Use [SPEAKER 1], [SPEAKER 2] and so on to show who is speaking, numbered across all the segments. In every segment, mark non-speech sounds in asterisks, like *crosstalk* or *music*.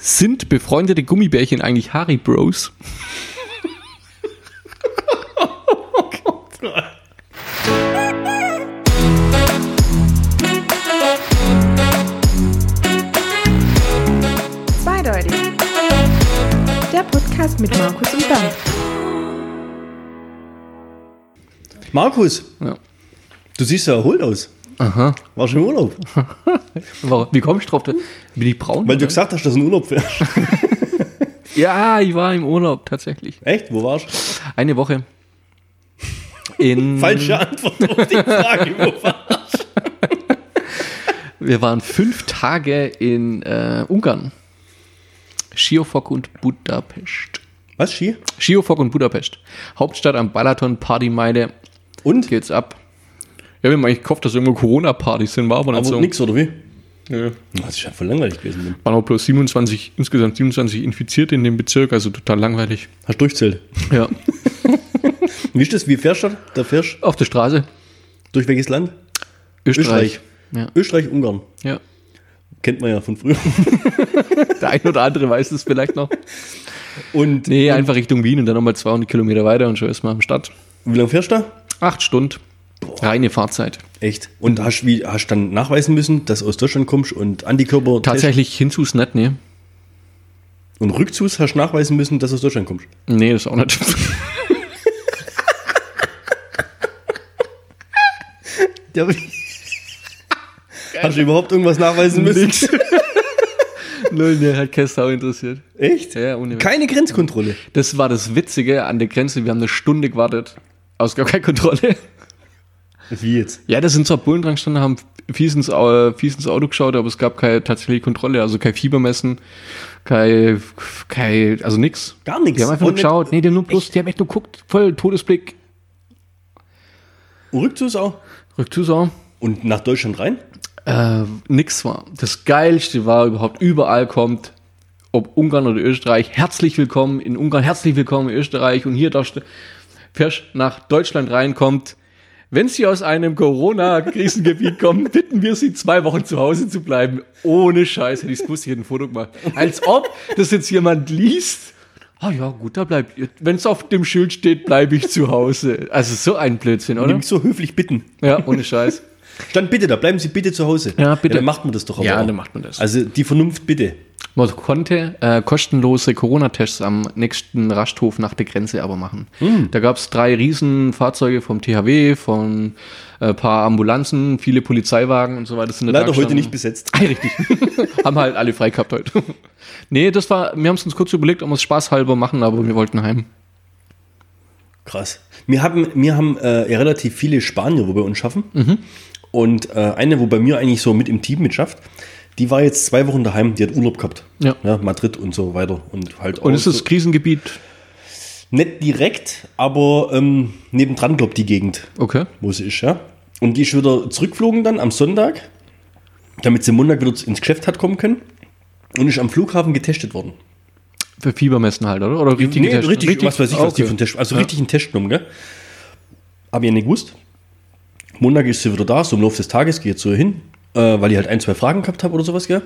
[SPEAKER 1] Sind befreundete Gummibärchen eigentlich Harry Bros?
[SPEAKER 2] Zweideutig. Der Podcast mit Markus und Bernd.
[SPEAKER 3] Markus,
[SPEAKER 1] Ja.
[SPEAKER 3] du siehst so erholt aus.
[SPEAKER 1] Aha.
[SPEAKER 3] Warst du im Urlaub?
[SPEAKER 1] Warum- Wie kommst du drauf? Bin ich braun?
[SPEAKER 3] Weil du
[SPEAKER 1] oder?
[SPEAKER 3] gesagt hast, dass du in Urlaub fährst. *laughs*
[SPEAKER 1] ja, ich war im Urlaub tatsächlich.
[SPEAKER 3] Echt? Wo warst
[SPEAKER 1] Eine Woche.
[SPEAKER 3] du? *laughs*
[SPEAKER 1] In,
[SPEAKER 3] Falsche Antwort auf die Frage. Wo warst du?
[SPEAKER 1] Wir waren fünf Tage in äh, Ungarn. Schiofok und Budapest.
[SPEAKER 3] Was, Ski?
[SPEAKER 1] Schiofok und Budapest. Hauptstadt am Balaton, Partymeile.
[SPEAKER 3] Und?
[SPEAKER 1] Geht's ab. Ja, wir haben eigentlich gehofft, dass irgendwo Corona-Partys sind, war aber nicht
[SPEAKER 3] Aber
[SPEAKER 1] so.
[SPEAKER 3] nix, oder wie?
[SPEAKER 1] Nö.
[SPEAKER 3] Das ist ja voll langweilig gewesen.
[SPEAKER 1] Waren auch bloß 27, insgesamt 27 Infizierte in dem Bezirk, also total langweilig.
[SPEAKER 3] Hast du durchzählt.
[SPEAKER 1] Ja.
[SPEAKER 3] Wie ist das? Wie fährst du? da? Da fährst du
[SPEAKER 1] Auf der Straße.
[SPEAKER 3] durch welches Land?
[SPEAKER 1] Österreich.
[SPEAKER 3] Österreich. Österreich, Ungarn.
[SPEAKER 1] Ja. ja.
[SPEAKER 3] Kennt man ja von früher.
[SPEAKER 1] *laughs*
[SPEAKER 3] *laughs*
[SPEAKER 1] Der ein oder andere weiß es vielleicht noch.
[SPEAKER 3] Und
[SPEAKER 1] Nee, einfach Richtung Wien und dann nochmal 200 Kilometer weiter und schon ist man am Stadt.
[SPEAKER 3] wie lange fährst du da?
[SPEAKER 1] Acht Stunden. Reine Fahrzeit.
[SPEAKER 3] Echt? Und hast wie hast dann nachweisen müssen, dass du aus Deutschland kommst und Antikörper
[SPEAKER 1] Tatsächlich hinzu's nicht, nee.
[SPEAKER 3] test- und Rückzugs hast du nachweisen müssen, dass du aus Deutschland kommst.
[SPEAKER 1] Nee, das auch nicht.
[SPEAKER 3] Hast du überhaupt irgendwas nachweisen müssen?
[SPEAKER 1] *laughs* Null, der hat keine Sau interessiert.
[SPEAKER 3] Echt?
[SPEAKER 1] Ja, ohne Witz.
[SPEAKER 3] Keine Grenzkontrolle.
[SPEAKER 1] Das war das Witzige an der Grenze. Wir haben eine Stunde gewartet. Ausgabe keine Kontrolle.
[SPEAKER 3] Wie jetzt?
[SPEAKER 1] Ja, das sind zwar Bullen dran gestanden, haben fies ins, Au- fies ins Auto geschaut, aber es gab keine tatsächliche Kontrolle, also kein Fiebermessen, kein, kein also nix.
[SPEAKER 3] Gar nichts.
[SPEAKER 1] Die haben einfach nur
[SPEAKER 3] Und nicht-
[SPEAKER 1] geschaut, nee, die haben nur bloß, die haben echt nur geguckt, voll Todesblick.
[SPEAKER 3] Rückzugs auch?
[SPEAKER 1] Rückzusau.
[SPEAKER 3] Und nach Deutschland rein?
[SPEAKER 1] Äh, nix war. Das Geilste war überhaupt, überall kommt, ob Ungarn oder Österreich, herzlich willkommen in Ungarn, herzlich willkommen in Österreich und hier darfst du, Fährst nach Deutschland reinkommt. Wenn Sie aus einem Corona-Krisengebiet kommen, bitten wir Sie, zwei Wochen zu Hause zu bleiben. Ohne Scheiß, hätte ich es gewusst, ich hätte ein Foto gemacht. Als ob das jetzt jemand liest. Ah ja, gut, da bleibt ihr. Wenn es auf dem Schild steht, bleibe ich zu Hause. Also so ein Blödsinn,
[SPEAKER 3] Die
[SPEAKER 1] oder?
[SPEAKER 3] mich so höflich bitten.
[SPEAKER 1] Ja, ohne Scheiß.
[SPEAKER 3] Stand bitte da, bleiben Sie bitte zu Hause.
[SPEAKER 1] Ja, bitte.
[SPEAKER 3] dann macht man das doch aber
[SPEAKER 1] Ja,
[SPEAKER 3] auch.
[SPEAKER 1] dann macht man das.
[SPEAKER 3] Also die Vernunft bitte.
[SPEAKER 1] Man konnte äh, kostenlose Corona-Tests am nächsten Rasthof nach der Grenze aber machen.
[SPEAKER 3] Hm.
[SPEAKER 1] Da gab es drei Riesenfahrzeuge vom THW, von äh, paar Ambulanzen, viele Polizeiwagen und so weiter. Sind da
[SPEAKER 3] Leider heute
[SPEAKER 1] gestanden. *laughs*
[SPEAKER 3] nicht besetzt.
[SPEAKER 1] Ah, richtig. haben halt alle frei gehabt heute. *laughs* nee, das war, wir haben es uns kurz überlegt, ob wir es spaßhalber machen, aber wir wollten heim.
[SPEAKER 3] Krass. Wir haben, wir haben äh, ja relativ viele Spanier, wo wir uns schaffen.
[SPEAKER 1] Mhm.
[SPEAKER 3] Und äh, eine, wo bei mir eigentlich so mit im Team mitschafft, die war jetzt zwei Wochen daheim, die hat Urlaub gehabt.
[SPEAKER 1] Ja.
[SPEAKER 3] Madrid und so weiter. Und halt
[SPEAKER 1] Und
[SPEAKER 3] auch
[SPEAKER 1] es ist
[SPEAKER 3] so,
[SPEAKER 1] das Krisengebiet.
[SPEAKER 3] nicht direkt, aber ähm, nebendran, glaube die Gegend.
[SPEAKER 1] Okay.
[SPEAKER 3] wo sie ist, ja. Und die ist wieder zurückgeflogen dann am Sonntag, damit sie Montag wieder ins Geschäft hat kommen können. Und ist am Flughafen getestet worden.
[SPEAKER 1] Für Fiebermessen halt, oder? Oder richtig getestet?
[SPEAKER 3] richtig, was weiß ich, was die
[SPEAKER 1] Okay.
[SPEAKER 3] von Test, also richtig einen Test genommen, gell? Hab ich ja nicht gewusst. Montag ist sie wieder da, so im Laufe des Tages geht sie hin, äh, weil ich halt ein, zwei Fragen gehabt habe oder sowas, gell?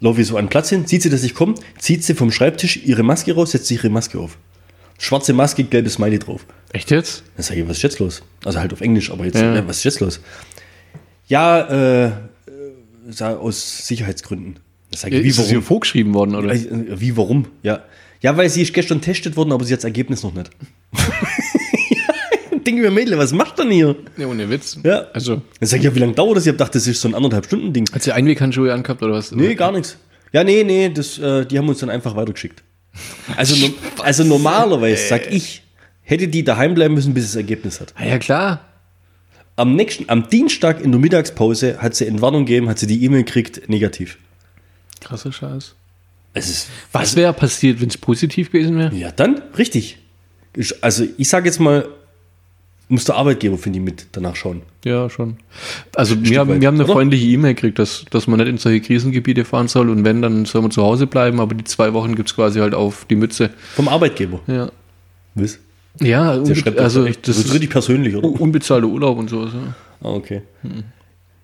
[SPEAKER 3] Laufe ich so an den Platz hin, sieht sie, dass ich komme, zieht sie vom Schreibtisch ihre Maske raus, setzt sich ihre Maske auf. Schwarze Maske, gelbes Smiley drauf.
[SPEAKER 1] Echt jetzt?
[SPEAKER 3] Dann sage ich, was ist jetzt los? Also halt auf Englisch, aber jetzt,
[SPEAKER 1] Ja.
[SPEAKER 3] äh, was ist jetzt los? Ja, äh, äh, sa- aus Sicherheitsgründen. Dann sag ich, wie
[SPEAKER 1] Äh, ist es hier
[SPEAKER 3] warum?
[SPEAKER 1] vorgeschrieben worden, oder?
[SPEAKER 3] Äh, Wie warum? Ja. Ja, weil sie ist gestern testet worden, aber sie hat das Ergebnis noch
[SPEAKER 1] *laughs*
[SPEAKER 3] nicht. Denke mir, Mädel, was macht denn hier?
[SPEAKER 1] Ja, ohne Witz.
[SPEAKER 3] Ja.
[SPEAKER 1] Also,
[SPEAKER 3] Dann sag ich, ja, wie lange dauert das? Ich hab gedacht, das ist so ein anderthalb Stunden Ding.
[SPEAKER 1] hat sie Einweghandschuhe angehabt, oder was?
[SPEAKER 3] Nee, gar nichts. Ja, nee, nee, das, äh, die haben uns dann einfach weitergeschickt.
[SPEAKER 1] *laughs*
[SPEAKER 3] Also, no- also normalerweise,
[SPEAKER 1] Äh.
[SPEAKER 3] sag ich, hätte die daheim bleiben müssen, bis es Ergebnis hat.
[SPEAKER 1] Ah, ja, klar.
[SPEAKER 3] Am nächsten, am Dienstag in der Mittagspause hat sie Entwarnung gegeben, hat sie die E-Mail gekriegt, negativ.
[SPEAKER 1] Krasser Scheiß.
[SPEAKER 3] Es ist, Also,
[SPEAKER 1] Was wäre passiert, wenn es positiv gewesen wäre?
[SPEAKER 3] ja, dann, richtig. Ich- Also, ich sage jetzt mal, muss der Arbeitgeber, finde ich, mit danach schauen.
[SPEAKER 1] Ja, schon. Also
[SPEAKER 3] Stück
[SPEAKER 1] wir haben,
[SPEAKER 3] weit,
[SPEAKER 1] wir haben eine
[SPEAKER 3] oder?
[SPEAKER 1] freundliche E-Mail gekriegt, dass, dass man nicht in solche Krisengebiete fahren soll und wenn, dann soll man zu Hause bleiben, aber die zwei Wochen gibt es quasi halt auf die Mütze.
[SPEAKER 3] Vom Arbeitgeber.
[SPEAKER 1] Ja,
[SPEAKER 3] Wiss?
[SPEAKER 1] ja
[SPEAKER 3] Der
[SPEAKER 1] unbe-
[SPEAKER 3] schreibt
[SPEAKER 1] also
[SPEAKER 3] das, echt,
[SPEAKER 1] das
[SPEAKER 3] das ist
[SPEAKER 1] ist
[SPEAKER 3] richtig persönlich, oder?
[SPEAKER 1] unbezahlter Urlaub und sowas. Ja,
[SPEAKER 3] Ah, okay.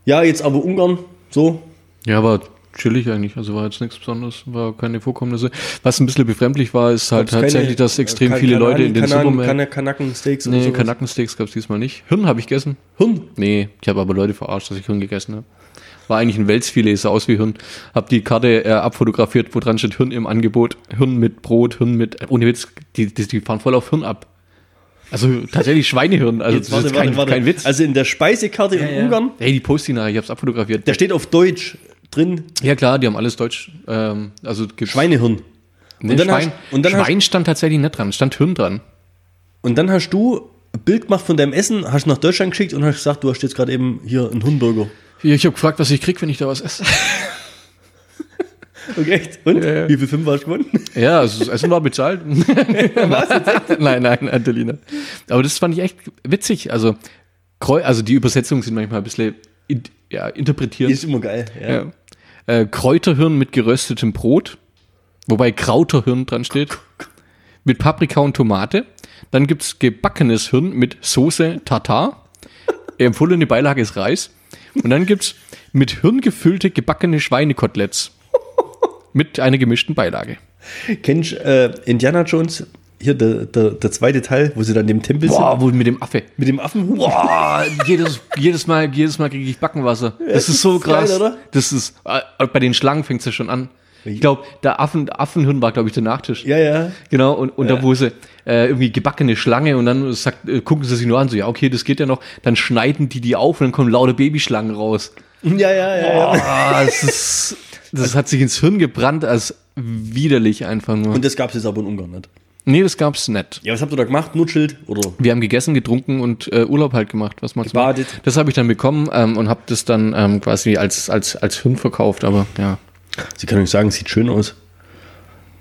[SPEAKER 3] Ja, jetzt aber Ungarn, so.
[SPEAKER 1] ja aber chillig eigentlich. Also war jetzt nichts Besonderes, war keine Vorkommnisse. Was ein bisschen befremdlich war, ist halt
[SPEAKER 3] Gab's keine-
[SPEAKER 1] tatsächlich, dass extrem
[SPEAKER 3] Kan-
[SPEAKER 1] viele
[SPEAKER 3] Kanaren-
[SPEAKER 1] Leute in den
[SPEAKER 3] Kanaren-
[SPEAKER 1] Supermärkten.
[SPEAKER 3] Kan Kanackensteaks
[SPEAKER 1] Nee, Also,
[SPEAKER 3] sowas.
[SPEAKER 1] Kanackensteaks gab es diesmal nicht. Hirn habe ich gegessen.
[SPEAKER 3] Hirn.
[SPEAKER 1] Nee, ich habe aber Leute verarscht, dass ich Hirn gegessen habe. War eigentlich ein Welsfilet, sah aus wie Hirn. Hab die Karte äh, abfotografiert, wo dran steht Hirn im Angebot. Hirn mit Brot, Hirn mit. äh, Ohne Witz, die, die, die fahren voll auf Hirn ab. Also tatsächlich Schweinehirn. Also
[SPEAKER 3] Jetzt
[SPEAKER 1] das
[SPEAKER 3] warte,
[SPEAKER 1] ist kein,
[SPEAKER 3] warte, warte.
[SPEAKER 1] kein Witz.
[SPEAKER 3] Also in der Speisekarte in Ungarn,
[SPEAKER 1] Hey, die Postina, ich hab's abfotografiert.
[SPEAKER 3] da steht auf Deutsch drin
[SPEAKER 1] Ja klar, die haben alles Deutsch. Ähm, also gibt's-
[SPEAKER 3] Schweinehirn.
[SPEAKER 1] Nee,
[SPEAKER 3] Und dann
[SPEAKER 1] Schwein,
[SPEAKER 3] hast- und dann
[SPEAKER 1] Schwein stand tatsächlich nicht dran, stand Hirn dran.
[SPEAKER 3] Und dann hast du ein Bild gemacht von deinem Essen, hast nach Deutschland geschickt und hast gesagt, du hast jetzt gerade eben hier einen Hundburger.
[SPEAKER 1] Ja, Ich habe gefragt, was ich krieg, wenn ich da was esse.
[SPEAKER 3] Und echt? Und?
[SPEAKER 1] ja.
[SPEAKER 3] Wie viel Fünfer hast du gewonnen?
[SPEAKER 1] Ja, also das Essen war *laughs* bezahlt. *laughs* nein, nein, Adelina. Aber das fand ich echt witzig. Also, Kreu also die Übersetzungen sind manchmal ein bisschen in ja, interpretiert.
[SPEAKER 3] Ist immer geil. Ja.
[SPEAKER 1] ja. äh, Kräuterhirn mit geröstetem Brot, wobei Krauterhirn dran steht, mit Paprika und Tomate. Dann gibt's gebackenes Hirn mit Soße Tatar. Empfohlene Beilage ist Reis. Und dann gibt's mit Hirn gefüllte gebackene Schweinekoteletts. Mit einer gemischten Beilage.
[SPEAKER 3] Kennst du äh, Indiana Jones? Hier der, der, der zweite Teil, wo sie dann im Tempel
[SPEAKER 1] Boah, wo mit dem Affe.
[SPEAKER 3] sind. Mit dem Affen.
[SPEAKER 1] Boah, jedes, jedes Mal, jedes Mal kriege ich Backenwasser. Das ist so
[SPEAKER 3] ist geil,
[SPEAKER 1] krass.
[SPEAKER 3] oder?
[SPEAKER 1] Das ist, äh, bei den Schlangen fängt's ja schon an. Ich glaube, der Affen, Affenhirn war, glaube ich, der Nachtisch.
[SPEAKER 3] Ja, ja.
[SPEAKER 1] Genau, und, und da wo sie äh, irgendwie gebackene Schlange und dann sagt, äh, gucken sie sich nur an, so, ja, okay, das geht ja noch. Dann schneiden die die auf und dann kommen laute Babyschlangen raus.
[SPEAKER 3] *laughs* Ja, ja, ja. ja.
[SPEAKER 1] Ah, es ist, das hat sich ins Hirn gebrannt als widerlich einfach nur.
[SPEAKER 3] Und das gab es jetzt aber in Ungarn nicht.
[SPEAKER 1] nee, das gab's nicht.
[SPEAKER 3] Ja, was habt ihr da gemacht? Nutschelt oder?
[SPEAKER 1] Wir haben gegessen, getrunken und äh, Urlaub halt gemacht, was man so macht.
[SPEAKER 3] Gebadet.
[SPEAKER 1] Das habe ich dann bekommen ähm, und habe das dann ähm, quasi als, als, als Hirn verkauft, aber ja.
[SPEAKER 3] Sie können nicht sagen, sieht schön aus.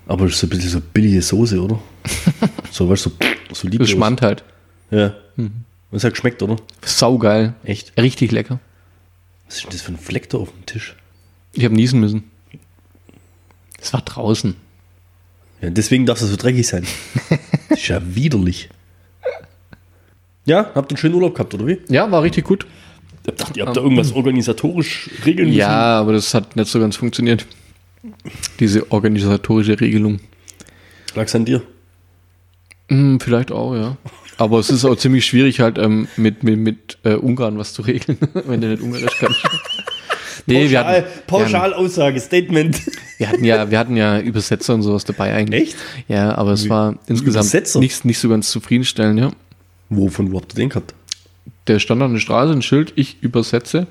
[SPEAKER 3] Aber das ist ein bisschen so billige
[SPEAKER 1] *laughs*
[SPEAKER 3] Soße, oder? so, weißt du, so, so lieblos.
[SPEAKER 1] Das Mhm. schmand halt.
[SPEAKER 3] Ja. Und es hat geschmeckt, oder?
[SPEAKER 1] Saugeil.
[SPEAKER 3] Echt?
[SPEAKER 1] Richtig lecker.
[SPEAKER 3] Was ist denn das für ein Fleck da auf dem Tisch?
[SPEAKER 1] Ich habe niesen müssen. Es war draußen.
[SPEAKER 3] Ja, deswegen darf es so
[SPEAKER 1] *laughs*
[SPEAKER 3] dreckig sein. das ist ja widerlich. Ja, habt einen schönen Urlaub gehabt, oder wie?
[SPEAKER 1] Ja, war richtig gut.
[SPEAKER 3] Ich dachte, ihr habt da irgendwas organisatorisch regeln müssen.
[SPEAKER 1] Ja, aber das hat nicht so ganz funktioniert. Diese organisatorische Regelung.
[SPEAKER 3] Lag's an dir.
[SPEAKER 1] Hm, vielleicht auch, ja. Aber es ist auch ziemlich schwierig, halt ähm, mit, mit, mit äh, Ungarn was zu regeln, *laughs* wenn du nicht Ungarisch *laughs* kannst. Nee, wir hatten,
[SPEAKER 3] Pauschalaussage, Statement.
[SPEAKER 1] wir, hatten, wir hatten ja, wir hatten ja Übersetzer und sowas dabei eigentlich.
[SPEAKER 3] Echt?
[SPEAKER 1] Ja, aber es war insgesamt
[SPEAKER 3] Übersetzer?
[SPEAKER 1] nicht, nicht so ganz zufriedenstellend, ja.
[SPEAKER 3] *laughs* Wovon, wo habt ihr den gehabt?
[SPEAKER 1] Der stand an der Straße, ein Schild, ich übersetze.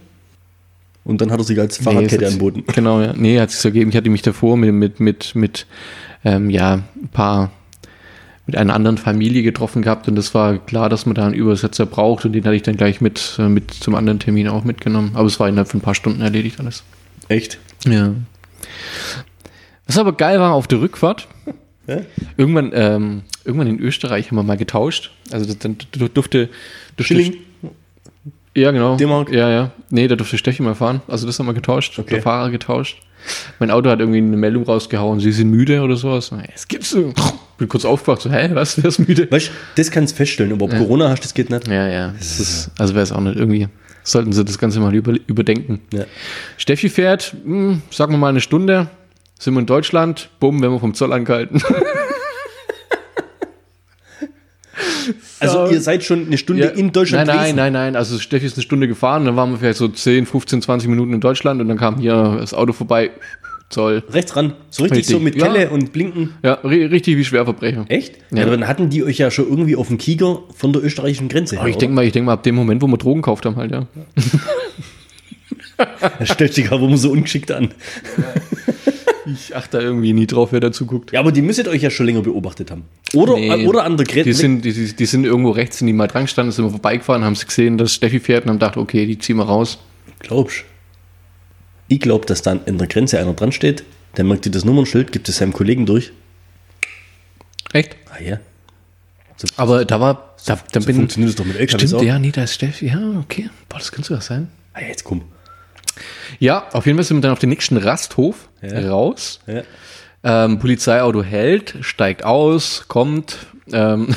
[SPEAKER 3] Und dann hat er sich als
[SPEAKER 1] es
[SPEAKER 3] Fahrradkette
[SPEAKER 1] hat-
[SPEAKER 3] anboten.
[SPEAKER 1] Genau, ja. Nee, hat sich ergeben. Ich hatte mich davor mit, mit, mit, mit ähm, ja, ein paar, mit einer anderen Familie getroffen gehabt und das war klar, dass man da einen Übersetzer braucht und den hatte ich dann gleich mit, äh, mit zum anderen Termin auch mitgenommen. Aber es war innerhalb von ein paar Stunden erledigt alles.
[SPEAKER 3] Echt?
[SPEAKER 1] Ja. Was aber geil war auf der Rückfahrt,
[SPEAKER 3] Ja?
[SPEAKER 1] irgendwann, ähm, irgendwann in Österreich haben wir mal getauscht. Also das- dann du- durfte, durfte
[SPEAKER 3] Schilling?
[SPEAKER 1] ja, genau.
[SPEAKER 3] D-Mark?
[SPEAKER 1] Ja, ja. Nee, da durfte Stechi mal fahren. Also das haben wir getauscht.
[SPEAKER 3] Okay.
[SPEAKER 1] Der Fahrer getauscht. Mein Auto hat irgendwie eine Meldung rausgehauen, sie sind müde oder sowas. Na, Es gibt's so. Bin kurz aufgewacht, so, hä, was, wer ist müde?
[SPEAKER 3] Weißt du, das kannst du feststellen, ob du Corona hast, das geht nicht.
[SPEAKER 1] Ja, ja. Das ist, also wäre es auch nicht irgendwie. Sollten sie das Ganze mal über, überdenken.
[SPEAKER 3] Ja.
[SPEAKER 1] Steffi fährt, hm, sagen wir mal eine Stunde, sind wir in Deutschland, bumm, werden wir vom Zoll angehalten.
[SPEAKER 3] Also ihr seid schon eine Stunde in Deutschland
[SPEAKER 1] Nein, nein,
[SPEAKER 3] gewesen.
[SPEAKER 1] nein, nein. Also Steffi ist eine Stunde gefahren, dann waren wir vielleicht so 10, 15, 20 Minuten in Deutschland und dann kam hier das Auto vorbei, Zoll.
[SPEAKER 3] Rechts ran. So richtig,
[SPEAKER 1] Richtig.
[SPEAKER 3] so mit
[SPEAKER 1] Ja.
[SPEAKER 3] Kelle und Blinken.
[SPEAKER 1] Ja, ri richtig wie Schwerverbrecher.
[SPEAKER 3] Echt? Ja. aber dann hatten die euch ja schon irgendwie auf dem Kieger von der österreichischen Grenze.
[SPEAKER 1] Aber Oh, ich denke mal, ich denk mal, ab dem Moment, wo wir Drogen gekauft haben, halt, ja.
[SPEAKER 3] Das stellt sich aber immer so ungeschickt an.
[SPEAKER 1] Ich achte da irgendwie nie drauf, wer dazu guckt.
[SPEAKER 3] Ja, aber die müsstet euch ja schon länger beobachtet haben. Oder,
[SPEAKER 1] Nee.
[SPEAKER 3] oder an der Grenze.
[SPEAKER 1] Die sind, die, die, die sind irgendwo rechts, sind die mal dran gestanden, sind wir vorbeigefahren, haben sie gesehen, dass Steffi fährt und haben gedacht, okay, die ziehen wir raus.
[SPEAKER 3] Glaubst Ich glaube, dass dann an der Grenze einer dran steht, der merkt dir das Nummernschild, gibt es seinem Kollegen durch.
[SPEAKER 1] Echt?
[SPEAKER 3] Ah ja.
[SPEAKER 1] Aber da war, da, da
[SPEAKER 3] So
[SPEAKER 1] bin
[SPEAKER 3] funktioniert es doch mit LKWs
[SPEAKER 1] Stimmt,
[SPEAKER 3] auch.
[SPEAKER 1] ja, nee, da ist Steffi, ja, okay. Boah, das könnte sogar sein.
[SPEAKER 3] Ah, ja, jetzt komm.
[SPEAKER 1] Ja, auf jeden Fall sind wir dann auf den nächsten Rasthof
[SPEAKER 3] Ja.
[SPEAKER 1] raus.
[SPEAKER 3] Ja.
[SPEAKER 1] Ähm, Polizeiauto hält, steigt aus, kommt. Ähm,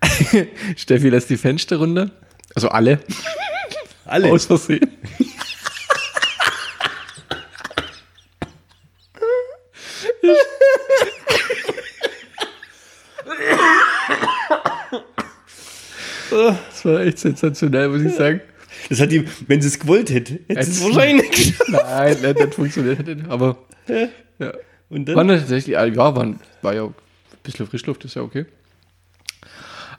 [SPEAKER 1] *laughs* Steffi lässt die Fenster runter. Also alle,
[SPEAKER 3] Alle.
[SPEAKER 1] aus Versehen. Das war echt sensationell, muss ich sagen.
[SPEAKER 3] Das hat die, wenn sie es gewollt hätte, hätte sie es wahrscheinlich geschafft.
[SPEAKER 1] Nein, nein, das funktioniert nicht. Aber ja.
[SPEAKER 3] Und
[SPEAKER 1] Wann
[SPEAKER 3] dann,
[SPEAKER 1] das tatsächlich, Ah, ja, wann, war ja ein bisschen Frischluft, ist ja okay.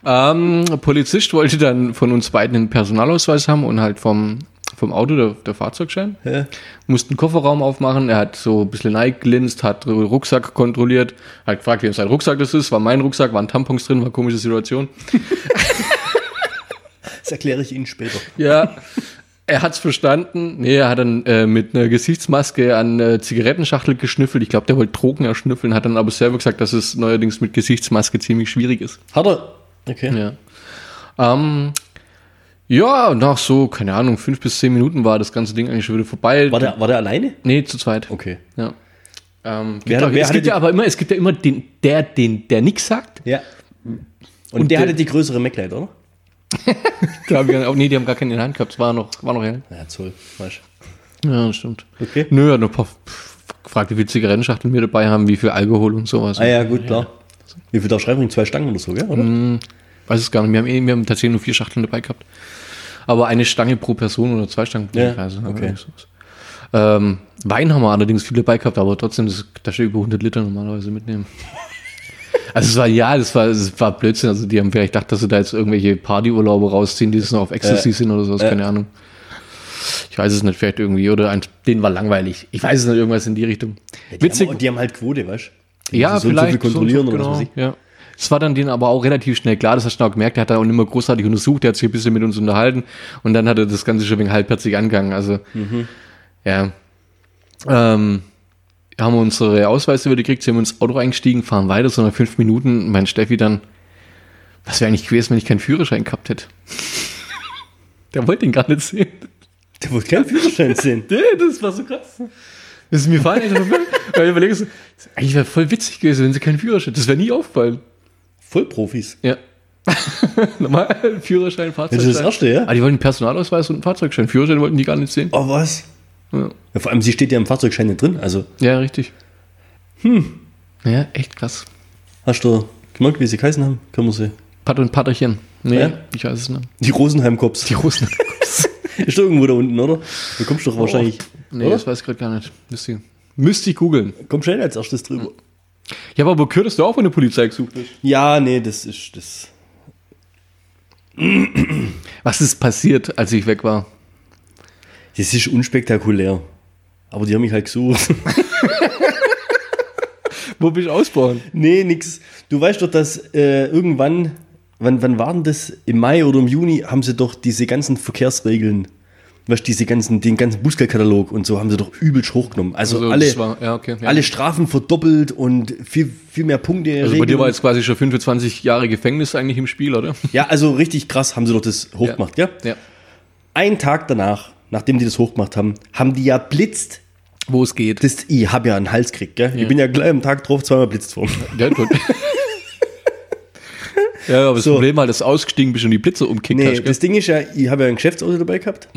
[SPEAKER 1] Ähm, ein Polizist wollte dann von uns beiden den Personalausweis haben und halt vom, vom Auto der, der Fahrzeugschein.
[SPEAKER 3] Ja.
[SPEAKER 1] Mussten Kofferraum aufmachen, er hat so ein bisschen neiglinst, hat den Rucksack kontrolliert, hat gefragt, wem sein Rucksack das ist, war mein Rucksack, waren Tampons drin, war eine komische Situation.
[SPEAKER 3] das erkläre ich Ihnen später.
[SPEAKER 1] Ja, *laughs* er hat's verstanden. Nee, er hat dann äh, mit einer Gesichtsmaske an äh, Zigarettenschachtel geschnüffelt. Ich glaube, der wollte Drogen erschnüffeln, hat dann aber selber gesagt, dass es neuerdings mit Gesichtsmaske ziemlich schwierig ist.
[SPEAKER 3] Hat er. Okay.
[SPEAKER 1] Ja. Ähm, ja, und nach so, keine Ahnung, fünf bis zehn Minuten war das ganze Ding eigentlich schon wieder vorbei.
[SPEAKER 3] War, der, war der alleine?
[SPEAKER 1] Nee, zu zweit.
[SPEAKER 3] Okay.
[SPEAKER 1] Ja. Ähm,
[SPEAKER 3] Wer
[SPEAKER 1] gibt
[SPEAKER 3] hat-
[SPEAKER 1] auch,
[SPEAKER 3] wer
[SPEAKER 1] es
[SPEAKER 3] hatte
[SPEAKER 1] gibt
[SPEAKER 3] die-
[SPEAKER 1] ja aber immer, es gibt ja immer den, der, den, der nichts
[SPEAKER 3] *laughs*
[SPEAKER 1] sagt.
[SPEAKER 3] Ja. Und,
[SPEAKER 1] Und
[SPEAKER 3] der
[SPEAKER 1] der-
[SPEAKER 3] hatte die größere Macklight, oder?
[SPEAKER 1] Die haben gar- nee, die haben gar keinen in der Hand gehabt, es war noch, war noch hell.
[SPEAKER 3] Ja, Zoll. Weißt
[SPEAKER 1] Ja, stimmt.
[SPEAKER 3] Okay.
[SPEAKER 1] Nö, hat noch ein paar pf, gefragt, wie viel Zigarettenschachteln wir dabei haben, wie viel Alkohol und sowas.
[SPEAKER 3] du. Ah ja, gut, klar. Wie viel darf ich reinbringen? Zwei Stangen oder so, gell? Oder?
[SPEAKER 1] Weiß es gar nicht. Wir haben, eh- wir haben tatsächlich nur vier Schachteln dabei gehabt. Aber eine Stange pro Person oder zwei Stangen pro
[SPEAKER 3] Ja,
[SPEAKER 1] Person.
[SPEAKER 3] okay.
[SPEAKER 1] irgendwie sowas. Ähm, Wein haben wir allerdings viel dabei gehabt, aber trotzdem, das da steht über 100 Liter normalerweise
[SPEAKER 3] *laughs*
[SPEAKER 1] mitnehmen. Also es war, ja, das war, das war Blödsinn. Also die haben vielleicht gedacht, dass sie da jetzt irgendwelche Partyurlaube rausziehen, die jetzt noch auf Ecstasy
[SPEAKER 3] Äh,
[SPEAKER 1] sind oder sowas,
[SPEAKER 3] äh.
[SPEAKER 1] keine Ahnung. Ich weiß es nicht, vielleicht irgendwie, oder ein, denen war langweilig. Ich weiß es nicht, irgendwas in die Richtung.
[SPEAKER 3] Die Haben, die haben halt Quote, weißt du? Die
[SPEAKER 1] Ja,
[SPEAKER 3] müssen so und
[SPEAKER 1] vielleicht.
[SPEAKER 3] So viel kontrollieren
[SPEAKER 1] so und so,
[SPEAKER 3] oder was weiß
[SPEAKER 1] genau, ja. Es war dann denen aber auch relativ schnell klar, das hast du auch gemerkt, der hat da auch nicht mehr großartig untersucht, der hat sich ein bisschen mit uns unterhalten und dann hat er das Ganze schon wegen halbherzig angegangen. Also,
[SPEAKER 3] Mhm.
[SPEAKER 1] ja. Ähm, haben wir unsere Ausweise wieder gekriegt, sind wir ins Auto eingestiegen, fahren weiter, so nach fünf Minuten, mein Steffi dann, was wäre eigentlich gewesen, wenn ich keinen Führerschein gehabt hätte? *laughs* der wollte ihn gar nicht sehen.
[SPEAKER 3] ich. Der wollte keinen Führerschein sehen.
[SPEAKER 1] *laughs* Nee, das war so krass. Das ist mir fallen echt vorbei. *laughs* Weil ich überlege so, eigentlich wäre voll witzig gewesen, wenn sie keinen Führerschein, das wäre nie aufgefallen.
[SPEAKER 3] Vollprofis.
[SPEAKER 1] Ja. *laughs* Normal, Führerschein,
[SPEAKER 3] Das
[SPEAKER 1] Fahrzeugschein.
[SPEAKER 3] ist das Erste, ja?
[SPEAKER 1] Ah, die wollten einen Personalausweis und einen Fahrzeugschein. Führerschein wollten die gar nicht sehen.
[SPEAKER 3] Oh, was?
[SPEAKER 1] Ja,
[SPEAKER 3] Ja, vor allem, sie steht ja im Fahrzeugschein nicht drin. Also,
[SPEAKER 1] ja richtig. Hm. Ja, echt krass.
[SPEAKER 3] hast du gemerkt, wie sie geheißen haben? Können wir sie.
[SPEAKER 1] Pat und Patterchen. Nee,
[SPEAKER 3] Ja?
[SPEAKER 1] ich weiß es nicht.
[SPEAKER 3] Die Rosenheim-Cops.
[SPEAKER 1] Die Russen.
[SPEAKER 3] Ist doch irgendwo da unten, oder? Du kommst doch wahrscheinlich.
[SPEAKER 1] Oh, nee,
[SPEAKER 3] oder?
[SPEAKER 1] das weiß ich gerade gar nicht. Müsste ich, müsste ich googeln.
[SPEAKER 3] Komm schnell als erstes drüber.
[SPEAKER 1] Ich habe aber gehört, dass du auch von der Polizei gesucht wirst.
[SPEAKER 3] Ja, nee, das ist das.
[SPEAKER 1] Was ist passiert, als ich weg war?
[SPEAKER 3] Das ist unspektakulär. Aber die haben mich halt gesucht.
[SPEAKER 1] Wo bin ich ausbauen?
[SPEAKER 3] nee, nix. Du weißt doch, dass äh, irgendwann, wann, wann war denn das? Im Mai oder im Juni haben sie doch diese ganzen Verkehrsregeln, weißt du, diese ganzen, den ganzen Bußgeldkatalog und so haben sie doch übelst hochgenommen. Also,
[SPEAKER 1] Also,
[SPEAKER 3] alle,
[SPEAKER 1] das war- ja, okay, ja.
[SPEAKER 3] alle Strafen verdoppelt und viel, viel mehr Punkte.
[SPEAKER 1] Also bei dir war jetzt quasi schon 25 Jahre Gefängnis eigentlich im Spiel, oder?
[SPEAKER 3] ja, also richtig krass haben sie doch das hochgemacht, ja?
[SPEAKER 1] Ja.
[SPEAKER 3] Ein Tag danach, nachdem die das hochgemacht haben, haben die ja blitzt.
[SPEAKER 1] Wo es geht.
[SPEAKER 3] Das, ich habe ja einen Hals gekriegt, gell? Ich
[SPEAKER 1] Ja.
[SPEAKER 3] bin ja gleich am Tag drauf zweimal
[SPEAKER 1] *laughs*
[SPEAKER 3] blitzt worden.
[SPEAKER 1] Ja,
[SPEAKER 3] *laughs*
[SPEAKER 1] gut. ja, aber das
[SPEAKER 3] So.
[SPEAKER 1] Problem war, dass du ausgestiegen bist und die Blitze umkickt
[SPEAKER 3] Nee,
[SPEAKER 1] hast. Gell? Mhm.
[SPEAKER 3] das Ding ist ja, ich habe ja ein Geschäftsauto dabei gehabt.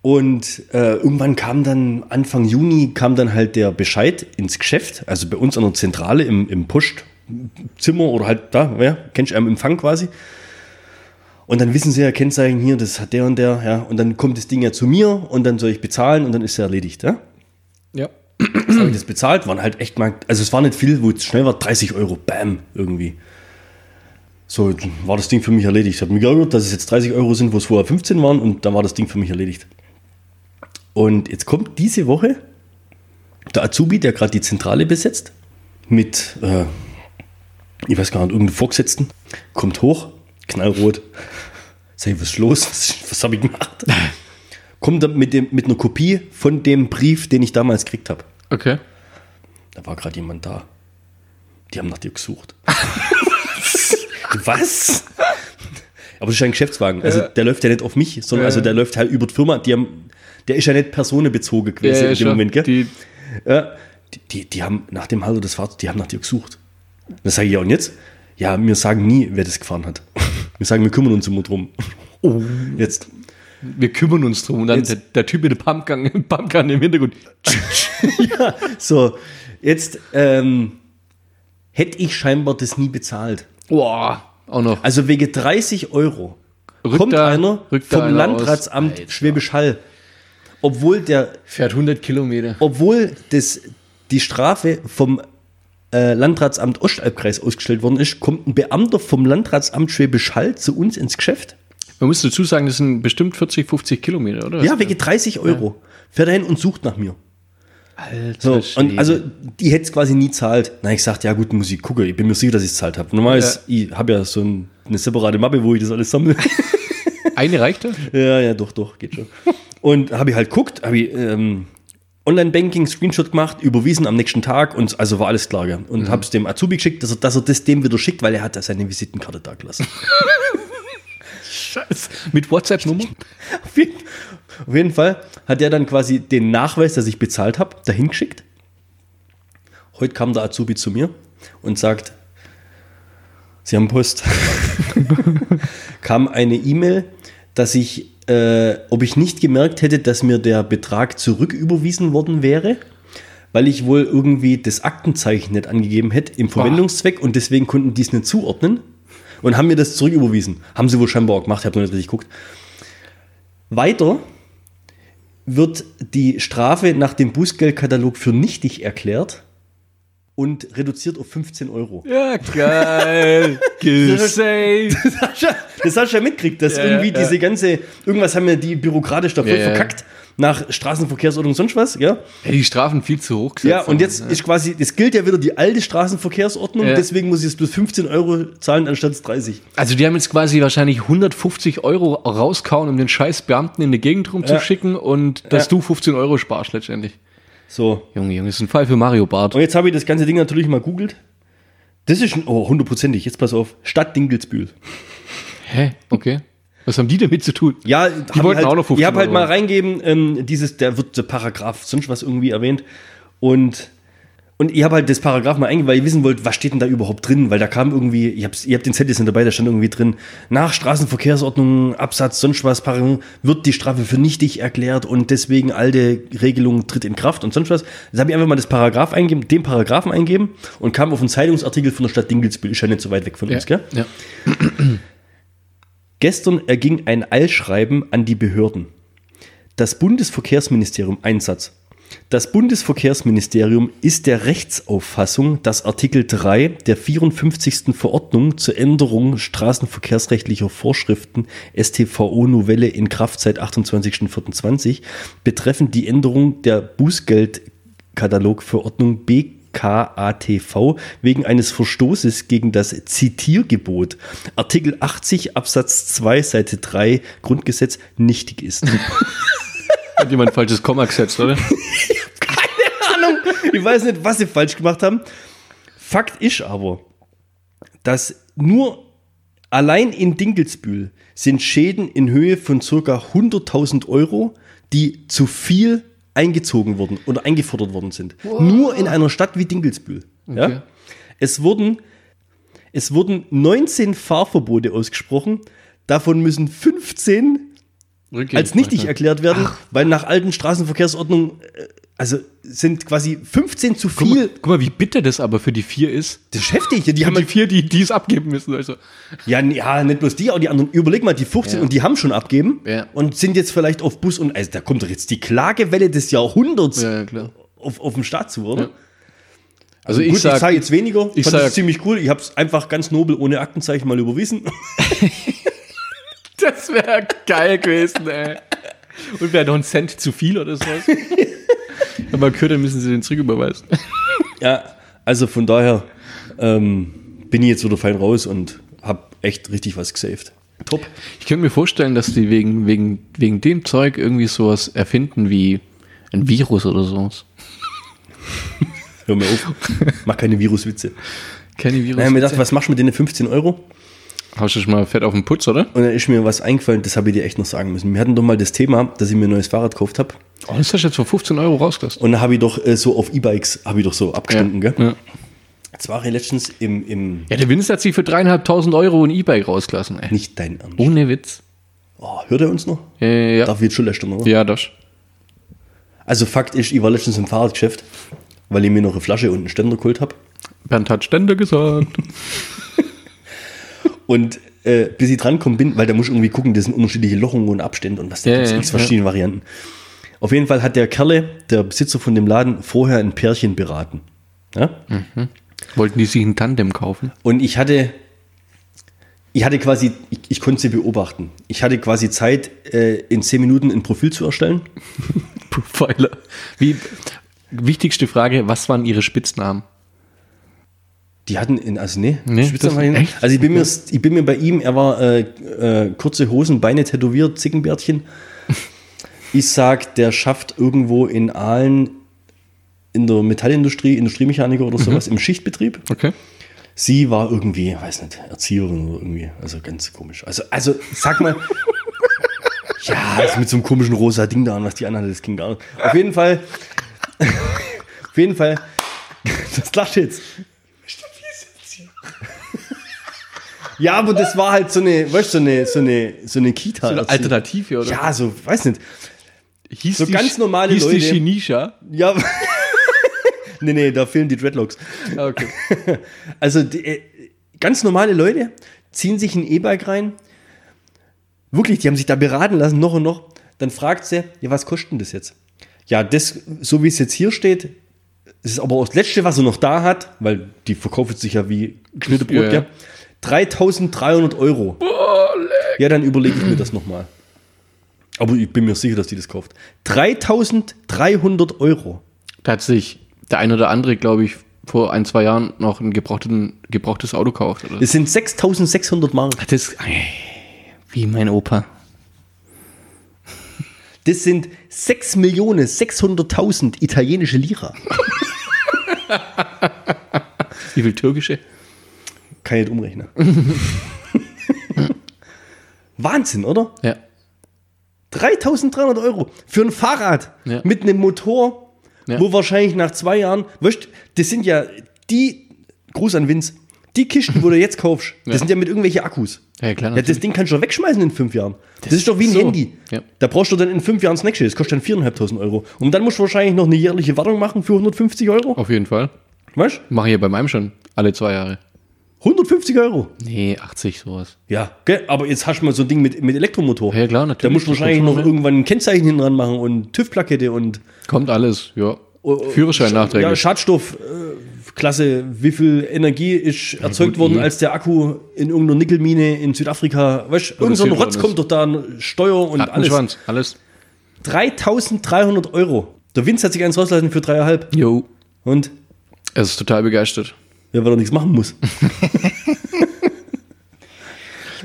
[SPEAKER 3] Und äh, irgendwann kam dann, Anfang Juni, kam dann halt der Bescheid ins Geschäft, also bei uns an der Zentrale im, im Pusht-Zimmer oder halt da, ja, kennst du, am Empfang quasi. Und dann wissen sie ja, Kennzeichen hier, das hat der und der, ja. Und dann kommt das Ding ja zu mir und dann soll ich bezahlen und dann ist er erledigt, ja.
[SPEAKER 1] Ja.
[SPEAKER 3] Jetzt habe ich das bezahlt, waren halt echt mal, also es war nicht viel, wo es schnell war, 30 Euro, bam, irgendwie. So jetzt war das Ding für mich erledigt. Ich habe mich geärgert, dass es jetzt 30 Euro sind, wo es vorher 15 waren und dann war das Ding für mich erledigt. Und jetzt kommt diese Woche der Azubi, der gerade die Zentrale besetzt, mit, äh, ich weiß gar nicht, irgendeinem Vorgesetzten, kommt hoch, knallrot. Sag ich, was ist los? *laughs* Was, was habe ich gemacht? Kommt dann mit, dem, mit einer Kopie von dem Brief, den ich damals gekriegt habe.
[SPEAKER 1] Okay.
[SPEAKER 3] Da war gerade jemand da. Die haben nach dir gesucht. *laughs* Was? Aber es ist ja ein Geschäftswagen. Also der läuft ja nicht auf mich, sondern
[SPEAKER 1] Ja.
[SPEAKER 3] also der läuft halt über die Firma. Die haben, der ist ja nicht personenbezogen
[SPEAKER 1] Ja,
[SPEAKER 3] gewesen
[SPEAKER 1] ja,
[SPEAKER 3] in dem
[SPEAKER 1] schon.
[SPEAKER 3] Moment, gell?
[SPEAKER 1] Die,
[SPEAKER 3] ja, die, die, die haben nach dem Hallo des Fahrzeugs, die haben nach dir gesucht. Das sage ich ja und jetzt? Ja, mir sagen nie, wer das gefahren hat. *laughs* Wir sagen, wir kümmern uns immer drum. Oh. Jetzt.
[SPEAKER 1] wir kümmern uns drum. Und dann *laughs*
[SPEAKER 3] Jetzt-
[SPEAKER 1] der, der Typ mit dem Pumpgun, Pumpgun im Hintergrund.
[SPEAKER 3] So, Jetzt ähm, hätte ich scheinbar das nie bezahlt.
[SPEAKER 1] Boah, auch noch.
[SPEAKER 3] Also wegen 30 Euro
[SPEAKER 1] Rückt
[SPEAKER 3] kommt
[SPEAKER 1] da-
[SPEAKER 3] einer
[SPEAKER 1] rückt da
[SPEAKER 3] vom
[SPEAKER 1] einer
[SPEAKER 3] Landratsamt
[SPEAKER 1] aus. Alter.
[SPEAKER 3] Schwäbisch Hall. Obwohl, der,
[SPEAKER 1] Fährt 100 Kilometer.
[SPEAKER 3] obwohl das, die Strafe vom äh, Landratsamt Ostalbkreis ausgestellt worden ist, kommt ein Beamter vom Landratsamt Schwäbisch Hall zu uns ins Geschäft.
[SPEAKER 1] Man muss dazu sagen, das sind bestimmt 40, 50 Kilometer, oder?
[SPEAKER 3] Ja, wegen 30 Euro. Fährt er hin und sucht nach mir.
[SPEAKER 1] Alter
[SPEAKER 3] So, und
[SPEAKER 1] Schwede.
[SPEAKER 3] also die hätte es quasi nie zahlt. Na, ich sagte, ja gut, muss ich gucken. Ich bin mir sicher, dass ich es zahlt habe. Normal ist, ich habe ja so ein, eine separate Mappe, wo ich das
[SPEAKER 1] *laughs*
[SPEAKER 3] alles sammle.
[SPEAKER 1] eine reichte?
[SPEAKER 3] ja, ja, doch, doch, geht schon. Und habe ich halt guckt, habe ich ähm, Online-Banking, Screenshot gemacht, überwiesen am nächsten Tag und also war alles klar. Gell? Und habe es dem Azubi geschickt, dass er, dass er das dem wieder schickt, weil er hat ja seine Visitenkarte da gelassen.
[SPEAKER 1] *laughs* Scheiße. Mit WhatsApp-Nummer?
[SPEAKER 3] Auf jeden- Auf jeden Fall hat er dann quasi den Nachweis, dass ich bezahlt habe, dahin geschickt. Heute kam der Azubi zu mir und sagt, Sie haben Post. *laughs* kam eine E-Mail, dass ich, äh, ob ich nicht gemerkt hätte, dass mir der Betrag zurücküberwiesen worden wäre, weil ich wohl irgendwie das Aktenzeichen nicht angegeben hätte im Verwendungszweck und deswegen konnten die es nicht zuordnen und haben mir das zurücküberwiesen. Haben sie wohl scheinbar auch gemacht, ich habe noch nicht richtig geguckt. Weiter wird die Strafe nach dem Bußgeldkatalog für nichtig erklärt und reduziert auf 15 Euro.
[SPEAKER 1] Ja, *laughs* geil. Gesaved.
[SPEAKER 3] Sascha, das hast du ja mitkriegt, dass
[SPEAKER 1] Ja,
[SPEAKER 3] irgendwie
[SPEAKER 1] ja, ja.
[SPEAKER 3] diese ganze, irgendwas haben ja die bürokratisch da voll
[SPEAKER 1] Ja, ja.
[SPEAKER 3] verkackt, nach Straßenverkehrsordnung und sonst was, ja.
[SPEAKER 1] Ja, die Strafen viel zu hoch gesetzt. äh,
[SPEAKER 3] Ja, und jetzt ist quasi, es gilt ja wieder die alte Straßenverkehrsordnung,
[SPEAKER 1] Ja.
[SPEAKER 3] deswegen muss ich jetzt bloß 15 Euro zahlen anstatt 30.
[SPEAKER 1] Also die haben jetzt quasi wahrscheinlich 150 Euro rauskauen, um den scheiß Beamten in die Gegend rumzuschicken und dass
[SPEAKER 3] Ja.
[SPEAKER 1] du 15 Euro sparst letztendlich.
[SPEAKER 3] So.
[SPEAKER 1] Junge, Junge, ist ein Fall für Mario Bart.
[SPEAKER 3] Und jetzt habe ich das ganze Ding natürlich mal googelt. Das ist, ein- oh, hundertprozentig, jetzt pass auf, Stadt Dingelsbühl.
[SPEAKER 1] Hä? Okay. Was haben die damit zu tun?
[SPEAKER 3] Ja, die
[SPEAKER 1] wollten
[SPEAKER 3] halt,
[SPEAKER 1] auch noch 15
[SPEAKER 3] Ich habe halt
[SPEAKER 1] Euro.
[SPEAKER 3] mal reingeben, ähm, dieses, der wird der Paragraph sonst was irgendwie erwähnt. Und, und ich habe halt das Paragraph mal eingegeben, weil ihr wissen wollt, was steht denn da überhaupt drin? Weil da kam irgendwie, ich hab's, ihr habt den Zettel jetzt nicht dabei, da stand irgendwie drin, nach Straßenverkehrsordnung, Absatz, sonst was, Paragraph, wird die Strafe für nichtig erklärt und deswegen alte Regelung tritt in Kraft und sonst was. Das habe ich einfach mal das Paragraph eingeben, den Paragraphen eingeben und kam auf einen Zeitungsartikel von der Stadt Dingelsbühl, ist ja nicht so weit weg von uns, gell?
[SPEAKER 1] ja.
[SPEAKER 3] Gestern erging ein Eilschreiben an die Behörden. Das Bundesverkehrsministerium Einsatz. Das Bundesverkehrsministerium ist der Rechtsauffassung, dass Artikel 3 der 54. Verordnung zur Änderung straßenverkehrsrechtlicher Vorschriften STVO-Novelle in Kraft seit 28.04.20 betreffend die Änderung der Bußgeldkatalogverordnung BKATV wegen eines Verstoßes gegen das Zitiergebot Artikel 80 Absatz 2 Seite 3 Grundgesetz nichtig ist.
[SPEAKER 1] Hat jemand ein falsches Komma gesetzt,
[SPEAKER 3] *laughs*
[SPEAKER 1] oder?
[SPEAKER 3] Ich weiß nicht, was sie falsch gemacht haben. Fakt ist aber, dass nur allein in Dingelsbühl sind Schäden in Höhe von ca. 100.000 Euro, die zu viel eingezogen wurden oder eingefordert worden sind. Nur in einer Stadt wie Dingelsbühl.
[SPEAKER 1] Okay.
[SPEAKER 3] Ja? Es, wurden, es wurden 19 Fahrverbote ausgesprochen, davon müssen 15 als nichtig erklärt werden, weil nach alten Straßenverkehrsordnungen, äh, also sind quasi 15 zu
[SPEAKER 1] Guck mal,
[SPEAKER 3] viel.
[SPEAKER 1] guck mal, wie bitter das aber für die vier ist.
[SPEAKER 3] Das heftig, die haben
[SPEAKER 1] Die vier, die die es abgeben müssen. Also.
[SPEAKER 3] ja, nee, ja, nicht bloß die, auch die anderen. Überleg mal, die 15
[SPEAKER 1] Ja.
[SPEAKER 3] und die haben schon abgeben
[SPEAKER 1] Ja.
[SPEAKER 3] und sind jetzt vielleicht auf Bus und also da kommt doch jetzt die Klagewelle des Jahrhunderts
[SPEAKER 1] Ja, ja, klar.
[SPEAKER 3] auf, auf den Staat zu, oder?
[SPEAKER 1] Ja. Also
[SPEAKER 3] Gut,
[SPEAKER 1] ich
[SPEAKER 3] ich
[SPEAKER 1] sag,
[SPEAKER 3] zahle jetzt weniger.
[SPEAKER 1] ich
[SPEAKER 3] fand
[SPEAKER 1] sag-
[SPEAKER 3] das ziemlich cool. Ich habe es einfach ganz nobel ohne Aktenzeichen mal überwiesen. *laughs*
[SPEAKER 1] *laughs* das wäre geil gewesen, ey. Und wäre noch ein Cent zu viel oder sowas. aber Köder müssen sie den zurücküberweisen.
[SPEAKER 3] Ja, also von daher ähm, bin ich jetzt wieder fein raus und habe echt richtig was gesaved. Top.
[SPEAKER 1] Ich könnte mir vorstellen, dass die wegen, wegen, wegen dem Zeug irgendwie sowas erfinden wie ein Virus oder sowas.
[SPEAKER 3] Hör mir auf. Mach keine Viruswitze.
[SPEAKER 1] Keine Virus.
[SPEAKER 3] Dann haben wir gedacht, was machst du mit den 15 Euro?
[SPEAKER 1] Hast du schon mal fett auf den Putz, oder?
[SPEAKER 3] Und dann ist mir was eingefallen, das habe ich dir echt noch sagen müssen. Wir hatten doch mal das Thema, dass ich mir ein neues Fahrrad gekauft habe.
[SPEAKER 1] Oh, das hast du jetzt für 15 Euro rausgelassen.
[SPEAKER 3] Und da habe ich doch äh, so auf E-Bikes, habe ich doch so abgestunken, gell?
[SPEAKER 1] Ja.
[SPEAKER 3] Jetzt war ich letztens im, im
[SPEAKER 1] ja, der Winz hat sich für dreieinhalbtausend Euro ein E-Bike rausgelassen, ey.
[SPEAKER 3] nicht dein Ernst.
[SPEAKER 1] Ohne Witz.
[SPEAKER 3] Oh, hört er uns noch?
[SPEAKER 1] Äh, ja.
[SPEAKER 3] Darf ich jetzt schon lästern, oder?
[SPEAKER 1] ja, das.
[SPEAKER 3] Also Fakt ist, ich war letztens im Fahrradgeschäft weil ich mir noch eine Flasche und einen Ständer geholt habe.
[SPEAKER 1] Bernd hat Stände gesagt.
[SPEAKER 3] Und äh, bis ich drankomme bin, weil da muss ich irgendwie gucken, das sind unterschiedliche Lochungen und Abstände und was da
[SPEAKER 1] Ja,
[SPEAKER 3] gibt's
[SPEAKER 1] ja,
[SPEAKER 3] x
[SPEAKER 1] ja.
[SPEAKER 3] verschiedene Varianten. Auf jeden Fall hat der Kerle, der Besitzer von dem Laden, vorher ein Pärchen beraten. Ja?
[SPEAKER 1] Wollten die sich ein Tandem kaufen?
[SPEAKER 3] Und ich hatte, ich hatte quasi, ich, ich konnte sie beobachten. Ich hatte quasi Zeit, äh, in zehn Minuten ein Profil zu erstellen.
[SPEAKER 1] Profiler. Wie, wichtigste Frage, was waren ihre Spitznamen?
[SPEAKER 3] Die hatten in, also nee,
[SPEAKER 1] Nee,
[SPEAKER 3] Spitznamen
[SPEAKER 1] das-
[SPEAKER 3] hatten-
[SPEAKER 1] echt?
[SPEAKER 3] Also ich bin, mir, ich bin mir bei ihm, er war äh, äh, kurze Hosen, Beine
[SPEAKER 1] *laughs*
[SPEAKER 3] tätowiert, Zickenbärtchen. Ich sag, der schafft irgendwo in Aalen in der Metallindustrie, Industriemechaniker
[SPEAKER 1] Mhm.
[SPEAKER 3] oder sowas im Schichtbetrieb.
[SPEAKER 1] Okay.
[SPEAKER 3] Sie war irgendwie, weiß nicht, Erzieherin oder irgendwie, also ganz komisch. Also, also
[SPEAKER 1] *laughs*
[SPEAKER 3] sag mal, ja, das mit so einem komischen rosa Ding da an, was die anhatte, das ging gar nicht. Auf jeden Fall, *laughs* auf jeden Fall, *laughs* das lacht jetzt. Ja, aber das war halt so eine, weißt du, so eine, so eine, so eine Kita.
[SPEAKER 1] So eine Alternative, oder?
[SPEAKER 3] Ja, so, weiß nicht.
[SPEAKER 1] Hieß
[SPEAKER 3] So ganz normale
[SPEAKER 1] hieß
[SPEAKER 3] Leute.
[SPEAKER 1] die Shinisha?
[SPEAKER 3] Ja. *laughs* nee, nee, da fehlen die Dreadlocks.
[SPEAKER 1] Ah, Okay.
[SPEAKER 3] Also die, äh, ganz normale Leute ziehen sich ein E-Bike rein. Wirklich, die haben sich da beraten lassen, noch und noch. Dann fragt sie, ja, was kostet denn das jetzt? Ja, das, so wie es jetzt hier steht, das ist aber auch das Letzte, was er noch da hat, weil die verkauft sich ja wie Knittebrot,
[SPEAKER 1] Ja.
[SPEAKER 3] ja. 3300 Euro. ja, dann überlege ich mir das nochmal. Aber ich bin mir sicher, dass die das kauft. 3300 Euro.
[SPEAKER 1] Da hat sich der ein oder andere, glaube ich, vor ein, zwei Jahren noch ein gebrauchten, gebrauchtes Auto gekauft. Oder?
[SPEAKER 3] Das sind 6600 Mark.
[SPEAKER 1] Das, wie mein Opa.
[SPEAKER 3] Das sind 6.600.000 italienische Lira.
[SPEAKER 1] Wie viel türkische?
[SPEAKER 3] Kann ich nicht umrechnen. *laughs* Wahnsinn, oder?
[SPEAKER 1] Ja.
[SPEAKER 3] 3.300 Euro für ein Fahrrad
[SPEAKER 1] Ja.
[SPEAKER 3] mit einem Motor,
[SPEAKER 1] Ja.
[SPEAKER 3] wo wahrscheinlich nach zwei Jahren, weißt, das sind ja die, Gruß an Vince, die Kisten, wo du jetzt kaufst,
[SPEAKER 1] *laughs*
[SPEAKER 3] das
[SPEAKER 1] Ja.
[SPEAKER 3] sind ja mit irgendwelchen Akkus.
[SPEAKER 1] Ja, klar.
[SPEAKER 3] Ja, das Ding kannst du doch wegschmeißen in fünf Jahren. Das, ist doch wie ein
[SPEAKER 1] so.
[SPEAKER 3] Handy.
[SPEAKER 1] Ja.
[SPEAKER 3] Da brauchst du dann in fünf Jahren das nächste. Das kostet dann 4.500 Euro. Und dann musst du wahrscheinlich noch eine jährliche Wartung machen für 150 Euro.
[SPEAKER 1] Auf jeden Fall.
[SPEAKER 3] Weißt du?
[SPEAKER 1] Mache ich ja bei meinem schon. Alle zwei Jahre.
[SPEAKER 3] 150 Euro.
[SPEAKER 1] Nee, 80 sowas.
[SPEAKER 3] Ja, gell? aber jetzt hast du mal so ein Ding mit, mit Elektromotor.
[SPEAKER 1] Ja, klar, natürlich.
[SPEAKER 3] Da musst du
[SPEAKER 1] Das
[SPEAKER 3] wahrscheinlich
[SPEAKER 1] kommt
[SPEAKER 3] noch
[SPEAKER 1] schon mit.
[SPEAKER 3] irgendwann ein Kennzeichen hin dran machen und TÜV-Plakette und
[SPEAKER 1] Kommt alles, ja.
[SPEAKER 3] äh,
[SPEAKER 1] Führerschein
[SPEAKER 3] Sch- Ja,
[SPEAKER 1] nachträglich.
[SPEAKER 3] Schadstoffklasse, wie viel Energie ist erzeugt
[SPEAKER 1] gut,
[SPEAKER 3] worden,
[SPEAKER 1] eh.
[SPEAKER 3] als der Akku in irgendeiner Nickelmine in Südafrika, weißt du, irgend so ein
[SPEAKER 1] Südtirol
[SPEAKER 3] Rotz
[SPEAKER 1] ist.
[SPEAKER 3] kommt doch da, ein Steuer und
[SPEAKER 1] Hat einen
[SPEAKER 3] alles.
[SPEAKER 1] Schwanz, alles.
[SPEAKER 3] 3300 Euro. Der Vince hat sich eins rauslassen für dreieinhalb.
[SPEAKER 1] Jo.
[SPEAKER 3] Und
[SPEAKER 1] Er ist total begeistert.
[SPEAKER 3] ja, weil er nichts
[SPEAKER 1] *laughs*
[SPEAKER 3] machen muss.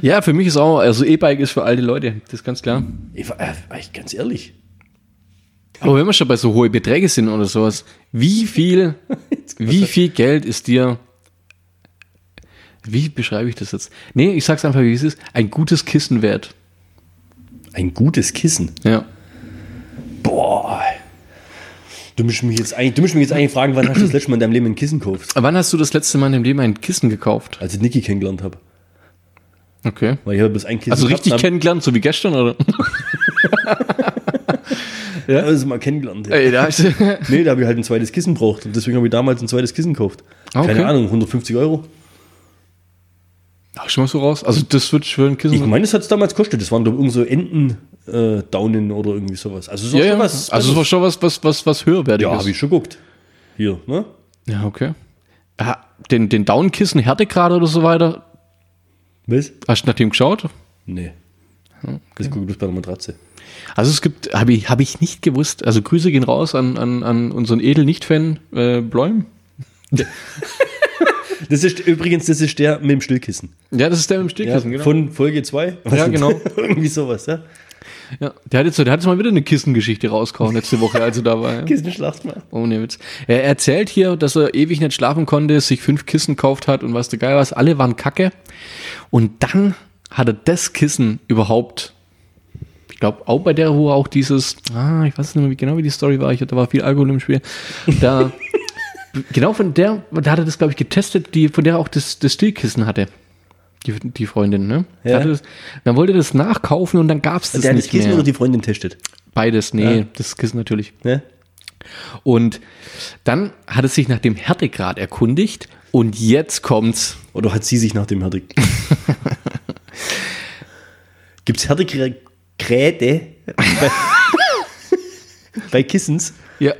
[SPEAKER 1] Ja, für mich ist auch, also E-Bike ist für alte Leute, das ist ganz klar.
[SPEAKER 3] ich, war- äh, war ich ganz ehrlich.
[SPEAKER 1] Aber wenn wir schon bei so hohe Beträge sind oder sowas, wie
[SPEAKER 3] *laughs*
[SPEAKER 1] viel, wie viel Geld ist dir, wie beschreibe ich das jetzt? Nee, ich sag's einfach, wie es ist, ein gutes Kissen wert.
[SPEAKER 3] Ein gutes Kissen.
[SPEAKER 1] Ja.
[SPEAKER 3] Boah. Du musst mich jetzt eigentlich, du musst mich jetzt eigentlich fragen, wann hast du das letzte Mal in deinem Leben ein Kissen gekauft?
[SPEAKER 1] Wann hast du das letzte Mal in deinem Leben ein Kissen gekauft?
[SPEAKER 3] Als ich Niki kennengelernt habe.
[SPEAKER 1] Okay.
[SPEAKER 3] Weil ich habe bloß ein Kissen
[SPEAKER 1] Also
[SPEAKER 3] gehabt
[SPEAKER 1] richtig
[SPEAKER 3] und hab-
[SPEAKER 1] kennengelernt, so wie gestern,
[SPEAKER 3] *laughs*
[SPEAKER 1] oder?
[SPEAKER 3] also mal kennengelernt. Ja.
[SPEAKER 1] Ey, *laughs* da ist,
[SPEAKER 3] Nee, da habe ich halt ein zweites Kissen braucht und deswegen habe ich damals ein zweites Kissen gekauft.
[SPEAKER 1] Ah, okay.
[SPEAKER 3] Keine Ahnung, 150 Euro.
[SPEAKER 1] Ach, schon mal so raus. Also das wird für ein Kissen.
[SPEAKER 3] Ich meine, das hat es damals gekostet. Das waren doch irgend so Enten äh, Daunen oder irgendwie sowas. Also so
[SPEAKER 1] ja, ja.
[SPEAKER 3] was.
[SPEAKER 1] Also es war schon was, was, was, was höherwertiges.
[SPEAKER 3] ja, habe ich schon geguckt. Hier, ne?
[SPEAKER 1] Ja, okay. Ah, Den, den Downkissen, Härtegrad oder so weiter,
[SPEAKER 3] Was?
[SPEAKER 1] hast du nach dem geschaut?
[SPEAKER 3] Nee.
[SPEAKER 1] Hm,
[SPEAKER 3] Das gucke ich bloß bei der Matratze.
[SPEAKER 1] Also es gibt, habe ich, hab ich nicht gewusst, also Grüße gehen raus an, an, an unseren Edel-Nicht-Fan äh, Bläum.
[SPEAKER 3] Das ist übrigens, das ist der mit dem Stillkissen.
[SPEAKER 1] Ja, das ist der mit dem
[SPEAKER 3] Ja,
[SPEAKER 1] Stillkissen, genau.
[SPEAKER 3] Von Folge 2.
[SPEAKER 1] Ja, genau.
[SPEAKER 3] *laughs* irgendwie sowas, ja.
[SPEAKER 1] Ja, der, hat jetzt, der hat jetzt mal wieder eine Kissengeschichte rausgehauen letzte Woche, als er da war. Ja.
[SPEAKER 3] Kissenschlacht mal.
[SPEAKER 1] Ohne Oh, Witz. Er erzählt hier, dass er ewig nicht schlafen konnte, sich fünf Kissen gekauft hat und was der geil was. Alle waren kacke. Und dann hat er das Kissen überhaupt, ich glaube, auch bei der, wo er auch dieses, ah, ich weiß nicht mehr wie- genau, wie die Story war, ich, da war viel Alkohol im Spiel, da, *laughs* genau von der, da hat er das, glaube ich, getestet, die, von der er auch das, das Stillkissen hatte. Die, die Freundin, ne?
[SPEAKER 3] Ja.
[SPEAKER 1] Hatte das, dann wollte er das nachkaufen und dann gab's das
[SPEAKER 3] Der hat das
[SPEAKER 1] nicht
[SPEAKER 3] Kissen
[SPEAKER 1] mehr.
[SPEAKER 3] oder die Freundin testet.
[SPEAKER 1] Beides, nee,
[SPEAKER 3] Ja.
[SPEAKER 1] das Kissen natürlich.
[SPEAKER 3] Ne?
[SPEAKER 1] Und dann hat es sich nach dem Härtegrad erkundigt und jetzt kommt's.
[SPEAKER 3] Oder hat sie sich nach dem *laughs* Härtegrad? Gibt es Härtegrade bei, *laughs* bei Kissens?
[SPEAKER 1] Ja.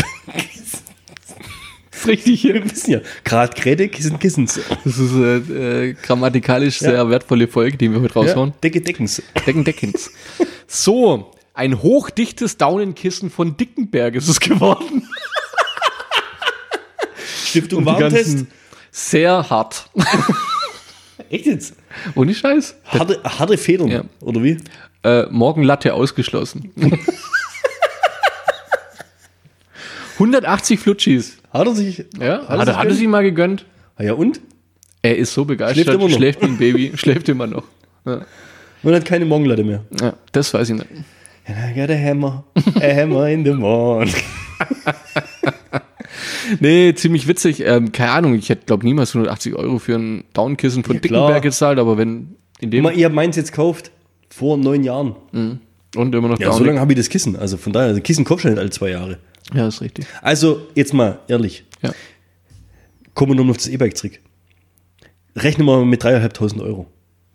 [SPEAKER 1] ist *laughs* richtig
[SPEAKER 3] Wir wissen ja, Grad Gräde, Kissen, Kissens.
[SPEAKER 1] Das ist äh, äh, grammatikalisch sehr wertvolle Folge, die wir heute
[SPEAKER 3] Ja,
[SPEAKER 1] raushauen.
[SPEAKER 3] dicke Deckens.
[SPEAKER 1] Decken Deckens. So, ein hochdichtes Daunenkissen von Dickenberg ist es geworden.
[SPEAKER 3] Stiftung
[SPEAKER 1] Die ganzen-
[SPEAKER 3] Warentest.
[SPEAKER 1] Sehr hart.
[SPEAKER 3] Echt jetzt?
[SPEAKER 1] Ohne Scheiß.
[SPEAKER 3] Harte, harte Federn,
[SPEAKER 1] Ja.
[SPEAKER 3] oder wie?
[SPEAKER 1] Äh, Morgenlatte ausgeschlossen. 180 Flutschis.
[SPEAKER 3] Hat er sich.
[SPEAKER 1] Ja,
[SPEAKER 3] hat
[SPEAKER 1] hat,
[SPEAKER 3] er
[SPEAKER 1] hat er
[SPEAKER 3] sich.
[SPEAKER 1] sich mal gegönnt.
[SPEAKER 3] Ah Ja, und?
[SPEAKER 1] Er ist so begeistert,
[SPEAKER 3] Schläft immer noch.
[SPEAKER 1] schläft wie ein *laughs* Baby, schläft immer noch. Ja,
[SPEAKER 3] Und hat keine Morgenlatte mehr.
[SPEAKER 1] ja, das weiß ich nicht.
[SPEAKER 3] And *laughs* I got a hammer, a hammer in the morning.
[SPEAKER 1] Nee, ziemlich witzig. Ähm, keine Ahnung, ich hätte, glaube niemals 180 Euro für ein Downkissen von
[SPEAKER 3] klar.
[SPEAKER 1] Dickenberg gezahlt, aber wenn in dem
[SPEAKER 3] Ihr habt meins jetzt gekauft, vor neun Jahren.
[SPEAKER 1] und immer noch
[SPEAKER 3] Ja, so lange habe ich das Kissen. Also von daher, also Kissen kaufst du nicht alle zwei Jahre.
[SPEAKER 1] Ja, ist richtig.
[SPEAKER 3] Also, jetzt mal ehrlich.
[SPEAKER 1] Ja.
[SPEAKER 3] Kommen wir nur noch auf das E-Bike zurück. Rechnen wir mal mit 3.500 Euro.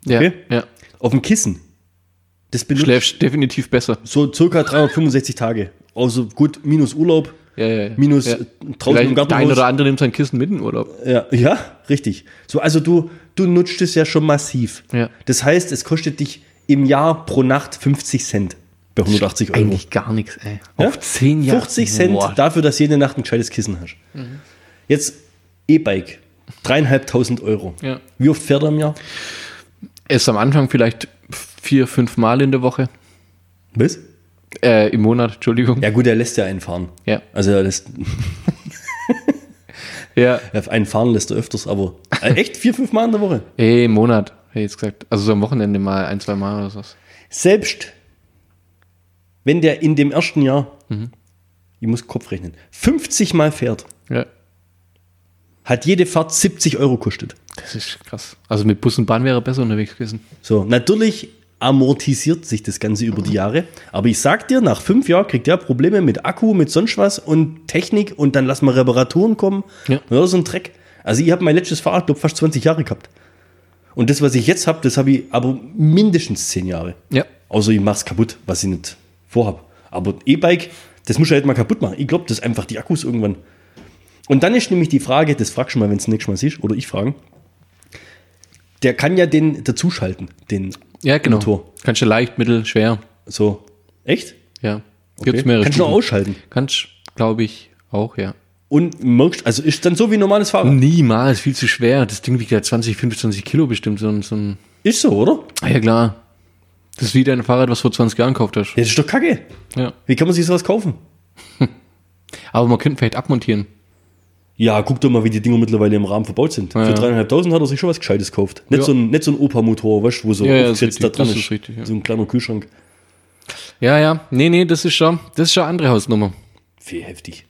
[SPEAKER 1] Ja,
[SPEAKER 3] Okay.
[SPEAKER 1] ja.
[SPEAKER 3] Auf dem Kissen. Das benutzt
[SPEAKER 1] Schläfst definitiv besser.
[SPEAKER 3] so circa 365 Tage. Also gut, minus Urlaub.
[SPEAKER 1] Ja, ja, ja.
[SPEAKER 3] Minus
[SPEAKER 1] ja.
[SPEAKER 3] äh, draußen im
[SPEAKER 1] Vielleicht
[SPEAKER 3] Garten.
[SPEAKER 1] der ein oder andere nimmt sein Kissen mit in den Urlaub.
[SPEAKER 3] Ja, ja, richtig. So, also du, du nutzt es ja schon massiv.
[SPEAKER 1] Ja.
[SPEAKER 3] Das heißt, es kostet dich im Jahr pro Nacht 50 Cent bei 180 Euro.
[SPEAKER 1] Eigentlich gar nichts, ey.
[SPEAKER 3] Ja?
[SPEAKER 1] Auf 10 Jahre.
[SPEAKER 3] 50 Cent
[SPEAKER 1] Boah. Mhm.
[SPEAKER 3] dafür, dass jede Nacht ein gescheites Kissen hast. Jetzt E-Bike, dreieinhalbtausend Euro.
[SPEAKER 1] Ja.
[SPEAKER 3] Wie oft fährt er im Jahr?
[SPEAKER 1] Ist am Anfang vielleicht vier, fünf Mal in der Woche.
[SPEAKER 3] Was?
[SPEAKER 1] Äh, im Monat, Entschuldigung.
[SPEAKER 3] Ja gut, er lässt ja einen fahren.
[SPEAKER 1] Ja.
[SPEAKER 3] Also er lässt
[SPEAKER 1] Ja.
[SPEAKER 3] er einen fahren lässt er öfters, aber äh, echt vier, fünf Mal in der Woche.
[SPEAKER 1] Ey, im Monat, hätte ich jetzt gesagt. Also so am Wochenende mal ein, zwei Mal oder sowas.
[SPEAKER 3] Selbst wenn der in dem ersten Jahr,
[SPEAKER 1] Mhm.
[SPEAKER 3] ich muss Kopf rechnen, 50 Mal fährt,
[SPEAKER 1] Ja.
[SPEAKER 3] hat jede Fahrt 70 Euro kostet.
[SPEAKER 1] Das ist krass. Also mit Bus und Bahn wäre er besser unterwegs gewesen.
[SPEAKER 3] So, natürlich amortisiert sich das Ganze über die Jahre. Aber ich sag dir, nach fünf Jahren kriegt er Probleme mit Akku, mit sonst was und Technik und dann lassen wir Reparaturen kommen.
[SPEAKER 1] Ja.
[SPEAKER 3] Oder so ein Dreck. Also ich habe mein letztes Fahrrad, glaube fast 20 Jahre gehabt. Und das, was ich jetzt habe, das habe ich aber mindestens 10 Jahre.
[SPEAKER 1] Ja.
[SPEAKER 3] Außer ich mach's kaputt, was ich nicht vorhab. Aber E-Bike, das muss ich halt mal kaputt machen. Ich glaube, das ist einfach die Akkus irgendwann. Und dann ist nämlich die Frage, das fragst du mal, wenn es nächstes Mal siehst, oder ich fragen. Der kann ja den dazuschalten, den
[SPEAKER 1] Ja, genau.
[SPEAKER 3] Motor.
[SPEAKER 1] Kannst du leicht, mittel, schwer.
[SPEAKER 3] So. Echt?
[SPEAKER 1] Ja.
[SPEAKER 3] Okay.
[SPEAKER 1] Gibt's mehrere
[SPEAKER 3] Kannst du noch
[SPEAKER 1] Stufen.
[SPEAKER 3] ausschalten.
[SPEAKER 1] Kannst, glaube ich, auch, ja.
[SPEAKER 3] Und merkst, also ist dann so wie ein normales Fahrrad.
[SPEAKER 1] Hm. Niemals, viel zu schwer. Das Ding wiegt ja 20, 25 Kilo bestimmt. So ein, so ein
[SPEAKER 3] Ist so, oder?
[SPEAKER 1] Ah ja, klar. Das ist wie dein Fahrrad, was du vor 20 Jahren gekauft hast.
[SPEAKER 3] Ja, das ist doch kacke.
[SPEAKER 1] Ja.
[SPEAKER 3] Wie kann man sich sowas kaufen?
[SPEAKER 1] Aber man könnte vielleicht abmontieren.
[SPEAKER 3] Ja, guck doch mal, wie die Dinger mittlerweile im Rahmen verbaut sind.
[SPEAKER 1] Ja,
[SPEAKER 3] Für
[SPEAKER 1] ja.
[SPEAKER 3] 3.500 hat er sich schon was Gescheites gekauft. Nicht,
[SPEAKER 1] Ja.
[SPEAKER 3] so ein, nicht so ein Opa-Motor, weißt du, wo so
[SPEAKER 1] Ja, ja,
[SPEAKER 3] aufgesetzt
[SPEAKER 1] ist richtig.
[SPEAKER 3] da dran
[SPEAKER 1] Das
[SPEAKER 3] ist.
[SPEAKER 1] ist richtig, ja.
[SPEAKER 3] So ein kleiner Kühlschrank.
[SPEAKER 1] Ja, ja. Nee, nee, das ist schon, das ist schon eine andere Hausnummer.
[SPEAKER 3] Viel heftig.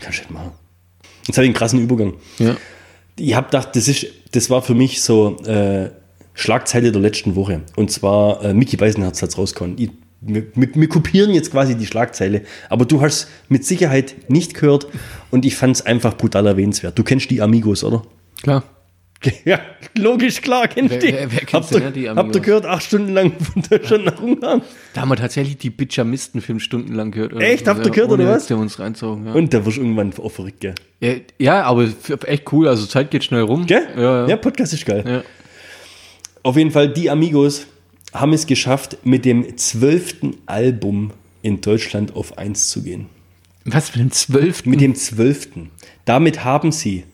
[SPEAKER 3] Kannst du nicht machen. Jetzt habe ich einen krassen Übergang.
[SPEAKER 1] Ja.
[SPEAKER 3] Ich habe gedacht, das, ist, das war für mich so äh, Schlagzeile der letzten Woche. Und zwar, äh, Mickey Beisenherz hat es rausgehauen. Ich, wir, wir, wir kopieren jetzt quasi die Schlagzeile, aber du hast mit Sicherheit nicht gehört und ich fand es einfach brutal erwähnenswert. Du kennst die Amigos, oder?
[SPEAKER 1] Klar.
[SPEAKER 3] *laughs* Ja, logisch, klar, kennst
[SPEAKER 1] Wer-
[SPEAKER 3] die.
[SPEAKER 1] wer- wer kennt's
[SPEAKER 3] habt
[SPEAKER 1] denn,
[SPEAKER 3] ihr,
[SPEAKER 1] ne, die
[SPEAKER 3] habt ihr
[SPEAKER 1] Amigos?
[SPEAKER 3] gehört, acht Stunden lang *laughs* von Deutschland nach Ungarn?
[SPEAKER 1] Da haben wir tatsächlich die Bitchamisten fünf Stunden lang gehört. Oder
[SPEAKER 3] Echt?
[SPEAKER 1] so,
[SPEAKER 3] Habt ihr
[SPEAKER 1] ja,
[SPEAKER 3] gehört, oder
[SPEAKER 1] ohne
[SPEAKER 3] was?
[SPEAKER 1] jetzt, Der uns reinzogen, ja.
[SPEAKER 3] Und da wirst du irgendwann auch verrückt, gell?
[SPEAKER 1] ja, ja, aber f- echt cool. Also Zeit geht schnell rum.
[SPEAKER 3] Gell?
[SPEAKER 1] Ja, ja.
[SPEAKER 3] Podcast ist geil.
[SPEAKER 1] Ja.
[SPEAKER 3] Auf jeden Fall, die Amigos haben es geschafft, mit dem zwölften Album in Deutschland auf 1 zu gehen.
[SPEAKER 1] Was für ein Zwölften?
[SPEAKER 3] Mit dem zwölften. Damit haben sie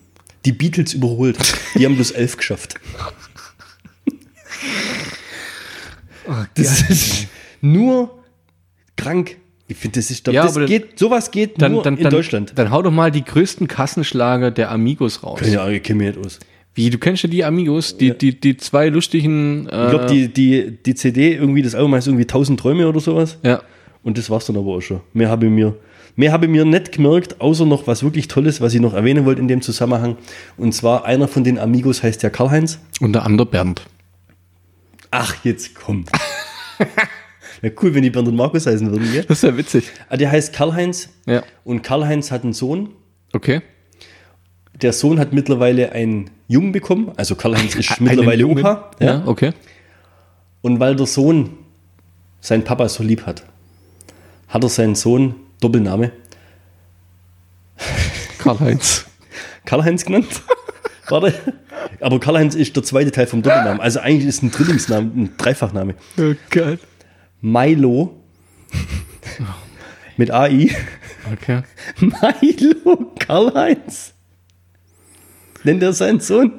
[SPEAKER 3] die Beatles überholt. Die haben bloß elf geschafft.
[SPEAKER 1] Oh
[SPEAKER 3] das ist nur krank. Ich finde, das ist doch,
[SPEAKER 1] Ja,
[SPEAKER 3] das
[SPEAKER 1] aber dann-
[SPEAKER 3] geht, sowas geht nur in Deutschland.
[SPEAKER 1] Dann hau doch mal die größten Kassenschlager der Amigos raus.
[SPEAKER 3] Ja, ich kenne mich nicht aus.
[SPEAKER 1] Wie, du kennst ja die Amigos, die, die, die zwei lustigen. Äh,
[SPEAKER 3] Ich glaube, die, die, die CD, irgendwie, das Album heißt irgendwie 1000 Träume oder sowas.
[SPEAKER 1] äh, Ja.
[SPEAKER 3] Und das war's dann aber auch schon. Mehr habe ich mir, mehr habe ich mir nicht gemerkt, außer noch was wirklich Tolles, was ich noch erwähnen wollte in dem Zusammenhang. Und zwar einer von den Amigos heißt ja Karl-Heinz.
[SPEAKER 1] Und der andere Bernd. *laughs*
[SPEAKER 3] Ach, jetzt komm. Wäre cool, wenn die Bernd und Markus heißen würden, gell?
[SPEAKER 1] Das ist ja witzig.
[SPEAKER 3] Ah, Der heißt Karl-Heinz
[SPEAKER 1] Ja.
[SPEAKER 3] und Karl-Heinz hat einen Sohn.
[SPEAKER 1] Okay.
[SPEAKER 3] Der Sohn hat mittlerweile einen Jungen bekommen. Also Karl-Heinz ist
[SPEAKER 1] Einen
[SPEAKER 3] mittlerweile
[SPEAKER 1] Jungen?
[SPEAKER 3] Opa.
[SPEAKER 1] Ja, okay.
[SPEAKER 3] Und weil der Sohn seinen Papa so lieb hat, hat er seinen Sohn Doppelname
[SPEAKER 1] Karl-Heinz.
[SPEAKER 3] Karl-Heinz genannt. Warte. Aber Karl-Heinz ist der zweite Teil vom Doppelnamen. Also eigentlich ist ein Drillingsname, ein Dreifachname.
[SPEAKER 1] *laughs* oh Gott.
[SPEAKER 3] Milo
[SPEAKER 1] *laughs*
[SPEAKER 3] mit AI.
[SPEAKER 1] Okay.
[SPEAKER 3] *laughs* Milo Karl-Heinz. Nennt er seinen Sohn?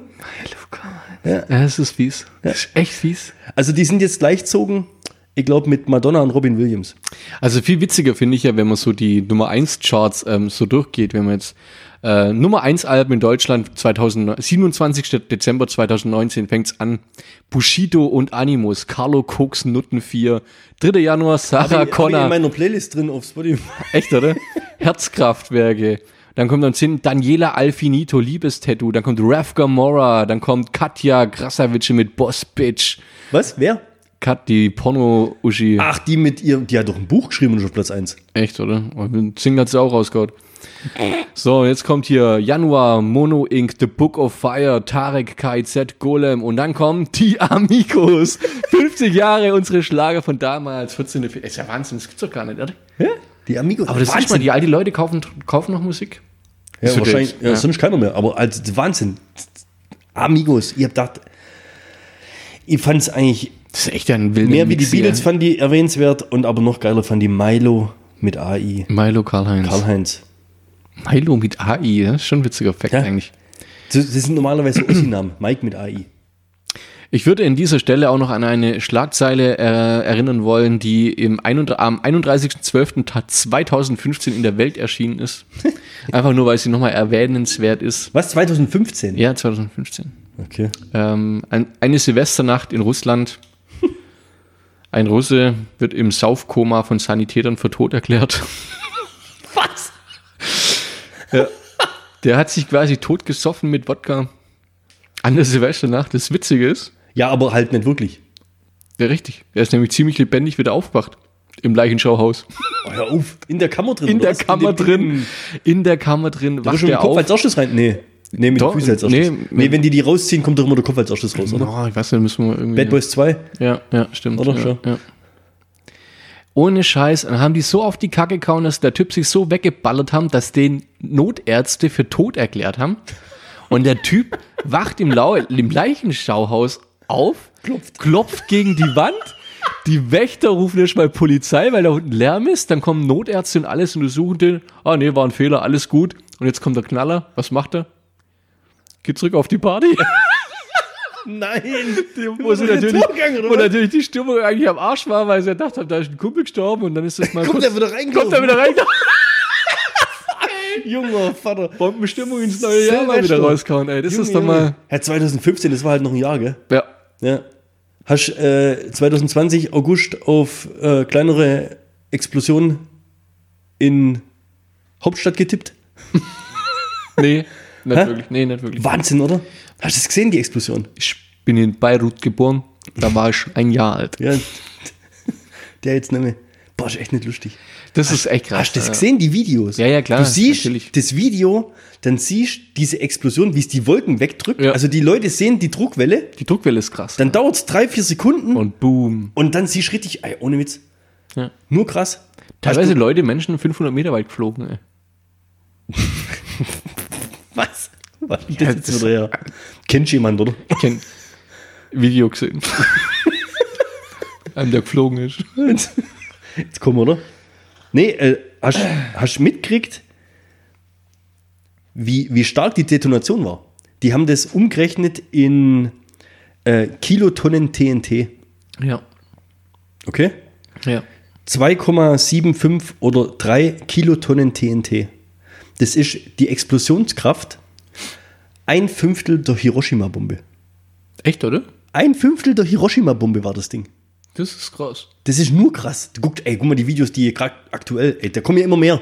[SPEAKER 1] Ja, es ist fies. Das ist echt fies.
[SPEAKER 3] Also die sind jetzt gleichzogen, ich glaube, mit Madonna und Robin Williams.
[SPEAKER 1] Also viel witziger finde ich ja, wenn man so die Nummer 1 Charts ähm, so durchgeht, wenn man jetzt äh, Nummer 1 Alben in Deutschland 2009, 27. Dezember 2019 fängt's an. Bushido und Animus, Carlo Koks Nutten 4, 3. Januar Sarah
[SPEAKER 3] Hab ich- hab ich in
[SPEAKER 1] Connor.
[SPEAKER 3] meiner Playlist drin auf Spotify.
[SPEAKER 1] *laughs* Echt, oder? Herzkraftwerke. Dann kommt am 10. Daniela Alfinito, Liebestattoo. Dann kommt Raf Gamora. Dann kommt Katja Krasavice mit Boss Bitch.
[SPEAKER 3] Was? Wer?
[SPEAKER 1] Kat, die Porno-Uschi.
[SPEAKER 3] Ach, die mit ihr, die hat doch ein Buch geschrieben und ist auf Platz 1.
[SPEAKER 1] Echt, oder? Oh, Und Zing hat sie auch rausgehauen. So, jetzt kommt hier Januar, Mono Inc., The Book of Fire, Tarek, KZ, Golem und dann kommen die *laughs* Amigos. 50 Jahre unsere Schlager von damals. 14. Fe- Ist ja Wahnsinn, das gibt's doch gar nicht, oder?
[SPEAKER 3] Die Amigos.
[SPEAKER 1] Aber das ist mal, die alten Leute kaufen, kaufen noch Musik.
[SPEAKER 3] ja,
[SPEAKER 1] Zu
[SPEAKER 3] wahrscheinlich,
[SPEAKER 1] Dates,
[SPEAKER 3] ja,
[SPEAKER 1] ja.
[SPEAKER 3] sonst keiner mehr. Aber als Wahnsinn. Amigos, ihr habt gedacht, ich fand es eigentlich
[SPEAKER 1] Das ist echt ein wilder
[SPEAKER 3] mehr wie die
[SPEAKER 1] Mix
[SPEAKER 3] Beatles,
[SPEAKER 1] hier.
[SPEAKER 3] fand die erwähnenswert und aber noch geiler fand die Milo mit AI.
[SPEAKER 1] Milo Karl-Heinz.
[SPEAKER 3] Karl-Heinz.
[SPEAKER 1] Milo mit AI, das ist schon ein witziger Fact
[SPEAKER 3] Ja.
[SPEAKER 1] eigentlich.
[SPEAKER 3] Das, das sind normalerweise Ossi-Namen. Mike mit AI.
[SPEAKER 1] Ich würde in dieser Stelle auch noch an eine Schlagzeile äh, erinnern wollen, die im 31, am 31.12.2015 in der Welt erschienen ist. Einfach nur, weil sie nochmal erwähnenswert ist.
[SPEAKER 3] Was? 2015?
[SPEAKER 1] Ja, 2015.
[SPEAKER 3] Okay.
[SPEAKER 1] Ähm, ein, eine Silvesternacht in Russland. Ein Russe wird im Saufkoma von Sanitätern für tot erklärt.
[SPEAKER 3] Was?
[SPEAKER 1] Der hat sich quasi totgesoffen mit Wodka an der Silvesternacht. Das Witzige ist,
[SPEAKER 3] Ja, aber halt nicht wirklich.
[SPEAKER 1] der richtig, er ist nämlich ziemlich lebendig wieder aufgewacht im Leichenschauhaus.
[SPEAKER 3] Oh, hör auf. In der Kammer drin.
[SPEAKER 1] in
[SPEAKER 3] oder
[SPEAKER 1] der
[SPEAKER 3] was?
[SPEAKER 1] Kammer
[SPEAKER 3] dem-
[SPEAKER 1] drin. In der Kammer drin.
[SPEAKER 3] Wirst
[SPEAKER 1] Wacht
[SPEAKER 3] du mit dem
[SPEAKER 1] der
[SPEAKER 3] Kopf
[SPEAKER 1] auf.
[SPEAKER 3] als erstes rein? Nee. Nee, mit
[SPEAKER 1] Doch,
[SPEAKER 3] dem Füßen als
[SPEAKER 1] nee,
[SPEAKER 3] erstes. Nee, wenn die die rausziehen, kommt doch immer der Kopf als erstes raus, oder?
[SPEAKER 1] Oh, ich weiß nicht, müssen wir irgendwie.
[SPEAKER 3] Bad Boys 2.
[SPEAKER 1] Ja, ja, stimmt.
[SPEAKER 3] Oder?
[SPEAKER 1] ja,
[SPEAKER 3] Schon.
[SPEAKER 1] ja. Ohne Scheiß. Dann haben die so auf die Kacke gehauen, dass der Typ sich so weggeballert haben, dass den Notärzte für tot erklärt haben. Und der
[SPEAKER 3] *laughs*
[SPEAKER 1] Typ wacht im, Lau im Leichenschauhaus auf, klopft. gegen die Wand. Die Wächter rufen erst mal Polizei, weil da unten Lärm ist. Dann kommen Notärzte und alles und untersuchen den. Ah, nee, war ein Fehler, alles gut. Und jetzt kommt der Knaller. Was macht er? Geht zurück auf die Party.
[SPEAKER 3] Nein.
[SPEAKER 1] Wo, sie
[SPEAKER 3] Der
[SPEAKER 1] natürlich,
[SPEAKER 3] Torgang, oder
[SPEAKER 1] wo
[SPEAKER 3] was?
[SPEAKER 1] natürlich die Stimmung eigentlich am Arsch war, weil sie gedacht haben, da ist ein Kumpel gestorben und dann ist das mal.
[SPEAKER 3] Kommt
[SPEAKER 1] kurz-
[SPEAKER 3] er wieder rein?
[SPEAKER 1] kommt er wieder rein?
[SPEAKER 3] Junger Vater.
[SPEAKER 1] Bombenstimmung ins neue Jahr mal wieder
[SPEAKER 3] Silvester.
[SPEAKER 1] rauskauen, ey. Das
[SPEAKER 3] Junge,
[SPEAKER 1] ist doch mal.
[SPEAKER 3] Junge. Ja, 2015, das war halt noch ein Jahr, gell?
[SPEAKER 1] Ja.
[SPEAKER 3] Ja. Hast äh, 2020 August auf äh, kleinere Explosionen in Hauptstadt getippt?
[SPEAKER 1] Nee, nicht
[SPEAKER 3] Hä?
[SPEAKER 1] wirklich. Nee, nicht wirklich.
[SPEAKER 3] Wahnsinn, oder? Hast du das gesehen, die Explosion?
[SPEAKER 1] Ich bin in Beirut geboren, da war ich ein Jahr alt.
[SPEAKER 3] Ja. *laughs* Der jetzt nicht mehr. Boah, ist echt nicht lustig.
[SPEAKER 1] Das ist echt krass.
[SPEAKER 3] Hast du das
[SPEAKER 1] ja.
[SPEAKER 3] gesehen, die Videos?
[SPEAKER 1] Ja, ja, klar,
[SPEAKER 3] Du siehst
[SPEAKER 1] natürlich.
[SPEAKER 3] das Video, dann siehst diese Explosion, wie es die Wolken wegdrückt.
[SPEAKER 1] Ja.
[SPEAKER 3] Also die Leute sehen die Druckwelle,
[SPEAKER 1] Die Druckwelle ist krass.
[SPEAKER 3] dann dauert es drei, vier Sekunden und,
[SPEAKER 1] und boom.
[SPEAKER 3] dann siehst du richtig, ey, ohne Witz,
[SPEAKER 1] Ja.
[SPEAKER 3] nur krass.
[SPEAKER 1] Teilweise Leute, Menschen 500 Meter weit geflogen, ey.
[SPEAKER 3] Was? Was ist
[SPEAKER 1] Ja,
[SPEAKER 3] das
[SPEAKER 1] das-
[SPEAKER 3] jetzt wieder her? Kennt jemand, oder?
[SPEAKER 1] Ich
[SPEAKER 3] *laughs*
[SPEAKER 1] kenn Video gesehen. Einem, der geflogen ist.
[SPEAKER 3] Jetzt, jetzt komm, oder? Nee, äh, hast hast du mitgekriegt, wie, wie stark die Detonation war? Die haben das umgerechnet in äh, Kilotonnen TNT.
[SPEAKER 1] Ja.
[SPEAKER 3] Okay?
[SPEAKER 1] Ja.
[SPEAKER 3] 2,75 oder 3 Kilotonnen TNT. Das ist die Explosionskraft ein Fünftel der Hiroshima-Bombe.
[SPEAKER 1] Echt, oder?
[SPEAKER 3] Ein Fünftel der Hiroshima-Bombe war das Ding.
[SPEAKER 1] Das ist krass.
[SPEAKER 3] Das ist nur krass. Guckt, ey, guck mal die Videos, die hier gerade aktuell, ey, da kommen ja immer mehr.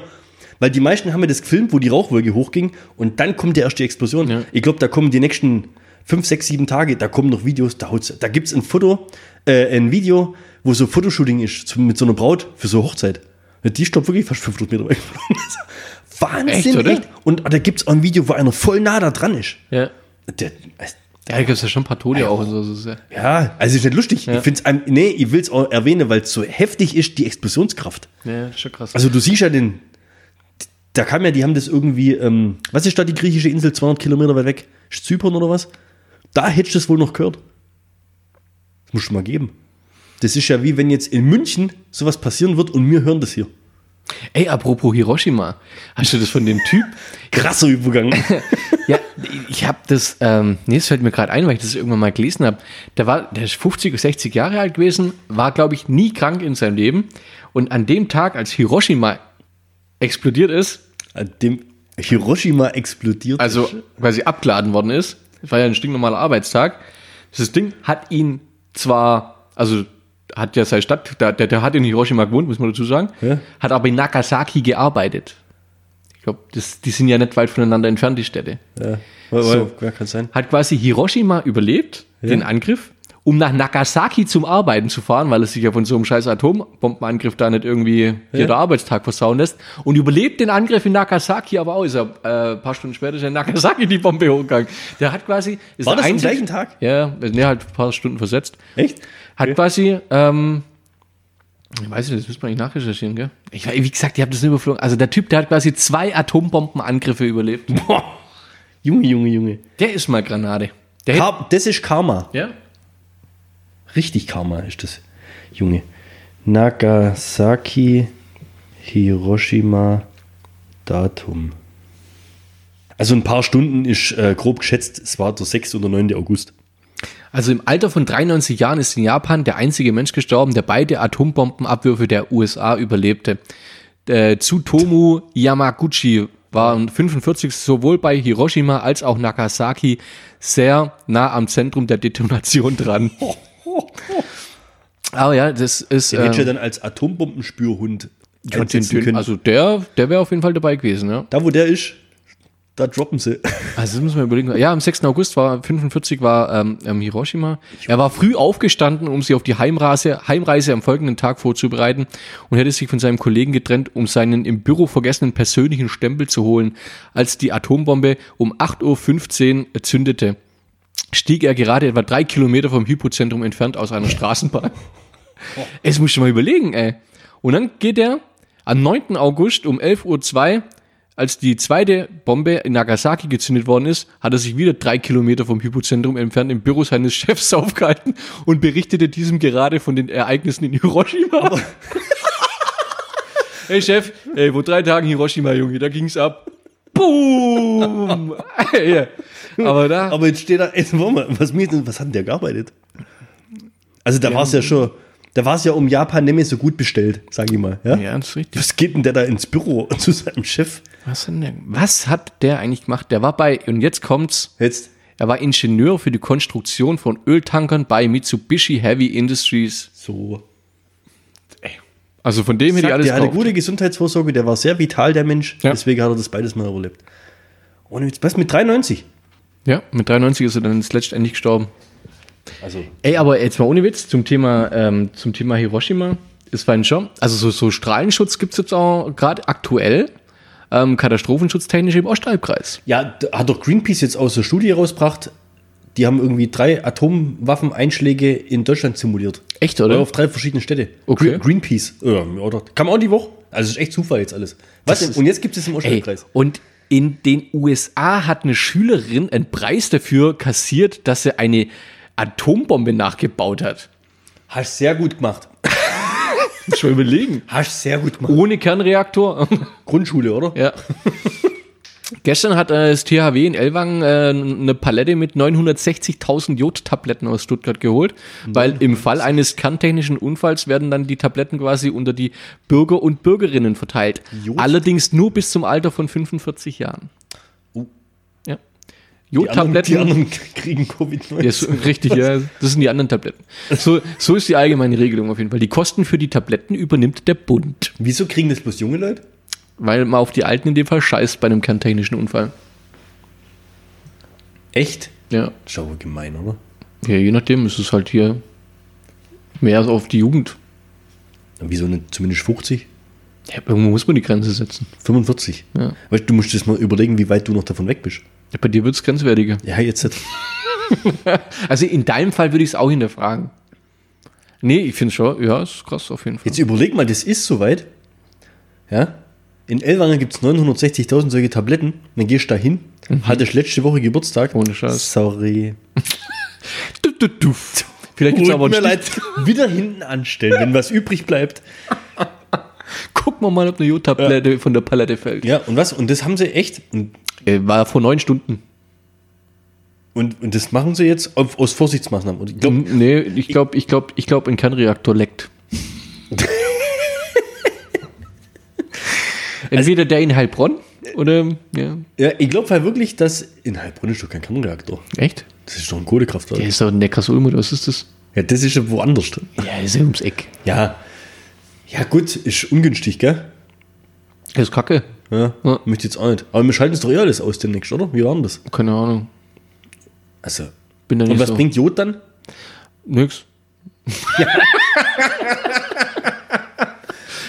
[SPEAKER 3] Weil die meisten haben ja das gefilmt, wo die Rauchwolke hochging und dann kommt ja erst die Explosion.
[SPEAKER 1] Ja.
[SPEAKER 3] Ich glaube, da kommen die nächsten fünf, sechs, sieben Tage, da kommen noch Videos, da, haut's- da gibt es ein Foto, äh, ein Video, wo so Fotoshooting ist zu- mit so einer Braut für so eine Hochzeit. Die stoppt wirklich fast 500 Meter weg. *laughs* Wahnsinn,
[SPEAKER 1] Echt, oder?
[SPEAKER 3] Und da gibt es auch ein Video, wo einer voll nah da dran ist.
[SPEAKER 1] Ja.
[SPEAKER 3] Der, also,
[SPEAKER 1] Ja, da gibt es ja schon ein paar Tode auch und so. Das ist ja-
[SPEAKER 3] ja, also ist nicht lustig. Ich find's, einem- nee, ich will es auch erwähnen, weil es so heftig ist, die Explosionskraft.
[SPEAKER 1] Ja, das ne, ist schon krass.
[SPEAKER 3] Also du siehst ja den, da kam ja, die haben das irgendwie, ähm, was ist da die griechische Insel 200 Kilometer weit weg? Ist Zypern oder was? Da hättest du es wohl noch gehört. Das musst du mal geben. Das ist ja wie wenn jetzt in München sowas passieren wird und wir hören das hier.
[SPEAKER 1] Ey, apropos Hiroshima. Hast du das von dem Typ?
[SPEAKER 3] Krasser
[SPEAKER 1] *laughs*
[SPEAKER 3] Übergang.
[SPEAKER 1] ja, ich habe das, ähm, nee, das fällt mir gerade ein, weil ich das irgendwann mal gelesen habe. Der war, der ist 50 oder 60 Jahre alt gewesen, war, glaube ich, nie krank in seinem Leben. Und an dem Tag, als Hiroshima explodiert ist,
[SPEAKER 3] An Dem Hiroshima explodiert.
[SPEAKER 1] also quasi abgeladen worden ist, das war ja ein stinknormaler Arbeitstag, dieses Ding hat ihn zwar, also hat ja seine Stadt, der, der, der hat in Hiroshima gewohnt, muss man dazu sagen,
[SPEAKER 3] Ja.
[SPEAKER 1] hat aber in Nagasaki gearbeitet. Ich glaube, die sind ja nicht weit voneinander entfernt, die Städte.
[SPEAKER 3] ja, weil, weil, ja, kann sein.
[SPEAKER 1] Hat quasi Hiroshima überlebt, den Angriff, um nach Nagasaki zum Arbeiten zu fahren, weil es sich ja von so einem scheiß Atombombenangriff da nicht irgendwie jeder Arbeitstag versauen lässt. Und überlebt den Angriff in Nagasaki, aber auch ist er, äh, ein paar Stunden später ist ja in Nagasaki die Bombe hochgegangen. Der hat quasi. Ist
[SPEAKER 3] War
[SPEAKER 1] der
[SPEAKER 3] das am
[SPEAKER 1] einzige-
[SPEAKER 3] gleichen Tag?
[SPEAKER 1] Ja, ne, halt ein paar Stunden versetzt.
[SPEAKER 3] Echt?
[SPEAKER 1] Hat quasi, ähm, ich weiß nicht, das müsste man nicht nachrecherchieren, gell? Ich, wie gesagt, ich habe das nur überflogen. Also der Typ, der hat quasi zwei Atombombenangriffe überlebt.
[SPEAKER 3] Boah. Junge, Junge, Junge.
[SPEAKER 1] Der ist mal Granate. Der hätte-
[SPEAKER 3] Kar das ist Karma.
[SPEAKER 1] ja?
[SPEAKER 3] Richtig Karma ist das, Junge. Nagasaki, Hiroshima, Datum. Also ein paar Stunden ist äh, grob geschätzt, es war der 6. oder 9. August.
[SPEAKER 1] Also im Alter von 93 Jahren ist in Japan der einzige Mensch gestorben, der beide Atombombenabwürfe der USA überlebte. Äh, Tsutomu Yamaguchi war am 45 sowohl bei Hiroshima als auch Nagasaki sehr nah am Zentrum der Detonation dran.
[SPEAKER 3] *laughs*
[SPEAKER 1] Aber ja, das ist
[SPEAKER 3] Der wird ja
[SPEAKER 1] äh,
[SPEAKER 3] dann als Atombombenspürhund
[SPEAKER 1] ja, den,
[SPEAKER 3] einsetzen
[SPEAKER 1] den,
[SPEAKER 3] können.
[SPEAKER 1] also der, der wäre auf jeden Fall dabei gewesen. Ja.
[SPEAKER 3] da, wo der ist, da droppen sie.
[SPEAKER 1] Also das müssen wir überlegen. Ja, am 6. August war 45 war ähm, ähm, Hiroshima. Er war früh aufgestanden, um sich auf die Heimreise, Heimreise am folgenden Tag vorzubereiten und hätte sich von seinem Kollegen getrennt, um seinen im Büro vergessenen persönlichen Stempel zu holen. Als die Atombombe um 8.15 Uhr zündete, stieg er gerade etwa drei Kilometer vom Hypozentrum entfernt aus einer Straßenbahn. Es muss ich mal überlegen, ey. Und dann geht er am 9. August um 11.02 Uhr, als die zweite Bombe in Nagasaki gezündet worden ist, hat er sich wieder drei Kilometer vom Hypozentrum entfernt im Büro seines *laughs* Chefs aufgehalten und berichtete diesem gerade von den Ereignissen in Hiroshima. *laughs* Hey Chef, ey, vor drei Tagen Hiroshima, Junge, da ging's ab. Boom! *laughs* Ey, Aber da.
[SPEAKER 3] Aber jetzt steht da, ey, warte mal, was, mir, was hat denn der gearbeitet? Also da war es ja schon, da war es ja um Japan nicht mehr so gut bestellt, sag ich mal. Ja?
[SPEAKER 1] ja, das ist richtig.
[SPEAKER 3] Was geht denn der da ins Büro *laughs* zu seinem Chef?
[SPEAKER 1] Was, denn der, was hat der eigentlich gemacht? Der war bei, und jetzt kommt's,
[SPEAKER 3] Jetzt.
[SPEAKER 1] er war Ingenieur für die Konstruktion von Öltankern bei Mitsubishi Heavy Industries.
[SPEAKER 3] So.
[SPEAKER 1] Also von dem hätte ich
[SPEAKER 3] Sagt,
[SPEAKER 1] alles
[SPEAKER 3] der hatte
[SPEAKER 1] gekauft.
[SPEAKER 3] gute Gesundheitsvorsorge, der war sehr vital, der Mensch.
[SPEAKER 1] Ja.
[SPEAKER 3] Deswegen hat er das beides mal überlebt. Und jetzt was mit 93?
[SPEAKER 1] Ja, mit 93 ist er dann letztendlich gestorben.
[SPEAKER 3] Also,
[SPEAKER 1] Ey, aber jetzt mal ohne Witz zum Thema, ähm, zum Thema Hiroshima. Ist fein schon. Also so, so Strahlenschutz gibt's jetzt auch gerade aktuell. Ähm, Katastrophenschutztechnisch im Osthalbkreis.
[SPEAKER 3] ja, da hat doch Greenpeace jetzt aus der Studie rausgebracht, die haben irgendwie drei Atomwaffeneinschläge in Deutschland simuliert.
[SPEAKER 1] Echt, oder?
[SPEAKER 3] Oder auf drei verschiedene Städte.
[SPEAKER 1] Okay.
[SPEAKER 3] Gre- Greenpeace. Ja, oder? Kam auch die Woche. Also ist echt Zufall jetzt alles. Was
[SPEAKER 1] Das
[SPEAKER 3] denn?
[SPEAKER 1] ist-
[SPEAKER 3] Und jetzt gibt es im
[SPEAKER 1] Ey,
[SPEAKER 3] Ostlandkreis.
[SPEAKER 1] und in den USA hat eine Schülerin einen Preis dafür kassiert, dass sie eine Atombombe nachgebaut hat.
[SPEAKER 3] Hast sehr gut gemacht.
[SPEAKER 1] Muss ich mal überlegen.
[SPEAKER 3] Hast sehr gut gemacht.
[SPEAKER 1] Ohne Kernreaktor.
[SPEAKER 3] Grundschule, oder?
[SPEAKER 1] Oh. ja. *laughs* Gestern hat äh, das THW in Ellwangen äh, eine Palette mit 960.000 Jodtabletten aus Stuttgart geholt, weil im Fall eines kerntechnischen Unfalls werden dann die Tabletten quasi unter die Bürger und Bürgerinnen verteilt.
[SPEAKER 3] Jod?
[SPEAKER 1] Allerdings nur bis zum Alter von 45 Jahren.
[SPEAKER 3] Oh.
[SPEAKER 1] Ja.
[SPEAKER 3] Die anderen, die
[SPEAKER 1] Jodtabletten.
[SPEAKER 3] anderen *laughs* kriegen Covid-19.
[SPEAKER 1] Ja, so, richtig, ja. Das sind die anderen Tabletten. So, so ist die allgemeine Regelung auf jeden Fall. Die Kosten für die Tabletten übernimmt der Bund,
[SPEAKER 3] Wieso kriegen das bloß junge Leute?
[SPEAKER 1] weil man auf die Alten in dem Fall scheißt bei einem kerntechnischen Unfall.
[SPEAKER 3] Echt?
[SPEAKER 1] Ja.
[SPEAKER 3] Ist ja wohl gemein, oder?
[SPEAKER 1] ja, je nachdem ist es halt hier mehr so auf die Jugend.
[SPEAKER 3] Wieso nicht zumindest 50?
[SPEAKER 1] Ja, irgendwo muss man die Grenze setzen.
[SPEAKER 3] 45?
[SPEAKER 1] Ja.
[SPEAKER 3] Weißt du, du musst jetzt mal überlegen, wie weit du noch davon weg bist.
[SPEAKER 1] Ja, bei dir wird es grenzwertiger.
[SPEAKER 3] Ja, jetzt. nicht.
[SPEAKER 1] Also in deinem Fall würde ich es auch hinterfragen. Nee, ich finde schon, ja, ist krass auf jeden Fall.
[SPEAKER 3] Jetzt überleg mal, das ist soweit. Ja? In Ellwangen gibt es 960.000 solche Tabletten. Dann gehst du da hin. Hattest letzte Woche Geburtstag.
[SPEAKER 1] Ohne Scheiß.
[SPEAKER 3] Sorry.
[SPEAKER 1] Du, du, du. Vielleicht gibt es aber einen Stich.
[SPEAKER 3] *laughs* Wieder hinten anstellen, wenn was übrig bleibt.
[SPEAKER 1] Gucken wir mal, ob eine Jodtablette von der Palette fällt.
[SPEAKER 3] Ja, und was? Und das haben sie echt. Und,
[SPEAKER 1] Äh, war vor neun Stunden.
[SPEAKER 3] und, und das machen sie jetzt auf, aus Vorsichtsmaßnahmen. Und ich glaube,
[SPEAKER 1] Mm, Nee, ich glaube, ich glaube, ich glaube, ein Kernreaktor leckt. *laughs* Entweder der in Heilbronn oder, ja,
[SPEAKER 3] ja, ich glaub halt wirklich, dass. In Heilbronn ist doch kein Kernreaktor.
[SPEAKER 1] echt?
[SPEAKER 3] Das ist doch ein Kohlekraftwerk.
[SPEAKER 1] Der ist doch in Neckarsulm oder was ist das?
[SPEAKER 3] Ja, das ist ja woanders.
[SPEAKER 1] Ja, ist ja ums Eck.
[SPEAKER 3] Ja. Ja, gut, ist ungünstig, gell?
[SPEAKER 1] Das ist kacke.
[SPEAKER 3] Ja,
[SPEAKER 1] Ja.
[SPEAKER 3] möchte jetzt auch nicht. Aber wir schalten es doch eh alles aus demnächst, oder? Wie war denn das?
[SPEAKER 1] Keine Ahnung.
[SPEAKER 3] Also.
[SPEAKER 1] Bin da
[SPEAKER 3] Und
[SPEAKER 1] nicht
[SPEAKER 3] was
[SPEAKER 1] so.
[SPEAKER 3] bringt Jod dann?
[SPEAKER 1] *laughs* Nix.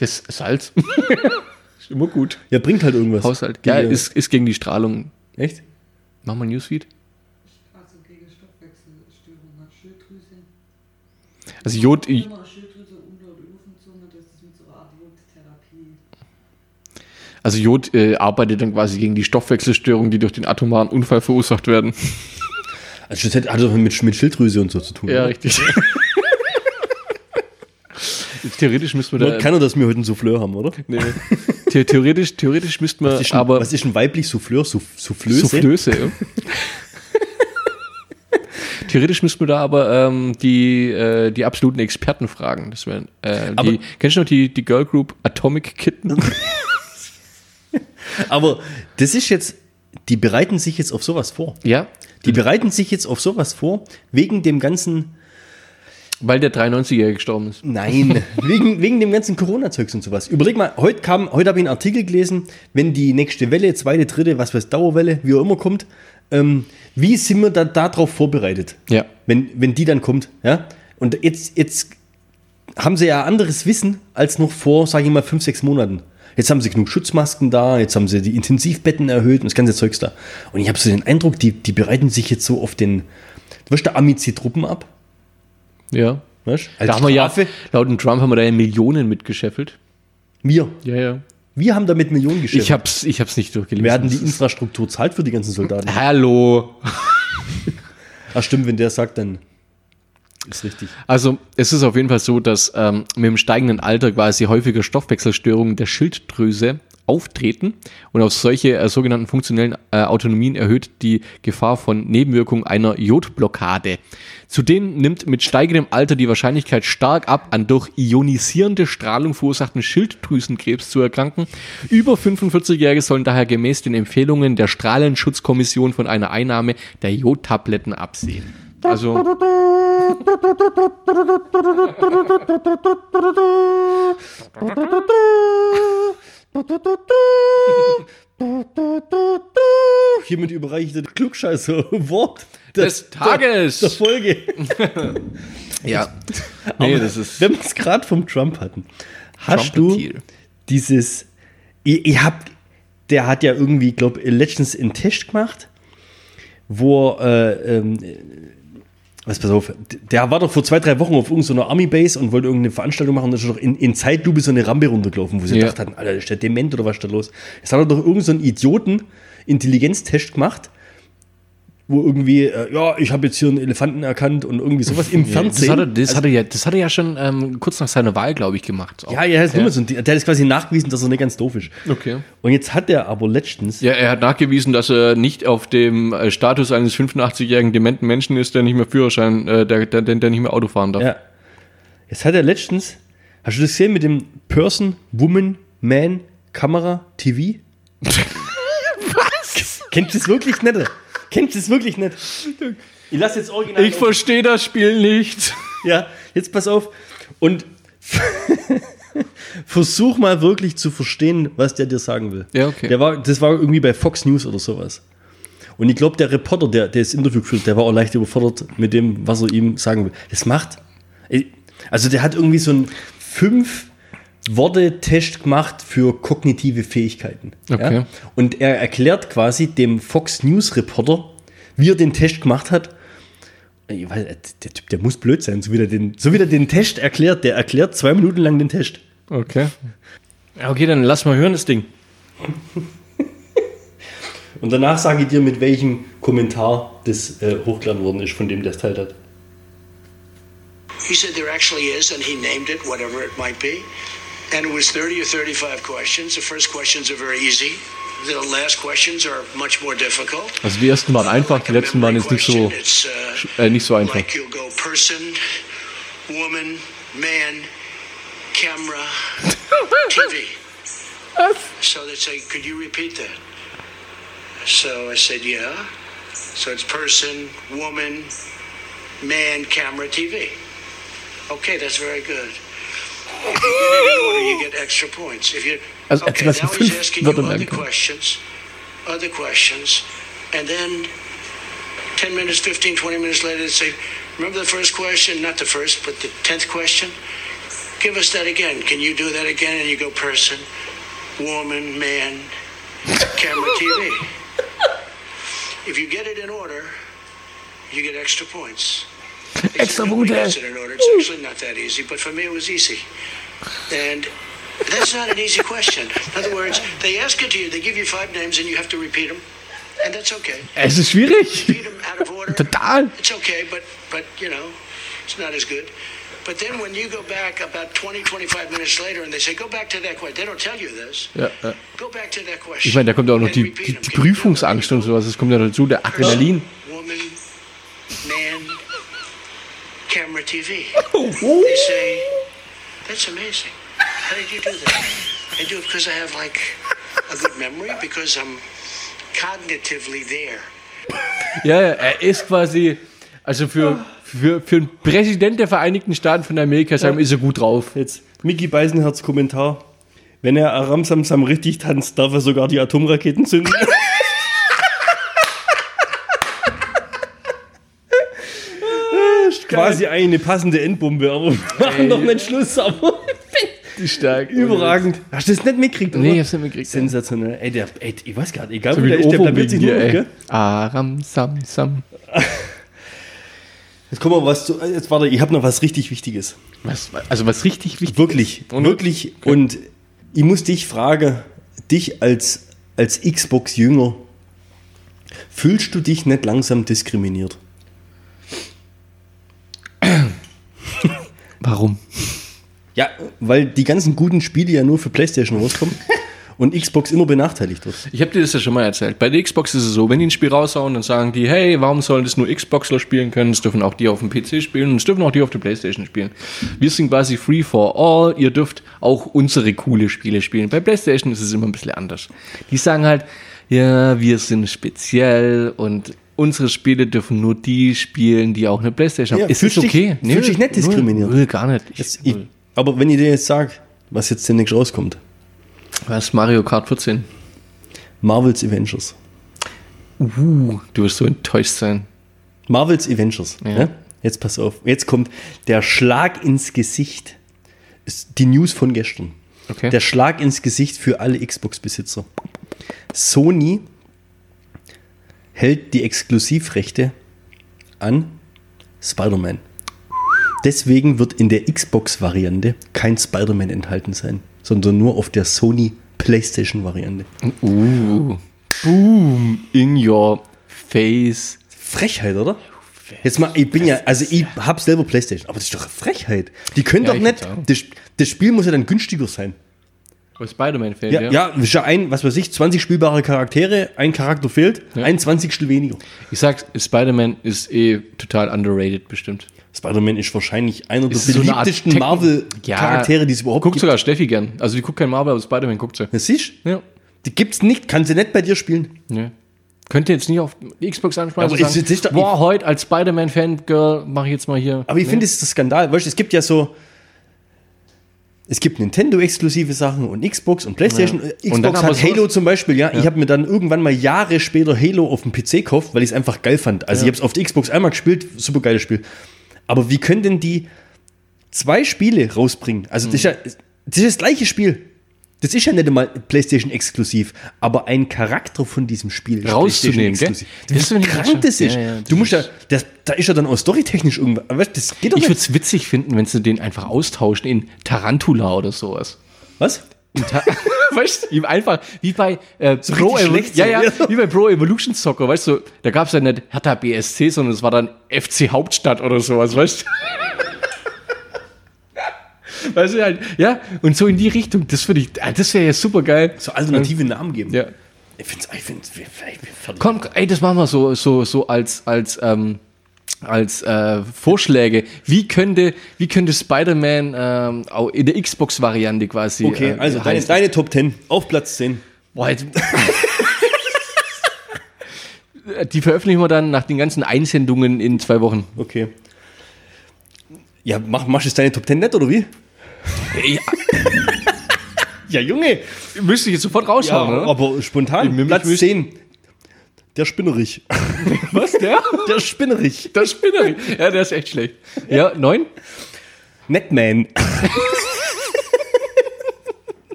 [SPEAKER 1] Das Salz. *laughs* ist immer gut.
[SPEAKER 3] Ja, bringt halt irgendwas.
[SPEAKER 1] Haushalt.
[SPEAKER 3] Ja,
[SPEAKER 1] Ja,
[SPEAKER 3] ist.
[SPEAKER 1] ist, ist gegen die Strahlung.
[SPEAKER 3] Echt?
[SPEAKER 1] Mach mal Newsfeed.
[SPEAKER 4] Also gegen Stoffwechselstörungen hat Schilddrüse.
[SPEAKER 1] Also Jod,
[SPEAKER 4] Ich habe Schilddrüse, Umlaut, Lufenzunge, das ist mit so einer Art Jodtherapie.
[SPEAKER 1] also Jod äh, arbeitet dann quasi gegen die Stoffwechselstörungen, die durch den atomaren Unfall verursacht werden.
[SPEAKER 3] Also, das hat hat doch mit, mit Schilddrüse und so zu tun. oder?
[SPEAKER 1] *laughs* richtig. theoretisch müssten wir
[SPEAKER 3] Leute,
[SPEAKER 1] da.
[SPEAKER 3] keiner, dass wir heute einen Souffleur haben, oder?
[SPEAKER 1] Nee. The theoretisch, theoretisch müssten wir
[SPEAKER 3] Was ist ein,
[SPEAKER 1] aber
[SPEAKER 3] was ist ein weiblich Souffleur? Souf Soufflöse?
[SPEAKER 1] Soufflöse. ja. Theoretisch müssten wir da aber ähm, die, äh, die absoluten Experten fragen. Das wären, äh,
[SPEAKER 3] Aber-
[SPEAKER 1] die, kennst du noch die, die Girl Group Atomic Kitten?
[SPEAKER 3] Aber das ist jetzt, die bereiten sich jetzt auf sowas vor.
[SPEAKER 1] ja,
[SPEAKER 3] Die bereiten sich jetzt auf sowas vor, wegen dem ganzen,
[SPEAKER 1] weil der 93-Jährige gestorben ist. *laughs*
[SPEAKER 3] nein, wegen, wegen dem ganzen Corona-Zeugs und sowas. Überleg mal, heute kam, heute habe ich einen Artikel gelesen, wenn die nächste Welle, zweite, dritte, was weiß, Dauerwelle, wie auch immer kommt, ähm, wie sind wir da darauf vorbereitet?
[SPEAKER 1] Ja.
[SPEAKER 3] Wenn, wenn die dann kommt, ja? Und jetzt, jetzt haben sie ja anderes Wissen als noch vor, sage ich mal, fünf, sechs Monaten. Jetzt haben sie genug Schutzmasken da, jetzt haben sie die Intensivbetten erhöht und das ganze Zeugs da. Und ich habe so den Eindruck, die, die bereiten sich jetzt so auf den, du weißt, der Amici-Truppen ab.
[SPEAKER 1] Ja.
[SPEAKER 3] Weißt? Als
[SPEAKER 1] Da haben wir ja,
[SPEAKER 3] Strafe.
[SPEAKER 1] laut dem Trump haben wir da ja Millionen mitgescheffelt.
[SPEAKER 3] Wir,
[SPEAKER 1] Ja, ja.
[SPEAKER 3] wir haben damit Millionen geschickt.
[SPEAKER 1] Ich hab's, ich hab's nicht durchgelesen.
[SPEAKER 3] Wir hatten die Infrastruktur zahlt für die ganzen Soldaten.
[SPEAKER 1] Hallo.
[SPEAKER 3] Ach stimmt, wenn der sagt, dann ist richtig.
[SPEAKER 1] Also es ist auf jeden Fall so, dass ähm, mit dem steigenden Alter quasi häufiger Stoffwechselstörungen der Schilddrüse auftreten und auf solche äh, sogenannten funktionellen äh, Autonomien erhöht die Gefahr von Nebenwirkungen einer Jodblockade. Zudem nimmt mit steigendem Alter die Wahrscheinlichkeit stark ab, an durch ionisierende Strahlung verursachten Schilddrüsenkrebs zu erkranken. Über 45-Jährige sollen daher gemäß den Empfehlungen der Strahlenschutzkommission von einer Einnahme der Jodtabletten absehen. Also
[SPEAKER 3] Hiermit überreiche ich dir das *laughs* Klugscheißer-Wort
[SPEAKER 1] Des Tages.
[SPEAKER 3] Der, der Folge.
[SPEAKER 1] Ja. *laughs* Nee, das ist.
[SPEAKER 3] Wenn wir es gerade vom Trump hatten, hast
[SPEAKER 1] Trumpetil.
[SPEAKER 3] du dieses, ich, ich hab, der hat ja irgendwie, glaube letztens einen Test gemacht, wo, äh, ähm, äh, was, pass auf, der war doch vor zwei, drei Wochen auf irgendeiner Army-Base und wollte irgendeine Veranstaltung machen und ist doch in, in Zeitlupe so eine Rampe runtergelaufen, wo sie
[SPEAKER 1] Ja.
[SPEAKER 3] gedacht hatten, Alter, ist der dement oder was ist da los? Jetzt hat er doch irgendeinen so einen Idioten Intelligenztest gemacht, wo irgendwie, äh, ja, ich habe jetzt hier einen Elefanten erkannt und irgendwie sowas im
[SPEAKER 1] Das
[SPEAKER 3] Fernsehen.
[SPEAKER 1] hat, er, das, hat er ja, das hat er ja schon ähm, kurz nach seiner Wahl, glaube ich, gemacht. auch.
[SPEAKER 3] Ja, ja, das ist nur so. ein Ding. Der hat quasi nachgewiesen, dass er nicht ganz doof ist.
[SPEAKER 1] Okay.
[SPEAKER 3] Und jetzt hat er aber letztens.
[SPEAKER 1] Ja, er hat nachgewiesen, dass er nicht auf dem äh, Status eines 85-jährigen dementen Menschen ist, der nicht mehr Führerschein, äh, der, der, der, der nicht mehr Auto fahren darf.
[SPEAKER 3] Ja. Jetzt hat er letztens. Hast du das gesehen mit dem Person, Woman, Man, Kamera,
[SPEAKER 1] *laughs*
[SPEAKER 3] TV? Was? Kennst du das wirklich nicht? Kennst du das wirklich nicht? Ich lass jetzt original.
[SPEAKER 1] Ich verstehe das Spiel nicht.
[SPEAKER 3] Ja, jetzt pass auf. Und *laughs* versuch mal wirklich zu verstehen, was der dir sagen will.
[SPEAKER 1] Ja, okay.
[SPEAKER 3] Der war, das war irgendwie bei Fox News oder sowas. Und ich glaube, der Reporter, der, der das Interview geführt hat, der war auch leicht überfordert mit dem, was er ihm sagen will. Das macht. Also der hat irgendwie so einen fünf Worte Test gemacht für kognitive Fähigkeiten.
[SPEAKER 1] Okay.
[SPEAKER 3] Ja? Und er erklärt quasi dem Fox News Reporter, wie er den Test gemacht hat. Ich weiß, äh, der Typ, der muss blöd sein, so wie der den, so wie der den Test erklärt. Der erklärt zwei Minuten lang den Test.
[SPEAKER 1] *laughs* Okay. Ja, okay, dann lass mal hören das Ding.
[SPEAKER 3] Und danach sage ich dir, mit welchem Kommentar das äh, hochgeladen worden ist, von dem der es teilt hat.
[SPEAKER 5] He said there actually is, and he named it whatever it might be. And it was 30 or 35 questions. The first questions are very easy. The last questions are much more difficult.
[SPEAKER 1] Also die ersten waren einfach, die letzten waren jetzt nicht so,
[SPEAKER 5] It's, uh,
[SPEAKER 1] äh, nicht so einfach.
[SPEAKER 5] Like you'll go person, woman, man, camera, TV. so they say, could you repeat that? So I said, yeah. So it's person, woman, man, camera, TV. Okay, that's very good. If you get it in order, you get extra points. If you
[SPEAKER 1] Also, als
[SPEAKER 5] okay,
[SPEAKER 1] wenn das
[SPEAKER 5] now
[SPEAKER 1] fünf
[SPEAKER 5] he's asking you
[SPEAKER 1] Wörter
[SPEAKER 5] other
[SPEAKER 1] merken kann.
[SPEAKER 5] questions, other questions, and then 10 minutes, 15, 20 minutes later, they say, Remember the first question? Not the first, but the 10th question? Give us that again. Can you do that again? And you go, Person, woman, man, camera, TV. if you get it in order, you get extra points.
[SPEAKER 1] *laughs* Extra
[SPEAKER 5] Nobody
[SPEAKER 1] Punkte.
[SPEAKER 5] gets it in order. It's actually not that easy, but for me, it was easy. And that's not an easy question. In other words, they ask it to you, they give you five names, and you have to repeat them. And that's okay.
[SPEAKER 1] Es ist schwierig.
[SPEAKER 5] Repeat them out of order.
[SPEAKER 1] *laughs* Total.
[SPEAKER 5] It's okay, but, but, you know, it's not as good. But then when you go back about 20, 25 minutes later and they say, go back to that question, they don't tell you this.
[SPEAKER 1] Ja, ja.
[SPEAKER 5] Go back to that question.
[SPEAKER 1] Ich meine, da kommt ja auch noch
[SPEAKER 5] And
[SPEAKER 1] die,
[SPEAKER 5] repeat
[SPEAKER 1] die,
[SPEAKER 5] 'em.
[SPEAKER 1] die
[SPEAKER 5] Can you do that?
[SPEAKER 1] Prüfungsangst und sowas. Das kommt ja dazu, der Adrenalin.
[SPEAKER 5] Woman, man, camera, TV. They say, that's amazing. How did you do that? I do it because I have like a good memory, because I'm cognitively there.
[SPEAKER 1] Ja, ja, er ist quasi, also für, für, für einen Präsident der Vereinigten Staaten von Amerika, sagen wir, ist er gut drauf.
[SPEAKER 3] Jetzt Mickey Beisenherz Kommentar. Wenn er Aramsamsam richtig tanzt, darf er sogar die Atomraketen zünden. Quasi eine passende Endbombe, aber wir machen doch nicht Schluss, aber
[SPEAKER 1] Stark.
[SPEAKER 3] *laughs* überragend. Hast du das nicht mitgekriegt?
[SPEAKER 1] Nee,
[SPEAKER 3] oder?
[SPEAKER 1] ich hab's nicht mitgekriegt.
[SPEAKER 3] Sensationell. Ey, der, ey, ich weiß gar nicht, egal
[SPEAKER 1] So
[SPEAKER 3] wie
[SPEAKER 1] wie
[SPEAKER 3] der
[SPEAKER 1] ein
[SPEAKER 3] ist, der
[SPEAKER 1] Ohrwurm
[SPEAKER 3] bleibt
[SPEAKER 1] wegen
[SPEAKER 3] sich nur
[SPEAKER 1] dir,
[SPEAKER 3] noch,
[SPEAKER 1] ey.
[SPEAKER 3] gell?
[SPEAKER 1] Aram, Sam, Sam.
[SPEAKER 3] Jetzt guck mal, was du, jetzt warte, ich habe noch was richtig Wichtiges.
[SPEAKER 1] Was, also was richtig wichtig
[SPEAKER 3] Wirklich,
[SPEAKER 1] Und-
[SPEAKER 3] wirklich. Und ich muss dich fragen, dich als, als Xbox-Jünger, fühlst du dich nicht langsam diskriminiert?
[SPEAKER 1] *coughs* Warum?
[SPEAKER 3] Ja. Weil die ganzen guten Spiele ja nur für Playstation
[SPEAKER 1] *laughs*
[SPEAKER 3] rauskommen und Xbox immer benachteiligt wird.
[SPEAKER 1] Ich habe dir das ja schon mal erzählt. Bei der Xbox ist es so, wenn die ein Spiel raushauen, dann sagen die, hey, warum sollen das nur Xboxler spielen können? Es dürfen auch die auf dem PC spielen und es dürfen auch die auf der Playstation spielen. Wir sind quasi free for all. Ihr dürft auch unsere coole Spiele spielen. Bei Playstation ist es immer ein bisschen anders. Die sagen halt, ja, wir sind speziell und unsere Spiele dürfen nur die spielen, die auch eine Playstation
[SPEAKER 3] Ja,
[SPEAKER 1] haben. Es
[SPEAKER 3] fühlst
[SPEAKER 1] ist
[SPEAKER 3] dich-
[SPEAKER 1] okay.
[SPEAKER 3] fühlst dich nicht diskriminiert.
[SPEAKER 1] Null, null, gar nicht. Ich,
[SPEAKER 3] Jetzt, ich, aber wenn ich dir jetzt sage, was jetzt demnächst rauskommt,
[SPEAKER 1] was Mario Kart 14?
[SPEAKER 3] Marvel's Avengers.
[SPEAKER 1] Uh, du wirst so enttäuscht sein.
[SPEAKER 3] Marvel's Avengers.
[SPEAKER 1] Ja.
[SPEAKER 3] Ne? Jetzt pass auf. Jetzt kommt der Schlag ins Gesicht. Ist die News von gestern.
[SPEAKER 1] Okay.
[SPEAKER 3] Der Schlag ins Gesicht für alle Xbox-Besitzer. Sony hält die Exklusivrechte an Spider-Man. Deswegen wird in der Xbox-Variante kein Spider-Man enthalten sein, sondern nur auf der Sony PlayStation-Variante.
[SPEAKER 1] Uh. Boom in your face.
[SPEAKER 3] Frechheit, oder? Jetzt mal, ich bin ja, also ich hab selber Playstation, aber das ist doch eine Frechheit. Die können
[SPEAKER 1] Ja,
[SPEAKER 3] doch
[SPEAKER 1] ich
[SPEAKER 3] nicht,
[SPEAKER 1] würd
[SPEAKER 3] das, das Spiel muss ja dann günstiger sein.
[SPEAKER 1] Bei Spider-Man fehlt,
[SPEAKER 3] Ja, ja. ist ja ein, was weiß ich, 20 spielbare Charaktere, ein Charakter fehlt, ein Zwanzigstel weniger.
[SPEAKER 1] Ich sag's, Spider-Man ist eh total underrated bestimmt.
[SPEAKER 3] Spider-Man ist wahrscheinlich einer der
[SPEAKER 1] Ist so eine Art
[SPEAKER 3] beliebtesten
[SPEAKER 1] Tekken-
[SPEAKER 3] Marvel-Charaktere, die es überhaupt
[SPEAKER 1] Guckt
[SPEAKER 3] gibt.
[SPEAKER 1] sogar Steffi gern. Also die guckt kein Marvel, aber Spider-Man guckt sie.
[SPEAKER 3] Das siehst du?
[SPEAKER 1] Ja.
[SPEAKER 3] Die gibt's nicht, kann sie nicht bei dir spielen.
[SPEAKER 1] ja. Könnt ihr jetzt nicht auf die Xbox anschmeißen
[SPEAKER 3] Aber
[SPEAKER 1] und
[SPEAKER 3] ist-
[SPEAKER 1] sagen,
[SPEAKER 3] ist- ist doch-
[SPEAKER 1] boah, heute als Spider-Man-Fangirl mache ich jetzt mal hier.
[SPEAKER 3] Aber ich finde, es ist ein Skandal. Weißt du, es gibt ja so. Es gibt Nintendo-exklusive Sachen und Xbox und PlayStation.
[SPEAKER 1] Ja.
[SPEAKER 3] Xbox
[SPEAKER 1] Und dann aber
[SPEAKER 3] hat
[SPEAKER 1] sowas-
[SPEAKER 3] Halo zum Beispiel, ja. Ich habe mir dann irgendwann mal Jahre später Halo auf dem PC gekauft, weil ich es einfach geil fand. Also ich habe es auf der Xbox einmal gespielt, super geiles Spiel. Aber wie können denn die zwei Spiele rausbringen? Also das, ist ja,
[SPEAKER 1] Mhm.
[SPEAKER 3] das ist das gleiche Spiel. Das ist ja nicht einmal PlayStation-exklusiv, aber ein Charakter von diesem Spiel ist
[SPEAKER 1] Rauszunehmen, gell?
[SPEAKER 3] PlayStation-exklusiv.
[SPEAKER 1] Das ist, wenn
[SPEAKER 3] Wie
[SPEAKER 1] ich
[SPEAKER 3] krank das
[SPEAKER 1] Ja,
[SPEAKER 3] ist.
[SPEAKER 1] ja,
[SPEAKER 3] du
[SPEAKER 1] das
[SPEAKER 3] musst ja, das, da ist ja dann auch storytechnisch irgendwas. aber Das geht doch
[SPEAKER 1] Ich würde
[SPEAKER 3] nicht.
[SPEAKER 1] es witzig finden, wenn sie den einfach austauschen in Tarantula oder sowas.
[SPEAKER 3] Was?
[SPEAKER 1] In Ta *laughs* weißt du, ihm einfach, wie bei, äh, Pro,
[SPEAKER 3] richtig
[SPEAKER 1] Evo
[SPEAKER 3] schlecht so,
[SPEAKER 1] ja, ja,
[SPEAKER 3] ja.
[SPEAKER 1] wie bei Pro Evolution Soccer, weißt du, da gab es ja nicht Hertha BSC, sondern es war dann FC Hauptstadt oder sowas, weißt du? *laughs* weißt du, halt, ja, und so in die Richtung, das würde ich, ah, das wäre ja super geil.
[SPEAKER 3] So alternative Namen geben.
[SPEAKER 1] Ja.
[SPEAKER 3] Ich finde ich find's, ich find's
[SPEAKER 1] Komm, ey, das machen wir so, so, so als, als, ähm, als äh, Vorschläge. Wie könnte, wie könnte Spider-Man ähm, auch in der Xbox-Variante quasi.
[SPEAKER 3] Okay,
[SPEAKER 1] äh,
[SPEAKER 3] also deine,
[SPEAKER 1] heißen?
[SPEAKER 3] deine Top 10 auf Platz 10.
[SPEAKER 1] Boah, jetzt *laughs* Die veröffentlichen wir dann nach den ganzen Einsendungen in zwei Wochen.
[SPEAKER 3] Okay. Ja, mach, machst du jetzt deine Top 10 nett oder wie?
[SPEAKER 1] Ja,
[SPEAKER 3] Ja, Junge. ne?
[SPEAKER 1] müsste ich jetzt sofort
[SPEAKER 3] Ja,
[SPEAKER 1] raushauen, oder?
[SPEAKER 3] aber spontan.
[SPEAKER 1] Mir-
[SPEAKER 3] Platz
[SPEAKER 1] mich-
[SPEAKER 3] 10. Der Spinnerich. *laughs*
[SPEAKER 1] Was, der?
[SPEAKER 3] Der Spinnerich.
[SPEAKER 1] Der Spinner. Ja, der ist echt schlecht. Ja, neun?
[SPEAKER 3] *laughs* Netman.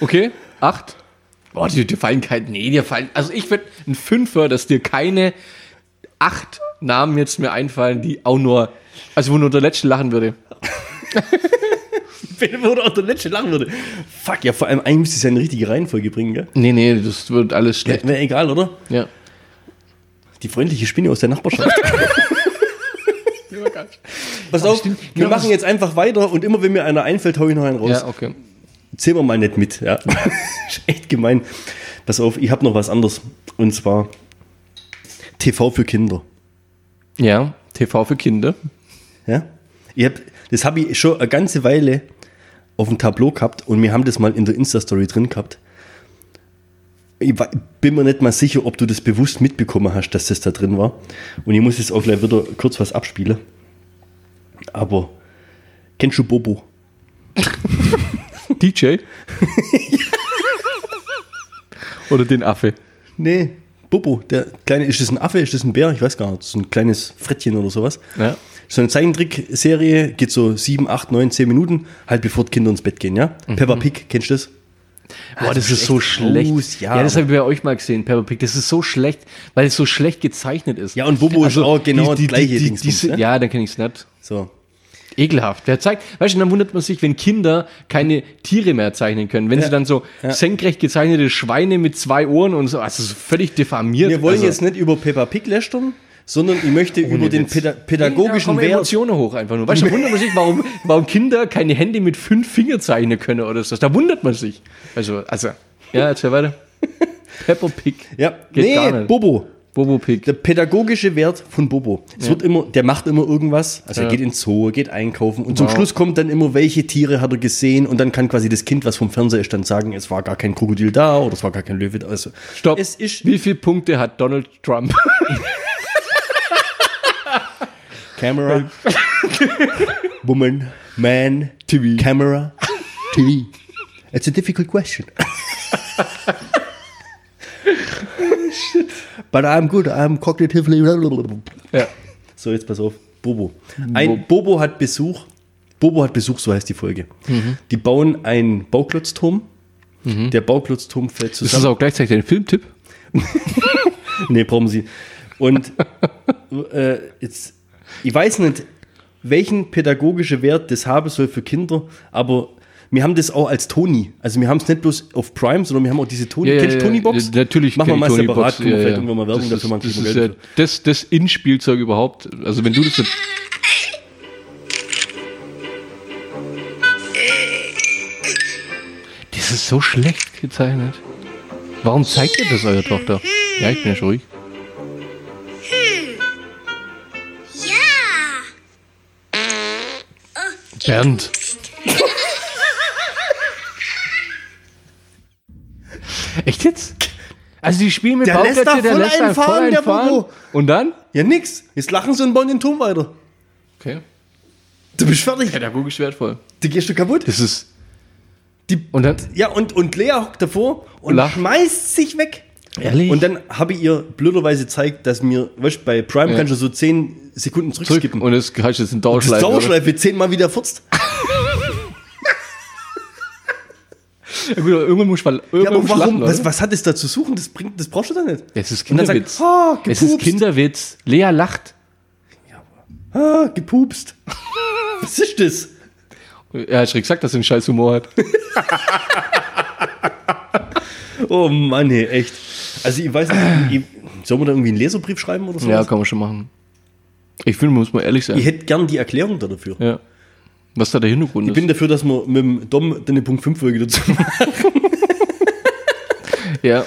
[SPEAKER 1] Okay, acht. Boah, die, die fallen kein, nee, dir fallen, also ich würde ein Fünfer, dass dir keine acht Namen jetzt mehr einfallen, die auch nur, also wo nur der Letzte lachen würde.
[SPEAKER 3] Wenn wo auch der letzte lachen würde. Fuck, ja, vor allem eigentlich müsste es ja in die richtige Reihenfolge bringen, gell?
[SPEAKER 1] Nee, nee, das wird alles schlecht.
[SPEAKER 3] Wäre egal, oder?
[SPEAKER 1] Ja.
[SPEAKER 3] Die freundliche Spinne aus der Nachbarschaft. Pass auf,
[SPEAKER 1] stimmt.
[SPEAKER 3] wir
[SPEAKER 1] Genau,
[SPEAKER 3] machen
[SPEAKER 1] das-
[SPEAKER 3] jetzt einfach weiter und immer wenn mir einer einfällt, hau ich noch einen raus.
[SPEAKER 1] Ja, okay.
[SPEAKER 3] zählen wir mal nicht
[SPEAKER 1] *laughs*
[SPEAKER 3] mit. Ja. ist echt gemein. Pass auf, ich habe noch was anderes. Und zwar TV für Kinder.
[SPEAKER 1] Ja, TV für Kinder.
[SPEAKER 3] Ja? Ich hab, das habe ich schon eine ganze Weile auf dem Tableau gehabt und wir haben das mal in der Insta-Story drin gehabt. Ich wa- bin mir nicht mal sicher, ob du das bewusst mitbekommen hast, dass das da drin war. Und ich muss jetzt auch gleich wieder kurz was abspielen. Aber kennst du Bobo?
[SPEAKER 1] DJ? Oder den Affe?
[SPEAKER 3] Nee, Bobo, der kleine, ist das ein Affe, ist das ein Bär? Ich weiß gar nicht, so ein kleines Frettchen oder sowas.
[SPEAKER 1] Ja.
[SPEAKER 3] So eine Zeichentrickserie geht so 7, 8, 9, 10 Minuten, halt bevor die Kinder ins Bett gehen, ja? Peppa Pig, kennst du das?
[SPEAKER 1] Mhm.
[SPEAKER 3] Ah,
[SPEAKER 1] Boah, das,
[SPEAKER 3] das
[SPEAKER 1] ist
[SPEAKER 3] ist
[SPEAKER 1] so
[SPEAKER 3] echt
[SPEAKER 1] schlecht.
[SPEAKER 3] Also aus, ja,
[SPEAKER 1] ja, das habe ich bei euch mal gesehen, Peppa Pig. Das ist so schlecht, weil es so schlecht gezeichnet ist. Also
[SPEAKER 3] Ja, und Bobo ist auch genau
[SPEAKER 1] die,
[SPEAKER 3] das gleiche
[SPEAKER 1] die, die,
[SPEAKER 3] Dingsbums,
[SPEAKER 1] diese,
[SPEAKER 3] ne?
[SPEAKER 1] Ja, dann kenne ich es nicht.
[SPEAKER 3] So.
[SPEAKER 1] Ekelhaft. Wer zeigt, weißt du, dann wundert man sich, wenn Kinder keine Tiere mehr zeichnen können. Wenn sie dann so senkrecht gezeichnete Schweine mit zwei Ohren und so, also so völlig diffamiert.
[SPEAKER 3] Wir wollen
[SPEAKER 1] also,
[SPEAKER 3] jetzt nicht über Peppa Pig lästern, sondern ich möchte über den
[SPEAKER 1] Witz.
[SPEAKER 3] Päda
[SPEAKER 1] pädagogisch
[SPEAKER 3] pädagogischen Wert.
[SPEAKER 1] Emotionen hoch einfach nur. Weißt du, da wundert man sich, warum, warum Kinder keine Hände mit fünf Fingern zeichnen können oder so. Da wundert man sich. Also, also, ja, erzähl
[SPEAKER 3] *laughs*
[SPEAKER 1] weiter. Pepper Pig.
[SPEAKER 3] Ja,
[SPEAKER 1] Geht
[SPEAKER 3] nee,
[SPEAKER 1] gar nicht.
[SPEAKER 3] Bobo.
[SPEAKER 1] Bobo Pig.
[SPEAKER 3] Der pädagogische Wert von Bobo. Es wird immer, der macht immer irgendwas. Also er geht ins Zoo, geht einkaufen und zum Schluss kommt dann immer, welche Tiere hat er gesehen und dann kann quasi das Kind, was vom Fernseher ist, dann sagen, es war gar kein Krokodil da oder es war gar kein Löwe da. Also,
[SPEAKER 1] Stopp.
[SPEAKER 3] Es ist
[SPEAKER 1] Wie viele Punkte hat Donald Trump? *laughs*
[SPEAKER 3] Camera, Woman, Man, TV, Camera, TV. It's a difficult question. But I'm good. I'm cognitively.
[SPEAKER 1] ja.
[SPEAKER 3] So, jetzt pass auf. Bobo. Ein Bobo hat Besuch. Bobo hat Besuch, so heißt die Folge.
[SPEAKER 1] Mhm.
[SPEAKER 3] Die bauen einen Bauklotzturm. Der Bauklotzturm fällt
[SPEAKER 1] Das ist
[SPEAKER 3] zusammen.
[SPEAKER 1] auch gleichzeitig ein Filmtipp.
[SPEAKER 3] Nee, brauchen sie.
[SPEAKER 1] *laughs*
[SPEAKER 3] Und äh, jetzt, ich weiß nicht, welchen pädagogische Wert das haben soll für Kinder, aber wir haben das auch als Toni. Also wir haben es nicht bloß auf Prime, sondern wir haben auch diese Toni.
[SPEAKER 1] Ja, ja,
[SPEAKER 3] Kennst du
[SPEAKER 1] ja,
[SPEAKER 3] Toni-Box?
[SPEAKER 1] ja, Natürlich.
[SPEAKER 3] Machen wir
[SPEAKER 1] kenn
[SPEAKER 3] mal
[SPEAKER 1] ich Tony
[SPEAKER 3] separat.
[SPEAKER 1] Box.
[SPEAKER 3] können wir vielleicht irgendwann mal Werbung
[SPEAKER 1] das
[SPEAKER 3] dafür
[SPEAKER 1] ist,
[SPEAKER 3] machen.
[SPEAKER 1] Das
[SPEAKER 3] kriegen wir
[SPEAKER 1] ist
[SPEAKER 3] Geld
[SPEAKER 1] ja das, das In-Spielzeug überhaupt. Also wenn du das jetzt... Das ist so schlecht gezeichnet. Warum zeigt ihr das eure Tochter? Ja, ich bin ja schon ruhig. Bernd. Echt jetzt? Also die spielen mit
[SPEAKER 3] Der lässt
[SPEAKER 1] Bauklötze,
[SPEAKER 3] da voll einen fahren, der Bobo.
[SPEAKER 1] Und dann?
[SPEAKER 3] dafür. Ja, nix. Jetzt lachen sie und bauen den Turm weiter.
[SPEAKER 1] Okay.
[SPEAKER 3] Du bist fertig.
[SPEAKER 1] Pädagogisch wertvoll.
[SPEAKER 3] Die gehst du kaputt.
[SPEAKER 1] Das ist.
[SPEAKER 3] Die,
[SPEAKER 1] Und dann.
[SPEAKER 3] ja, und, und Lea hockt davor und
[SPEAKER 1] Lacht.
[SPEAKER 3] schmeißt sich weg.
[SPEAKER 1] Ehrlich?
[SPEAKER 3] Und dann habe ich ihr blöderweise gezeigt, dass mir, weißt du, bei Prime
[SPEAKER 1] Ja.
[SPEAKER 3] kannst du so 10 Sekunden
[SPEAKER 1] Zurück.
[SPEAKER 3] zurückskippen.
[SPEAKER 1] Und das heißt jetzt ein
[SPEAKER 3] das
[SPEAKER 1] Dauerschleife. oder?
[SPEAKER 3] Dauerschleife zehnmal wieder furzt.
[SPEAKER 1] Ja, gut, aber irgendwann muss man. Irgendwann
[SPEAKER 3] Ja, aber
[SPEAKER 1] muss man
[SPEAKER 3] warum?
[SPEAKER 1] lachen,
[SPEAKER 3] Was,
[SPEAKER 1] oder?
[SPEAKER 3] was hat es da zu suchen? Das, bringt, das brauchst du doch nicht.
[SPEAKER 1] Es ist
[SPEAKER 3] Und dann sagt,
[SPEAKER 1] Kinderwitz.
[SPEAKER 3] ah,
[SPEAKER 1] es ist
[SPEAKER 3] gepupst.
[SPEAKER 1] Kinderwitz. Lea lacht.
[SPEAKER 3] Ah,
[SPEAKER 1] *laughs*
[SPEAKER 3] gepupst. was ist das?
[SPEAKER 1] Er hat schon gesagt, dass er einen scheiß Humor hat.
[SPEAKER 3] Oh Mann, ey, echt. Also ich weiß nicht, ich, soll man da irgendwie einen Leserbrief schreiben oder so?
[SPEAKER 1] ja, kann man schon machen. Ich finde, muss man ehrlich
[SPEAKER 3] Ich
[SPEAKER 1] sein.
[SPEAKER 3] hätte gern die Erklärung da dafür.
[SPEAKER 1] Ja. Was da der Hintergrund
[SPEAKER 3] Ich bin dafür, dass wir mit dem Dom dann eine Punkt 5 Folge dazu machen.
[SPEAKER 1] ist. Ja.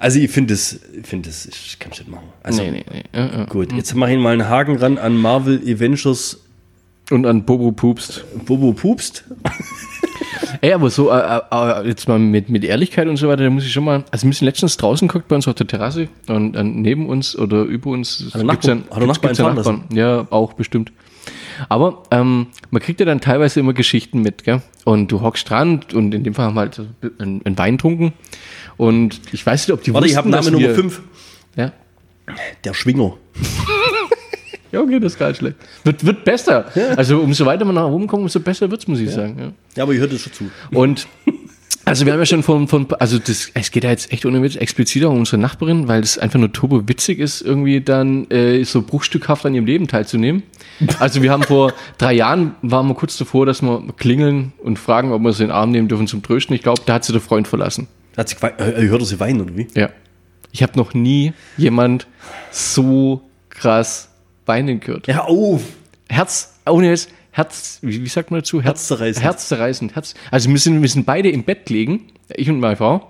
[SPEAKER 3] Also ich finde das, ich finde das, ich kann es nicht machen. Also
[SPEAKER 1] nee, Hm. nee, nee. Ja, ja.
[SPEAKER 3] gut, jetzt mache ich mal einen Haken ran an Marvel Avengers
[SPEAKER 1] Und an Bobo pupst.
[SPEAKER 3] Bobo Pupst.
[SPEAKER 1] Ey, aber so, äh, äh, äh, jetzt mal mit, mit Ehrlichkeit und so weiter, da muss ich schon mal. Also, wir sind letztens draußen geguckt bei uns auf der Terrasse und äh, neben uns oder über uns
[SPEAKER 3] Also
[SPEAKER 1] gibt's
[SPEAKER 3] Nachbarn-
[SPEAKER 1] ja-
[SPEAKER 3] hat er Nachbarn
[SPEAKER 1] gibt's ja
[SPEAKER 3] entfahren lassen?
[SPEAKER 1] Ja, auch bestimmt. Aber ähm, man kriegt ja dann teilweise immer Geschichten mit, gell? Und du hockst dran und in dem Fall haben wir halt so einen, einen Wein getrunken. Und ich weiß nicht, ob die
[SPEAKER 3] Warte, ich habe
[SPEAKER 1] wussten,
[SPEAKER 3] Name
[SPEAKER 1] dass wir-
[SPEAKER 3] Nummer 5.
[SPEAKER 1] Ja.
[SPEAKER 3] Der Schwinger.
[SPEAKER 1] ja, okay, das ist gar nicht schlecht. Wird, wird besser. Also, umso weiter man nach oben kommt, umso besser wird's, muss ich sagen. Ja.
[SPEAKER 3] Ja, aber ich hört das schon zu.
[SPEAKER 1] Und also wir haben ja schon von, von also das, es geht ja jetzt echt ohne Witz explizit auch um unsere Nachbarin, weil es einfach nur turbo witzig ist, irgendwie dann äh, so bruchstückhaft an ihrem Leben teilzunehmen. Also wir haben vor drei Jahren, waren wir kurz davor, dass wir klingeln und fragen, ob wir sie in den Arm nehmen dürfen zum Trösten. Ich glaube, da hat sie der Freund verlassen.
[SPEAKER 3] Hat sie gewe- äh, hört er sie weinen oder wie?
[SPEAKER 1] Ja. Ich habe noch nie jemand so krass weinen gehört.
[SPEAKER 3] Ja, auf.
[SPEAKER 1] Herz, ohne es, Herz, wie, wie sagt man dazu?
[SPEAKER 3] Herzzerreißend.
[SPEAKER 1] Herzzerreißend. Herz, also wir sind, wir sind beide im Bett gelegen, ich und meine Frau. Und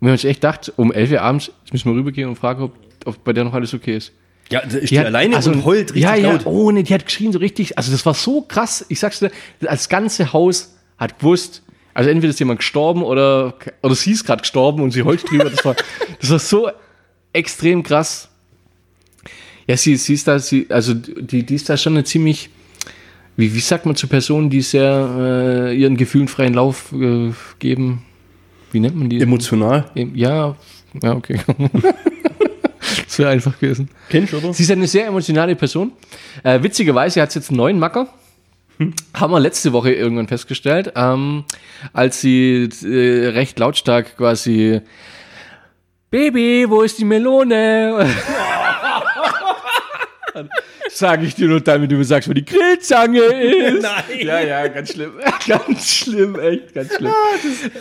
[SPEAKER 1] wir haben uns echt gedacht, um 11 Uhr abends, jetzt müssen wir rübergehen und fragen, ob, ob bei der noch alles okay ist.
[SPEAKER 3] Ja, da ist die alleine und heult richtig
[SPEAKER 1] also ja, ja,
[SPEAKER 3] laut.
[SPEAKER 1] Ohne, die hat geschrien so richtig, also das war so krass, ich sag's dir, das ganze Haus hat gewusst, also entweder ist jemand gestorben oder, oder sie ist gerade gestorben und sie heult drüber,
[SPEAKER 3] *laughs*
[SPEAKER 1] das war, das war so extrem krass. Ja, sie, sie ist da, sie, also die, die ist da schon eine ziemlich, wie, wie sagt man zu Personen, die sehr äh, ihren Gefühlen freien Lauf äh, geben? Wie nennt man die?
[SPEAKER 3] Emotional.
[SPEAKER 1] ja, ja, okay. *laughs* das wäre einfach gewesen.
[SPEAKER 3] Kennst du, oder?
[SPEAKER 1] Sie ist eine sehr emotionale Person. Äh, witzigerweise hat sie jetzt einen neuen Macker. Haben wir letzte Woche irgendwann festgestellt, ähm, als sie äh, recht lautstark quasi Baby, wo ist die Melone? Sag ich dir nur damit du mir sagst, wo die Grillzange ist.
[SPEAKER 3] Nein.
[SPEAKER 1] Ja, ja, ganz schlimm. *laughs* ganz schlimm, echt, ganz schlimm.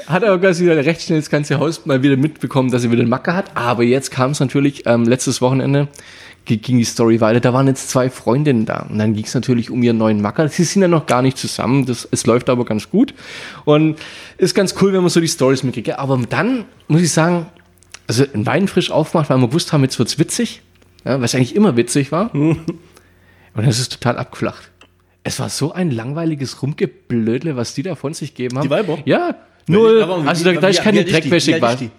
[SPEAKER 1] Hat aber quasi dann recht schnell das ganze Haus mal wieder mitbekommen, dass sie wieder einen Macker hat. Aber jetzt kam es natürlich, ähm, letztes Wochenende ge- ging die Story weiter. Da waren jetzt zwei Freundinnen da. Und dann ging es natürlich um ihren neuen Macker. Sie sind ja noch gar nicht zusammen. Das, es läuft aber ganz gut. Und ist ganz cool, wenn man so die Stories mitkriegt. gell? Aber dann muss ich sagen, also einen Wein frisch aufmacht, weil wir gewusst haben, jetzt wird's witzig. Ja, was eigentlich immer witzig war.
[SPEAKER 3] Mhm.
[SPEAKER 1] Und es ist total abgeflacht. Es war so ein langweiliges Rumgeblödle, was die da von sich gegeben haben.
[SPEAKER 3] Die Weiber?
[SPEAKER 1] Ja. Null.
[SPEAKER 3] Aber wie-
[SPEAKER 1] also da, da
[SPEAKER 3] wie-
[SPEAKER 1] ist
[SPEAKER 3] wie
[SPEAKER 1] keine
[SPEAKER 3] alt ist die? Wie
[SPEAKER 1] Dreckwäsche
[SPEAKER 3] alt ist
[SPEAKER 1] quasi.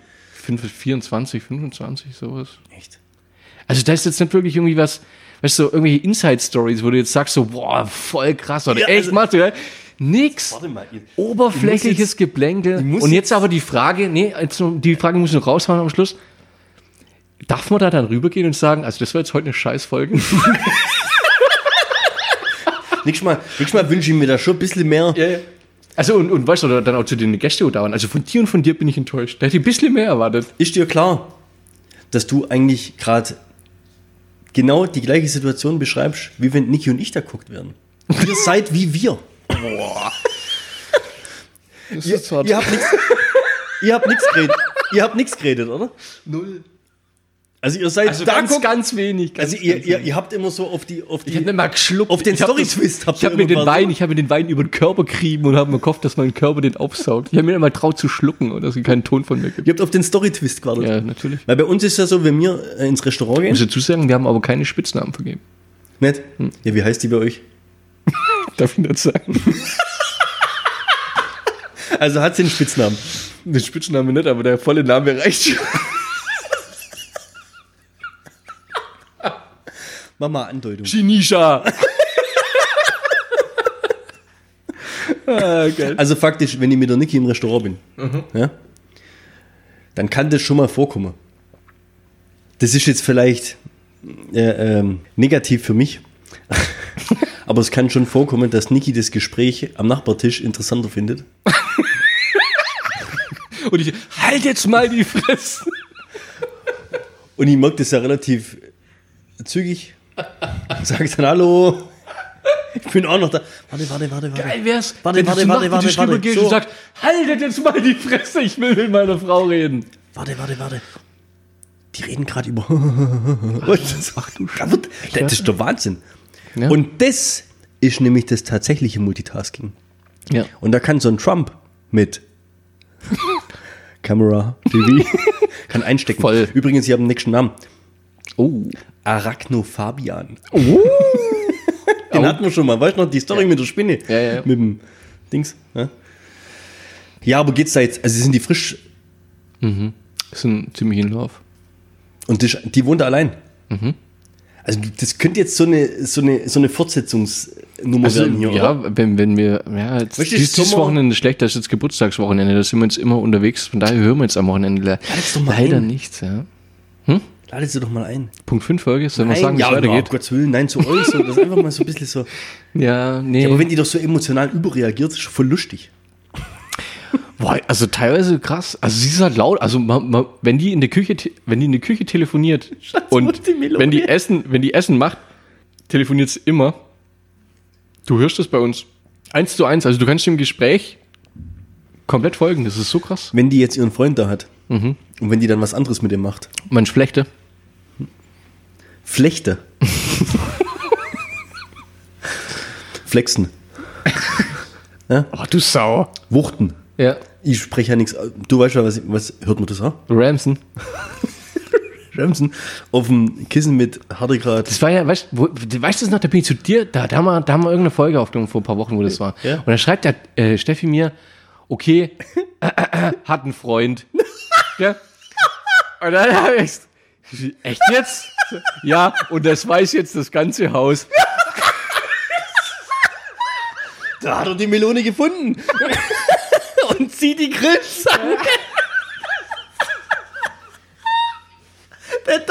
[SPEAKER 3] die?
[SPEAKER 1] 24, 25, sowas.
[SPEAKER 3] Echt?
[SPEAKER 1] Also da ist jetzt nicht wirklich irgendwie was, weißt du, so irgendwelche Inside-Stories, wo du jetzt sagst so, boah, voll krass oder
[SPEAKER 3] Ja,
[SPEAKER 1] echt,
[SPEAKER 3] also-
[SPEAKER 1] machst du, ja? Nix.
[SPEAKER 3] Warte mal, ihr- ich muss
[SPEAKER 1] Oberflächliches
[SPEAKER 3] jetzt-
[SPEAKER 1] Geplänkel.
[SPEAKER 3] ich muss
[SPEAKER 1] Und
[SPEAKER 3] jetzt-
[SPEAKER 1] jetzt aber die Frage, nee, jetzt, noch- die Frage muss ich noch raushauen am Schluss. Darf man da dann rübergehen und sagen, also das war jetzt heute eine Scheißfolge?
[SPEAKER 3] Nächstes Mal, nächstes Mal wünsche ich mir da schon ein bisschen mehr.
[SPEAKER 1] *laughs* Also und, und weißt du, dann auch zu den Gästen dauern. Also von dir und von dir bin ich enttäuscht. Da hätte ich ein bisschen mehr erwartet.
[SPEAKER 3] Ist dir klar, dass du eigentlich gerade genau die gleiche Situation beschreibst, wie wenn Niki und ich da guckt werden?
[SPEAKER 1] *laughs*
[SPEAKER 3] Ihr seid wie wir.
[SPEAKER 1] Das
[SPEAKER 3] Ihr, ihr habt nichts. Ihr habt nichts geredet. Ihr habt nichts geredet, oder?
[SPEAKER 1] null.
[SPEAKER 3] Also ihr seid
[SPEAKER 1] Also
[SPEAKER 3] da
[SPEAKER 1] ganz,
[SPEAKER 3] guckt-
[SPEAKER 1] ganz wenig. Ganz,
[SPEAKER 3] Also ihr,
[SPEAKER 1] ganz
[SPEAKER 3] ihr,
[SPEAKER 1] wenig.
[SPEAKER 3] ihr habt immer so auf die auf die.
[SPEAKER 1] ich hab ne- nicht mal geschluckt.
[SPEAKER 3] auf den
[SPEAKER 1] Ich hab das-
[SPEAKER 3] Story-Twist habt
[SPEAKER 1] Ich habe
[SPEAKER 3] ihr
[SPEAKER 1] mir den
[SPEAKER 3] irgendwas,
[SPEAKER 1] Wein,
[SPEAKER 3] oder?
[SPEAKER 1] ich habe mir den Wein über den Körper gerieben und habe mir gehofft, dass mein Körper den aufsaugt. Ich habe mir nicht mal traut zu schlucken und dass es keinen Ton von mir gibt.
[SPEAKER 3] ihr habt auf den Story Twist gewartet.
[SPEAKER 1] Ja, natürlich.
[SPEAKER 3] Weil bei uns ist ja so, wenn wir äh, ins Restaurant
[SPEAKER 1] Ich muss
[SPEAKER 3] gehen.
[SPEAKER 1] dazu sagen, wir haben aber keine Spitznamen vergeben. Mhm.
[SPEAKER 3] Nett. Ja, wie heißt die bei euch?
[SPEAKER 1] *laughs* Darf ich nicht sagen?
[SPEAKER 3] Also hat sie einen Spitznamen.
[SPEAKER 1] Den Spitznamen nicht, aber der volle Name reicht schon. *laughs*
[SPEAKER 3] Mach mal
[SPEAKER 1] *laughs*
[SPEAKER 3] Andeutung.
[SPEAKER 1] Shinisha. Ah,
[SPEAKER 3] Also faktisch, wenn ich mit der Niki im Restaurant bin,
[SPEAKER 1] Mhm.
[SPEAKER 3] ja, dann kann das schon mal vorkommen. Das ist jetzt vielleicht äh, ähm, negativ für mich, *laughs* aber es kann schon vorkommen, dass Niki das Gespräch am Nachbartisch interessanter findet.
[SPEAKER 1] Und ich, halt jetzt mal die Fresse.
[SPEAKER 3] Und ich mag das ja relativ zügig. Sag dann Hallo. Ich bin auch noch da. Warte, warte, warte, warte.
[SPEAKER 1] Geil wär's,
[SPEAKER 3] Warte,
[SPEAKER 1] wenn
[SPEAKER 3] warte,
[SPEAKER 1] du zum
[SPEAKER 3] warte,
[SPEAKER 1] Nachbartisch
[SPEAKER 3] warte, warte.
[SPEAKER 1] rübergehst
[SPEAKER 3] So.
[SPEAKER 1] und sagst, haltet jetzt mal die Fresse, ich will mit meiner Frau reden.
[SPEAKER 3] Warte, warte, warte. Die reden gerade *laughs* über. Und das, ach du da wird, das ist der Wahnsinn.
[SPEAKER 1] Ja.
[SPEAKER 3] Und das ist nämlich das tatsächliche Multitasking.
[SPEAKER 1] Ja.
[SPEAKER 3] Und da kann so ein Trump
[SPEAKER 1] *laughs*
[SPEAKER 3] mit Kamera, TV, kann einstecken.
[SPEAKER 1] Voll.
[SPEAKER 3] Übrigens, ich habe einen nächsten Namen.
[SPEAKER 1] Oh.
[SPEAKER 3] Arachnofabian. *laughs* Den hatten wir schon mal. Weißt du noch, die Story mit der Spinne?
[SPEAKER 1] Ja, ja, ja.
[SPEAKER 3] Mit dem Dings. Ja, ja aber geht's da jetzt? Also sind die frisch
[SPEAKER 1] Das ist ein ziemlich in Love.
[SPEAKER 3] Und die, die wohnt da allein.
[SPEAKER 1] Mhm.
[SPEAKER 3] Also du- das könnte jetzt so eine, so eine, so eine Fortsetzungsnummer
[SPEAKER 1] Also,
[SPEAKER 3] werden hier, oder?
[SPEAKER 1] ja, wenn, wenn wir, ja, jetzt,
[SPEAKER 3] Weißt du,
[SPEAKER 1] dieses, dieses
[SPEAKER 3] Sommer-
[SPEAKER 1] Wochenende ist schlecht, das ist jetzt Geburtstagswochenende, da sind wir jetzt immer unterwegs, von daher hören wir jetzt am Wochenende le
[SPEAKER 3] das doch mal
[SPEAKER 1] leider
[SPEAKER 3] ein.
[SPEAKER 1] nichts, ja.
[SPEAKER 3] Lade sie doch mal ein.
[SPEAKER 1] Punkt 5 Folge, sollen wir sagen, wie es
[SPEAKER 3] ja, um
[SPEAKER 1] weitergeht?
[SPEAKER 3] Gottes Willen, nein, zu euch. So, das ist einfach mal so ein
[SPEAKER 1] *laughs*
[SPEAKER 3] bisschen so.
[SPEAKER 1] Ja, nee.
[SPEAKER 3] Ja, aber wenn die doch so emotional überreagiert, ist schon voll lustig.
[SPEAKER 1] Boah, also teilweise krass. Also sie ist halt laut. Also man, man, wenn die in der Küche, te- wenn die in der Küche telefoniert und
[SPEAKER 3] die Melodie.
[SPEAKER 1] wenn die Essen, wenn die Essen macht, telefoniert sie immer. Du hörst es bei uns eins zu eins. Also du kannst dem Gespräch komplett folgen. Das ist so krass.
[SPEAKER 3] Wenn die jetzt ihren Freund da hat
[SPEAKER 1] Mhm.
[SPEAKER 3] und wenn die dann was anderes mit dem macht.
[SPEAKER 1] Man schlechte. *laughs*
[SPEAKER 3] Flechte.
[SPEAKER 1] *laughs*
[SPEAKER 3] Flexen.
[SPEAKER 1] Oh, du Sau.
[SPEAKER 3] Wuchten.
[SPEAKER 1] Ja.
[SPEAKER 3] Ich spreche ja nichts. Du weißt ja, was, was hört man das auch?
[SPEAKER 1] Ramson.
[SPEAKER 3] Ramsen auf dem Kissen mit Hardegrad.
[SPEAKER 1] Das war ja, weißt wo- du, weißt du das noch, da bin ich zu dir, da, da, haben wir, da haben wir irgendeine Folge aufgenommen vor ein paar Wochen, wo das war.
[SPEAKER 3] Ja.
[SPEAKER 1] Und da schreibt der äh, Steffi mir, okay, äh, äh, äh, hat einen Freund. ja. Und dann habe ich, echt jetzt? Ja, und das weiß jetzt das ganze Haus.
[SPEAKER 3] Da hat er die
[SPEAKER 1] *laughs*
[SPEAKER 3] Melone gefunden. Und zieht die Grills an. *laughs* Das ist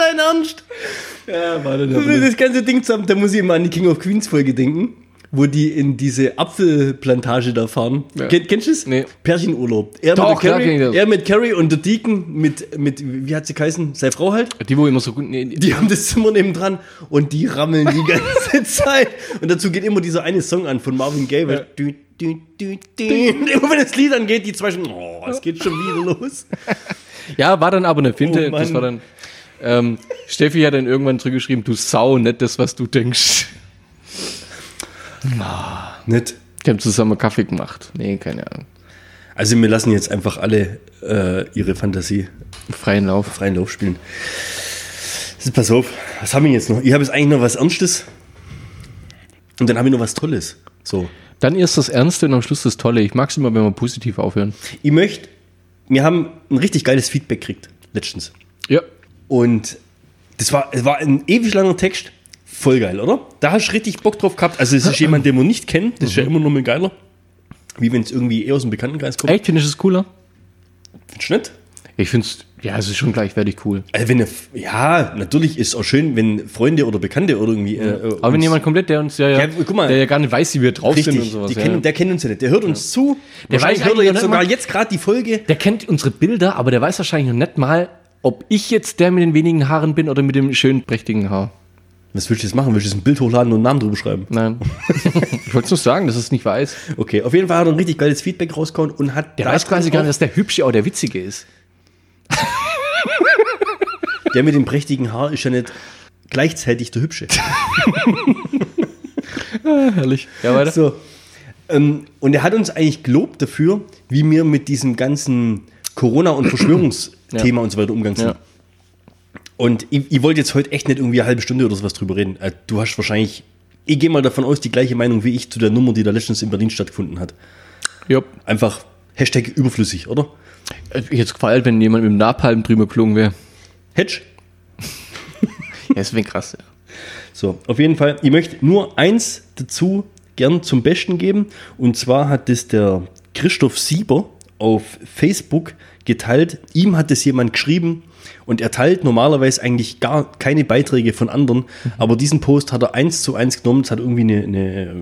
[SPEAKER 3] dein Ernst. Das ganze Ding zusammen, da muss ich immer an die King of Queens Folge denken, wo die in diese Apfelplantage da fahren.
[SPEAKER 1] Ja.
[SPEAKER 3] Ken, kennst du das?
[SPEAKER 1] Nee.
[SPEAKER 3] Pärchenurlaub. Er,
[SPEAKER 1] Doch,
[SPEAKER 3] mit der
[SPEAKER 1] klar kenn
[SPEAKER 3] Carrie,
[SPEAKER 1] ich das.
[SPEAKER 3] er mit Carrie und der Deacon mit, mit, wie hat sie geheißen? Seine Frau halt.
[SPEAKER 1] Die, wo immer so gut, nee, die,
[SPEAKER 3] Die haben das Zimmer nebendran und die rammeln *laughs* die ganze Zeit. Und dazu geht immer dieser eine Song an von Marvin Gaye. weil Du, du, du, du. Und immer wenn das Lied angeht, die zwei schon, oh, es geht schon wieder los.
[SPEAKER 1] ja, war dann aber eine Finte,
[SPEAKER 3] Oh, Mann.
[SPEAKER 1] das war dann, ähm, Steffi hat dann irgendwann zurückgeschrieben, du Sau, nicht das, was du denkst.
[SPEAKER 3] Nett.
[SPEAKER 1] Die haben zusammen Kaffee gemacht. Nee, keine Ahnung.
[SPEAKER 3] Also wir lassen jetzt einfach alle äh, ihre Fantasie
[SPEAKER 1] Freien Lauf.
[SPEAKER 3] freien Lauf spielen. Also pass auf, was haben wir jetzt noch? Ich habe jetzt eigentlich noch was Ernstes. Und dann habe ich noch was Tolles. So.
[SPEAKER 1] Dann erst das Ernste und am Schluss das Tolle. Ich mag es immer, wenn wir positiv aufhören.
[SPEAKER 3] Ich möchte, wir haben ein richtig geiles Feedback gekriegt, letztens.
[SPEAKER 1] Ja.
[SPEAKER 3] Und das war, es war ein ewig langer Text. Voll geil, oder? Da hast du richtig Bock drauf gehabt. Also, es ist jemand, den wir nicht kennen. Das
[SPEAKER 1] Mhm.
[SPEAKER 3] ist ja immer noch mal geiler. Wie wenn es irgendwie eher aus dem Bekanntenkreis kommt.
[SPEAKER 1] Echt, findest du es cooler?
[SPEAKER 3] Schnitt.
[SPEAKER 1] Ich finde es, ja, es ist schon gleichwertig cool.
[SPEAKER 3] Also, wenn, eine F- ja, natürlich ist es auch schön, wenn Freunde oder Bekannte oder irgendwie. äh, äh,
[SPEAKER 1] Aber wenn
[SPEAKER 3] uns-
[SPEAKER 1] jemand komplett, der uns ja, ja,
[SPEAKER 3] Ja, guck mal.
[SPEAKER 1] der ja gar nicht weiß, wie wir drauf
[SPEAKER 3] Richtig,
[SPEAKER 1] sind und sowas.
[SPEAKER 3] die
[SPEAKER 1] ja.
[SPEAKER 3] kennen, der kennt uns ja nicht. Der hört uns zu. Der
[SPEAKER 1] weiß
[SPEAKER 3] Wahrscheinlich hört er
[SPEAKER 1] eigentlich
[SPEAKER 3] jetzt
[SPEAKER 1] noch
[SPEAKER 3] sogar
[SPEAKER 1] nicht ne? mal-
[SPEAKER 3] jetzt gerade die Folge.
[SPEAKER 1] der kennt unsere Bilder, aber der weiß wahrscheinlich noch nicht mal, ob ich jetzt der mit den wenigen Haaren bin oder mit dem schönen, prächtigen Haar.
[SPEAKER 3] Was willst du jetzt machen? Willst du jetzt ein Bild hochladen und einen Namen drüber schreiben?
[SPEAKER 1] Nein. *laughs* ich wollte es nur sagen, dass es nicht weiß.
[SPEAKER 3] Okay, auf jeden Fall hat er ein richtig geiles Feedback rausgehauen und hat.
[SPEAKER 1] Der weiß
[SPEAKER 3] dazu
[SPEAKER 1] quasi
[SPEAKER 3] auch-
[SPEAKER 1] gar nicht, dass der Hübsche auch der Witzige ist.
[SPEAKER 3] Der mit dem prächtigen Haar ist ja nicht gleichzeitig der Hübsche.
[SPEAKER 1] Herrlich. Ja, weiter.
[SPEAKER 3] So. Ähm, und er hat uns eigentlich gelobt dafür, wie wir mit diesem ganzen Corona-
[SPEAKER 1] *clears throat*
[SPEAKER 3] und Verschwörungsthema und so weiter umgegangen sind.
[SPEAKER 1] Ja.
[SPEAKER 3] Und ich, ich wollte jetzt heute echt nicht irgendwie eine halbe Stunde oder sowas drüber reden. Äh, Du hast wahrscheinlich, ich gehe mal davon aus, die gleiche Meinung wie ich zu der Nummer, die da letztens in Berlin stattgefunden hat.
[SPEAKER 1] Jupp.
[SPEAKER 3] Einfach Hashtag überflüssig, oder?
[SPEAKER 1] Äh, Jetzt gefallen, wenn jemand mit dem Napalm drüber geflogen wäre.
[SPEAKER 3] Hedge?
[SPEAKER 1] Ja, ist wegen krass, ja.
[SPEAKER 3] So, auf jeden Fall. Ich möchte nur eins dazu gern zum Besten geben. Und zwar hat das der Christoph Sieber auf Facebook geteilt. Ihm hat es jemand geschrieben und er teilt normalerweise eigentlich gar keine Beiträge von anderen. Aber diesen Post hat er eins zu eins genommen. Es hat irgendwie eine, eine,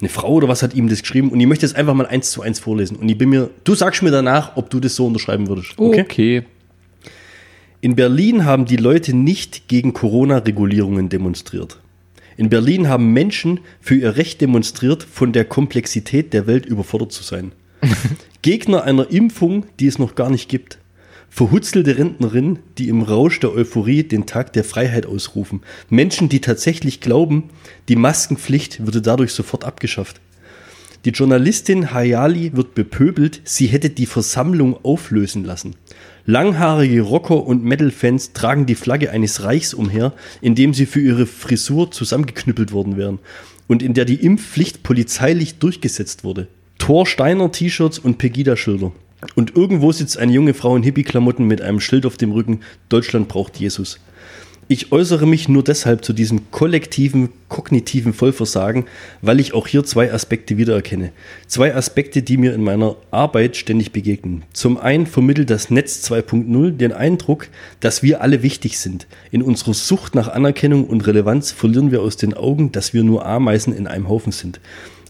[SPEAKER 3] eine Frau oder was hat ihm das geschrieben. Und ich möchte es einfach mal eins zu eins vorlesen. Und ich bin mir, du sagst mir danach, ob du das so unterschreiben würdest.
[SPEAKER 1] Oh, okay.
[SPEAKER 3] In Berlin haben die Leute nicht gegen Corona-Regulierungen demonstriert. In Berlin haben Menschen für ihr Recht demonstriert, von der Komplexität der Welt überfordert zu sein. Gegner einer Impfung, die es noch gar nicht gibt. Verhutzelte Rentnerinnen, die im Rausch der Euphorie den Tag der Freiheit ausrufen. Menschen, die tatsächlich glauben, die Maskenpflicht würde dadurch sofort abgeschafft. Die Journalistin Hayali wird bepöbelt, sie hätte die Versammlung auflösen lassen. Langhaarige Rocker- und Metal-Fans tragen die Flagge eines Reichs umher, in dem sie für ihre Frisur zusammengeknüppelt worden wären und in der die Impfpflicht polizeilich durchgesetzt wurde. Thor Steiner T-Shirts und Pegida-Schilder. Und irgendwo sitzt eine junge Frau in Hippie-Klamotten mit einem Schild auf dem Rücken, Deutschland braucht Jesus. Ich äußere mich nur deshalb zu diesem kollektiven, kognitiven Vollversagen, weil ich auch hier zwei Aspekte wiedererkenne. Zwei Aspekte, die mir in meiner Arbeit ständig begegnen. Zum einen vermittelt das Netz 2.0 den Eindruck, dass wir alle wichtig sind. In unserer Sucht nach Anerkennung und Relevanz verlieren wir aus den Augen, dass wir nur Ameisen in einem Haufen sind.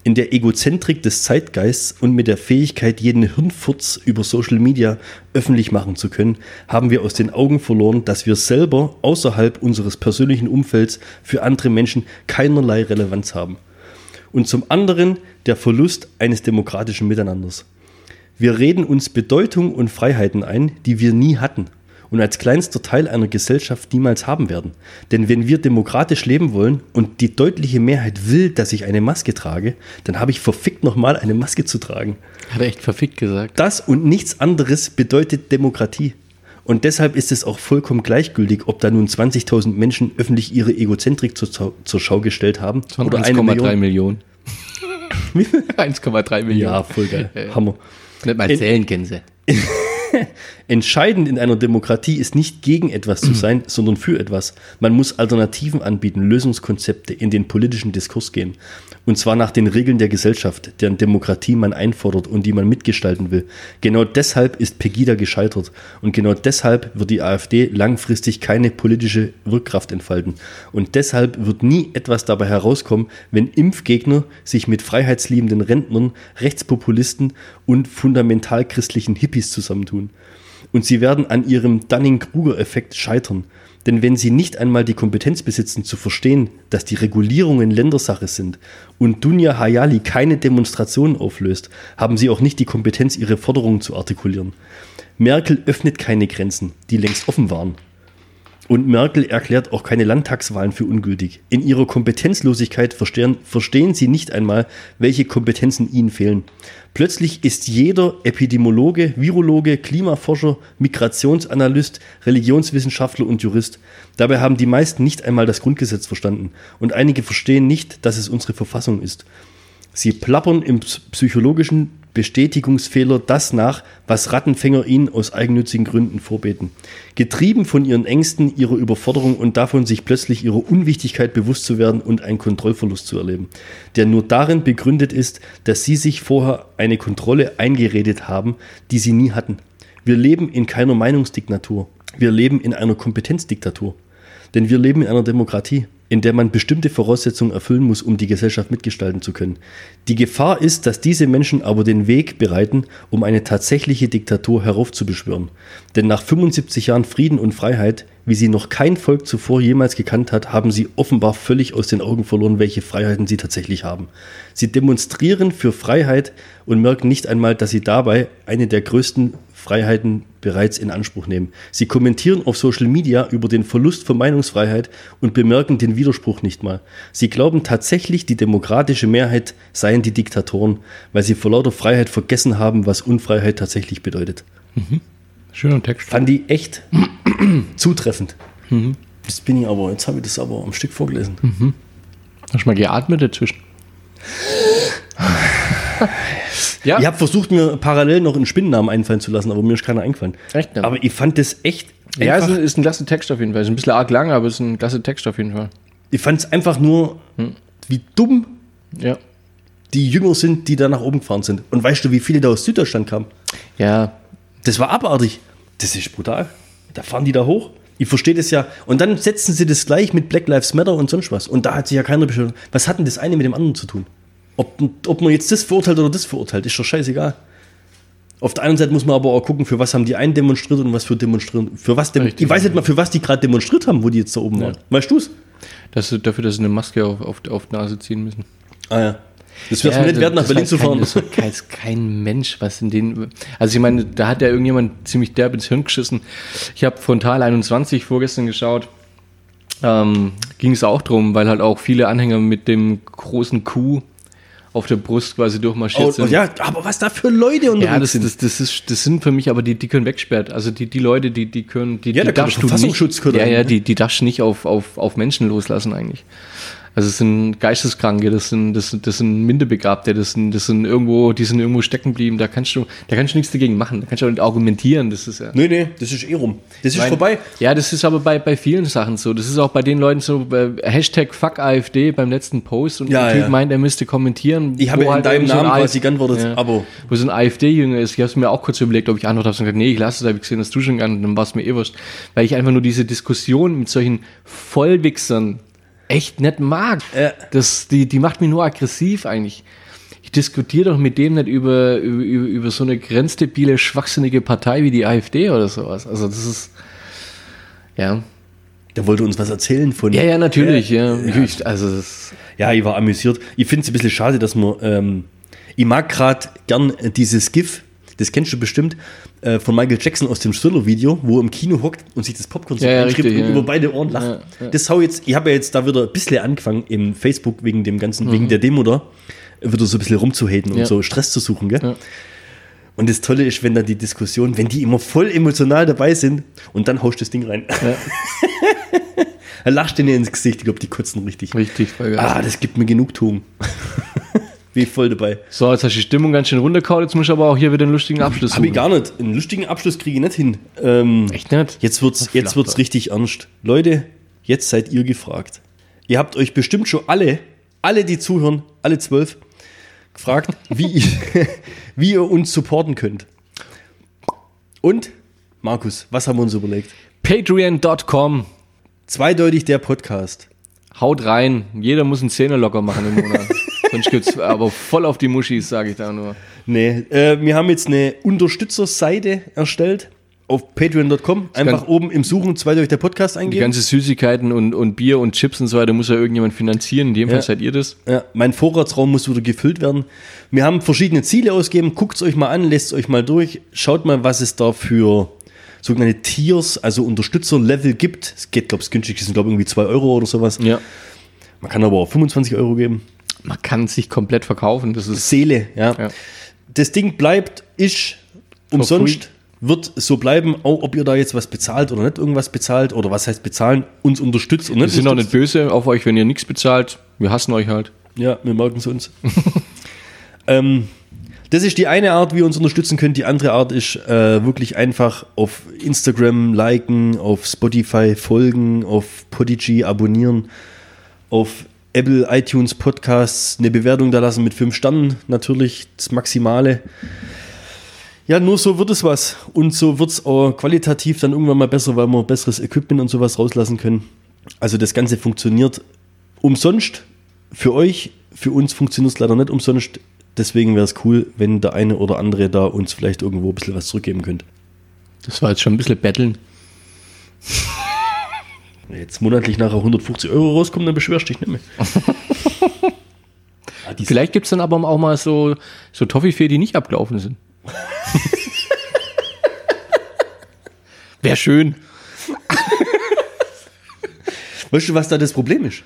[SPEAKER 3] In der Egozentrik des Zeitgeists und mit der Fähigkeit, jeden Hirnfurz über Social Media öffentlich machen zu können, haben wir aus den Augen verloren, dass wir selber außerhalb unseres persönlichen Umfelds für andere Menschen keinerlei Relevanz haben. Und zum anderen der Verlust eines demokratischen Miteinanders. Wir reden uns Bedeutung und Freiheiten ein, die wir nie hatten und als kleinster Teil einer Gesellschaft niemals haben werden. Denn wenn wir demokratisch leben wollen und die deutliche Mehrheit will, dass ich eine Maske trage, dann habe ich verfickt nochmal eine Maske zu tragen.
[SPEAKER 1] Hat er echt verfickt gesagt.
[SPEAKER 3] Das und nichts anderes bedeutet Demokratie. Und deshalb ist es auch vollkommen gleichgültig, ob da nun 20.000 Menschen öffentlich ihre Egozentrik zur, Zau- zur Schau gestellt haben oder eine Million.
[SPEAKER 1] Millionen. *laughs* 1,3 Millionen. Äh,
[SPEAKER 3] Ja, voll geil. Hammer.
[SPEAKER 1] Nicht mal zählen können sie.
[SPEAKER 3] Entscheidend in einer Demokratie ist nicht gegen etwas zu sein, sondern für etwas. Man muss Alternativen anbieten, Lösungskonzepte in den politischen Diskurs gehen. Und zwar nach den Regeln der Gesellschaft, deren Demokratie man einfordert und die man mitgestalten will. Genau deshalb ist Pegida gescheitert. Und genau deshalb wird die AfD langfristig keine politische Wirkkraft entfalten. Und deshalb wird nie etwas dabei herauskommen, wenn Impfgegner sich mit freiheitsliebenden Rentnern, Rechtspopulisten und fundamental christlichen Hippies zusammentun. Und sie werden an ihrem Dunning-Kruger-Effekt scheitern. Denn wenn sie nicht einmal die Kompetenz besitzen, zu verstehen, dass die Regulierungen Ländersache sind und Dunja Hayali keine Demonstrationen auflöst, haben sie auch nicht die Kompetenz, ihre Forderungen zu artikulieren. Merkel öffnet keine Grenzen, die längst offen waren. Und Merkel erklärt auch keine Landtagswahlen für ungültig. In ihrer Kompetenzlosigkeit verstehen, verstehen sie nicht einmal, welche Kompetenzen ihnen fehlen. Plötzlich ist jeder Epidemiologe, Virologe, Klimaforscher, Migrationsanalyst, Religionswissenschaftler und Jurist. Dabei haben die meisten nicht einmal das Grundgesetz verstanden. Und einige verstehen nicht, dass es unsere Verfassung ist. Sie plappern im ps- psychologischen Bestätigungsfehler das nach, was Rattenfänger ihnen aus eigennützigen Gründen vorbeten. Getrieben von ihren Ängsten, ihrer Überforderung und davon, sich plötzlich ihrer Unwichtigkeit bewusst zu werden und einen Kontrollverlust zu erleben, der nur darin begründet ist, dass sie sich vorher eine Kontrolle eingeredet haben, die sie nie hatten. Wir leben in keiner Meinungsdiktatur. Wir leben in einer Kompetenzdiktatur. Denn wir leben in einer Demokratie, in der man bestimmte Voraussetzungen erfüllen muss, um die Gesellschaft mitgestalten zu können. Die Gefahr ist, dass diese Menschen aber den Weg bereiten, um eine tatsächliche Diktatur heraufzubeschwören. Denn nach 75 Jahren Frieden und Freiheit, wie sie noch kein Volk zuvor jemals gekannt hat, haben sie offenbar völlig aus den Augen verloren, welche Freiheiten sie tatsächlich haben. Sie demonstrieren für Freiheit und merken nicht einmal, dass sie dabei eine der größten Freiheiten bereits in Anspruch nehmen. Sie kommentieren auf Social Media über den Verlust von Meinungsfreiheit und bemerken den Widerspruch nicht mal. Sie glauben tatsächlich, die demokratische Mehrheit seien die Diktatoren, weil sie vor lauter Freiheit vergessen haben, was Unfreiheit tatsächlich bedeutet.
[SPEAKER 1] Schöner Text.
[SPEAKER 3] Fand die echt *clears throat* zutreffend.
[SPEAKER 1] Mhm.
[SPEAKER 3] Jetzt bin ich aber, jetzt habe ich das aber am Stück vorgelesen.
[SPEAKER 1] Hast du mal geatmet dazwischen? ja.
[SPEAKER 3] Ich habe versucht, mir parallel noch einen Spinnennamen einfallen zu lassen, aber mir ist keiner eingefallen.
[SPEAKER 1] Echt, ne?
[SPEAKER 3] Aber ich fand das echt.
[SPEAKER 1] ja ist,
[SPEAKER 3] einfach-
[SPEAKER 1] ein, ist ein klasse Text auf jeden Fall. Ist ein bisschen arg lang, aber ist ein klasse Text auf jeden Fall.
[SPEAKER 3] Ich fand es einfach nur, wie dumm
[SPEAKER 1] Ja.
[SPEAKER 3] die jünger sind, die da nach oben gefahren sind. Und weißt du, wie viele da aus Süddeutschland kamen?
[SPEAKER 1] Ja.
[SPEAKER 3] Das war abartig. Das ist brutal. Da fahren die da hoch. Ich verstehe das ja. Und dann setzen sie das gleich mit Black Lives Matter und sonst was. Und da hat sich ja keiner beschwert. Was hat denn das eine mit dem anderen zu tun? Ob, ob man jetzt das verurteilt oder das verurteilt, ist doch scheißegal. Auf der einen Seite muss man aber auch gucken, für was haben die einen demonstriert und was für demonstrieren. Für was dem,
[SPEAKER 1] Richtig.
[SPEAKER 3] ich weiß nicht mal, für was die gerade demonstriert haben, wo die jetzt da oben waren. Weißt du es?
[SPEAKER 1] Das, dafür, dass sie eine Maske auf, auf, auf die Nase ziehen müssen.
[SPEAKER 3] Ah ja. Das wird mir nicht wert, nach
[SPEAKER 1] das
[SPEAKER 3] Berlin
[SPEAKER 1] weiß
[SPEAKER 3] zu
[SPEAKER 1] kein,
[SPEAKER 3] fahren.
[SPEAKER 1] Das weiß kein Mensch, was in den. Also ich meine, da hat ja irgendjemand ziemlich derb ins Hirn geschissen. Ich habe Frontal 21 vorgestern geschaut. Ähm, Ging es auch drum, weil halt auch viele Anhänger mit dem großen Kuh auf der Brust quasi durchmarschiert
[SPEAKER 3] Oh, oh,
[SPEAKER 1] sind.
[SPEAKER 3] ja, *laughs* aber was da für Leute unterwegs
[SPEAKER 1] Ja, das,
[SPEAKER 3] sind.
[SPEAKER 1] das, das, ist, das sind für mich aber die, die können weggesperrt. Also die, die Leute, die, die können, die,
[SPEAKER 3] Ja,
[SPEAKER 1] die
[SPEAKER 3] da kann der Verfassungsschutz
[SPEAKER 1] nicht,
[SPEAKER 3] gehört
[SPEAKER 1] ja,
[SPEAKER 3] rein,
[SPEAKER 1] ja,
[SPEAKER 3] ne?
[SPEAKER 1] die, die darfst du nicht auf, auf, auf Menschen loslassen eigentlich. Also es sind Geisteskranke, das sind, das, sind- das sind Mindebegabte, das sind, das sind irgendwo, die sind irgendwo stecken geblieben, da kannst du, da kannst du nichts dagegen machen, da kannst du auch nicht argumentieren, das ist ja.
[SPEAKER 3] Nee, nee, das ist eh rum. Das ist
[SPEAKER 1] Nein.
[SPEAKER 3] vorbei.
[SPEAKER 1] Ja, das ist aber bei, bei vielen Sachen so. Das ist auch bei den Leuten so, äh, Hashtag fuck AfD beim letzten Post und
[SPEAKER 3] Ja,
[SPEAKER 1] der Typ
[SPEAKER 3] ja.
[SPEAKER 1] meint, er müsste kommentieren.
[SPEAKER 3] Ich habe
[SPEAKER 1] wo halt
[SPEAKER 3] in deinem
[SPEAKER 1] irgend so ein
[SPEAKER 3] Namen
[SPEAKER 1] AfD
[SPEAKER 3] quasi geantwortet, Abo.
[SPEAKER 1] Wo so ein AfD-Jünger ist. Ich habe es mir auch kurz überlegt, ob ich antworte habe und gesagt, nee, ich lasse es, habe ich gesehen, dass du schon geantwortet hast, dann war es mir eh wurscht. Weil ich einfach nur diese Diskussion mit solchen Vollwichsern echt nicht mag.
[SPEAKER 3] Ja.
[SPEAKER 1] Das, die, die macht mich nur aggressiv eigentlich. Ich diskutiere doch mit dem nicht über, über, über, über so eine grenzdebile, schwachsinnige Partei wie die AfD oder sowas. Also das ist, ja.
[SPEAKER 3] Der wollte uns was erzählen von.
[SPEAKER 1] Ja, ja, natürlich, ja. Ich, also das,
[SPEAKER 3] Ja, ich war amüsiert. Ich finde es ein bisschen schade, dass man. Ähm, ich mag gerade gern äh, dieses GIF, das kennst du bestimmt, äh, von Michael Jackson aus dem Thriller-Video, wo er im Kino hockt und sich das Popcorn so
[SPEAKER 1] Ja, ja,
[SPEAKER 3] einschiebt
[SPEAKER 1] richtig,
[SPEAKER 3] und
[SPEAKER 1] ja.
[SPEAKER 3] über beide Ohren lacht.
[SPEAKER 1] Ja, ja.
[SPEAKER 3] Das hau jetzt, ich habe ja jetzt da wieder ein bisschen angefangen im Facebook wegen dem ganzen, wegen der Demo da, äh, wieder so ein bisschen rumzuhaten und
[SPEAKER 1] Mhm. Ja.
[SPEAKER 3] so Stress zu suchen, gell?
[SPEAKER 1] Ja.
[SPEAKER 3] Und das Tolle ist, wenn dann die Diskussion, wenn die immer voll emotional dabei sind und dann haust du das Ding rein. *laughs* Dann lachst du denen ins Gesicht, ich glaube, die kotzen richtig.
[SPEAKER 1] Richtig, voll geil.
[SPEAKER 3] Ah, das gibt
[SPEAKER 1] *laughs*
[SPEAKER 3] mir Genugtuung. Bin ich voll dabei.
[SPEAKER 1] So, jetzt hast du die Stimmung ganz schön runtergehauen, jetzt muss ich aber auch hier wieder einen lustigen Abschluss
[SPEAKER 3] Hab ich gar nicht. Einen lustigen Abschluss kriege ich nicht hin. Ähm,
[SPEAKER 1] Echt nicht?
[SPEAKER 3] Jetzt wird's, jetzt wird's richtig ernst. Leute, jetzt seid ihr gefragt. Ihr habt euch bestimmt schon alle, alle die zuhören, alle zwölf, gefragt, wie, ihr- *laughs* wie ihr uns supporten könnt. Und, Markus, was haben wir uns überlegt?
[SPEAKER 1] Patreon.com.
[SPEAKER 3] Zweideutig der Podcast.
[SPEAKER 1] Haut rein. Jeder muss einen Zähne locker machen im *laughs* Monat. Sonst gibt's aber voll auf die Muschis, sage ich da nur.
[SPEAKER 3] Nee, äh, wir haben jetzt eine Unterstützerseite erstellt auf patreon.com. Einfach
[SPEAKER 1] kann-
[SPEAKER 3] oben im Suchen zweideutig der Podcast
[SPEAKER 1] Die
[SPEAKER 3] eingeben.
[SPEAKER 1] ganze Süßigkeiten und, und Bier und Chips und so weiter muss ja irgendjemand finanzieren. In dem Fall
[SPEAKER 3] Ja.
[SPEAKER 1] seid ihr das.
[SPEAKER 3] Ja, mein Vorratsraum muss wieder gefüllt werden. Wir haben verschiedene Ziele ausgegeben. Guckt es euch mal an, lest es euch mal durch. Schaut mal, was es da für sogenannte Tiers, also Unterstützerlevel gibt. Es geht, glaube ich, das günstigste sind, glaube irgendwie 2 Euro oder sowas.
[SPEAKER 1] Ja.
[SPEAKER 3] Man kann aber auch 25 Euro geben.
[SPEAKER 1] Man kann sich komplett verkaufen. Das ist
[SPEAKER 3] Seele, ja.
[SPEAKER 1] Ja.
[SPEAKER 3] Das Ding bleibt, ist umsonst, wird so bleiben, auch ob ihr da jetzt was bezahlt oder nicht irgendwas bezahlt oder was heißt bezahlen, uns unterstützt und
[SPEAKER 1] Wir sind auch nicht
[SPEAKER 3] unterstützt.
[SPEAKER 1] böse auf euch, wenn ihr nichts bezahlt. Wir hassen euch halt.
[SPEAKER 3] Ja, wir merken es uns. *laughs* ähm, das ist die eine Art, wie ihr uns unterstützen könnt. Die andere Art ist äh, wirklich einfach auf Instagram liken, auf Spotify folgen, auf Podigy abonnieren, auf Apple iTunes Podcasts eine Bewertung da lassen mit fünf Sternen. Natürlich das Maximale. Ja, nur so wird es was. Und so wird es auch qualitativ dann irgendwann mal besser, weil wir besseres Equipment und sowas rauslassen können. Also das Ganze funktioniert umsonst für euch. Für uns funktioniert es leider nicht umsonst. Deswegen wäre es cool, wenn der eine oder andere da uns vielleicht irgendwo ein bisschen was zurückgeben könnte.
[SPEAKER 1] Das war jetzt schon ein bisschen betteln.
[SPEAKER 3] Wenn jetzt monatlich nachher 150 Euro rauskommen, dann beschwerst du dich nicht mehr.
[SPEAKER 1] *laughs*
[SPEAKER 3] Ah, die-
[SPEAKER 1] Vielleicht gibt's dann aber auch mal so, so Toffifee, die nicht abgelaufen *laughs* sind. Wär schön.
[SPEAKER 3] Weißt du, was da das Problem ist?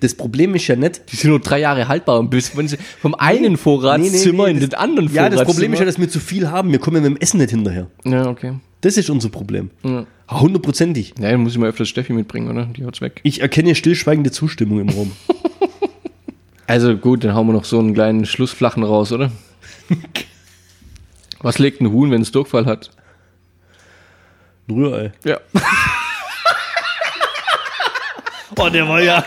[SPEAKER 3] Das Problem ist ja nicht,
[SPEAKER 1] Hm? Die sind nur drei Jahre haltbar. Und bis, wenn sie vom einen Vorratszimmer
[SPEAKER 3] Nee, nee, nee,
[SPEAKER 1] in den anderen
[SPEAKER 3] Ja,
[SPEAKER 1] Vorratszimmer.
[SPEAKER 3] das Problem ist ja, dass wir zu viel haben. Wir kommen ja mit dem Essen nicht hinterher.
[SPEAKER 1] Ja, okay.
[SPEAKER 3] Das ist unser Problem. Hundertprozentig.
[SPEAKER 1] Ja, dann muss ich mal öfters Steffi mitbringen, oder? Die haut's weg.
[SPEAKER 3] Ich erkenne stillschweigende Zustimmung
[SPEAKER 1] *laughs*
[SPEAKER 3] im Raum.
[SPEAKER 1] Also gut, dann hauen wir noch so einen kleinen Schlussflachen raus, oder? *laughs* Was legt ein Huhn, wenn es Durchfall hat?
[SPEAKER 3] Ein Rührei.
[SPEAKER 1] Ja.
[SPEAKER 3] Oh, *laughs* der war ja.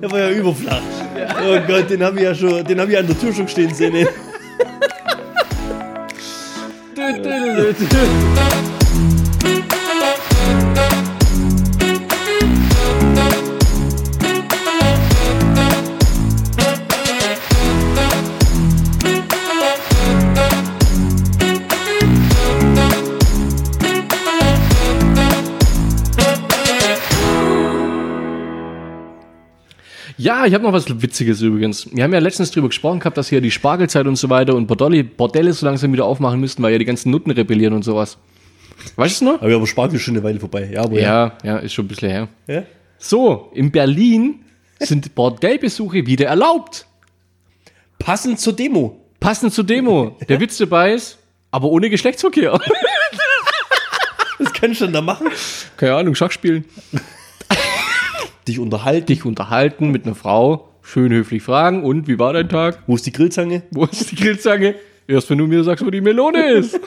[SPEAKER 3] Der war ja überflach.
[SPEAKER 1] ja,
[SPEAKER 3] Oh Gott, den habe ich ja schon, den habe ich an der Tür schon stehen sehen. ey.
[SPEAKER 1] *laughs* Ja, ich habe noch was Witziges übrigens. Wir haben ja letztens drüber gesprochen gehabt, dass hier die Spargelzeit und so weiter und Bordelli, Bordelle so langsam wieder aufmachen müssten, weil ja die ganzen Nutten rebellieren und sowas. Weißt du es noch?
[SPEAKER 3] Aber ja, aber Spargel ist schon eine Weile vorbei. Ja, aber
[SPEAKER 1] Ja, ja, ist schon ein bisschen her.
[SPEAKER 3] ja.
[SPEAKER 1] So, in Berlin sind Bordellbesuche wieder erlaubt.
[SPEAKER 3] Passend zur Demo.
[SPEAKER 1] Passend zur Demo. Der Witz dabei ist, aber ohne Geschlechtsverkehr.
[SPEAKER 3] Was kannst du denn da machen?
[SPEAKER 1] *laughs* Keine Ahnung, Schach spielen.
[SPEAKER 3] Dich unterhalten.
[SPEAKER 1] Dich unterhalten mit einer Frau, schön höflich fragen und wie war dein Tag?
[SPEAKER 3] Wo ist die Grillzange?
[SPEAKER 1] Wo ist die Grillzange? Erst wenn du mir sagst, wo die Melone ist.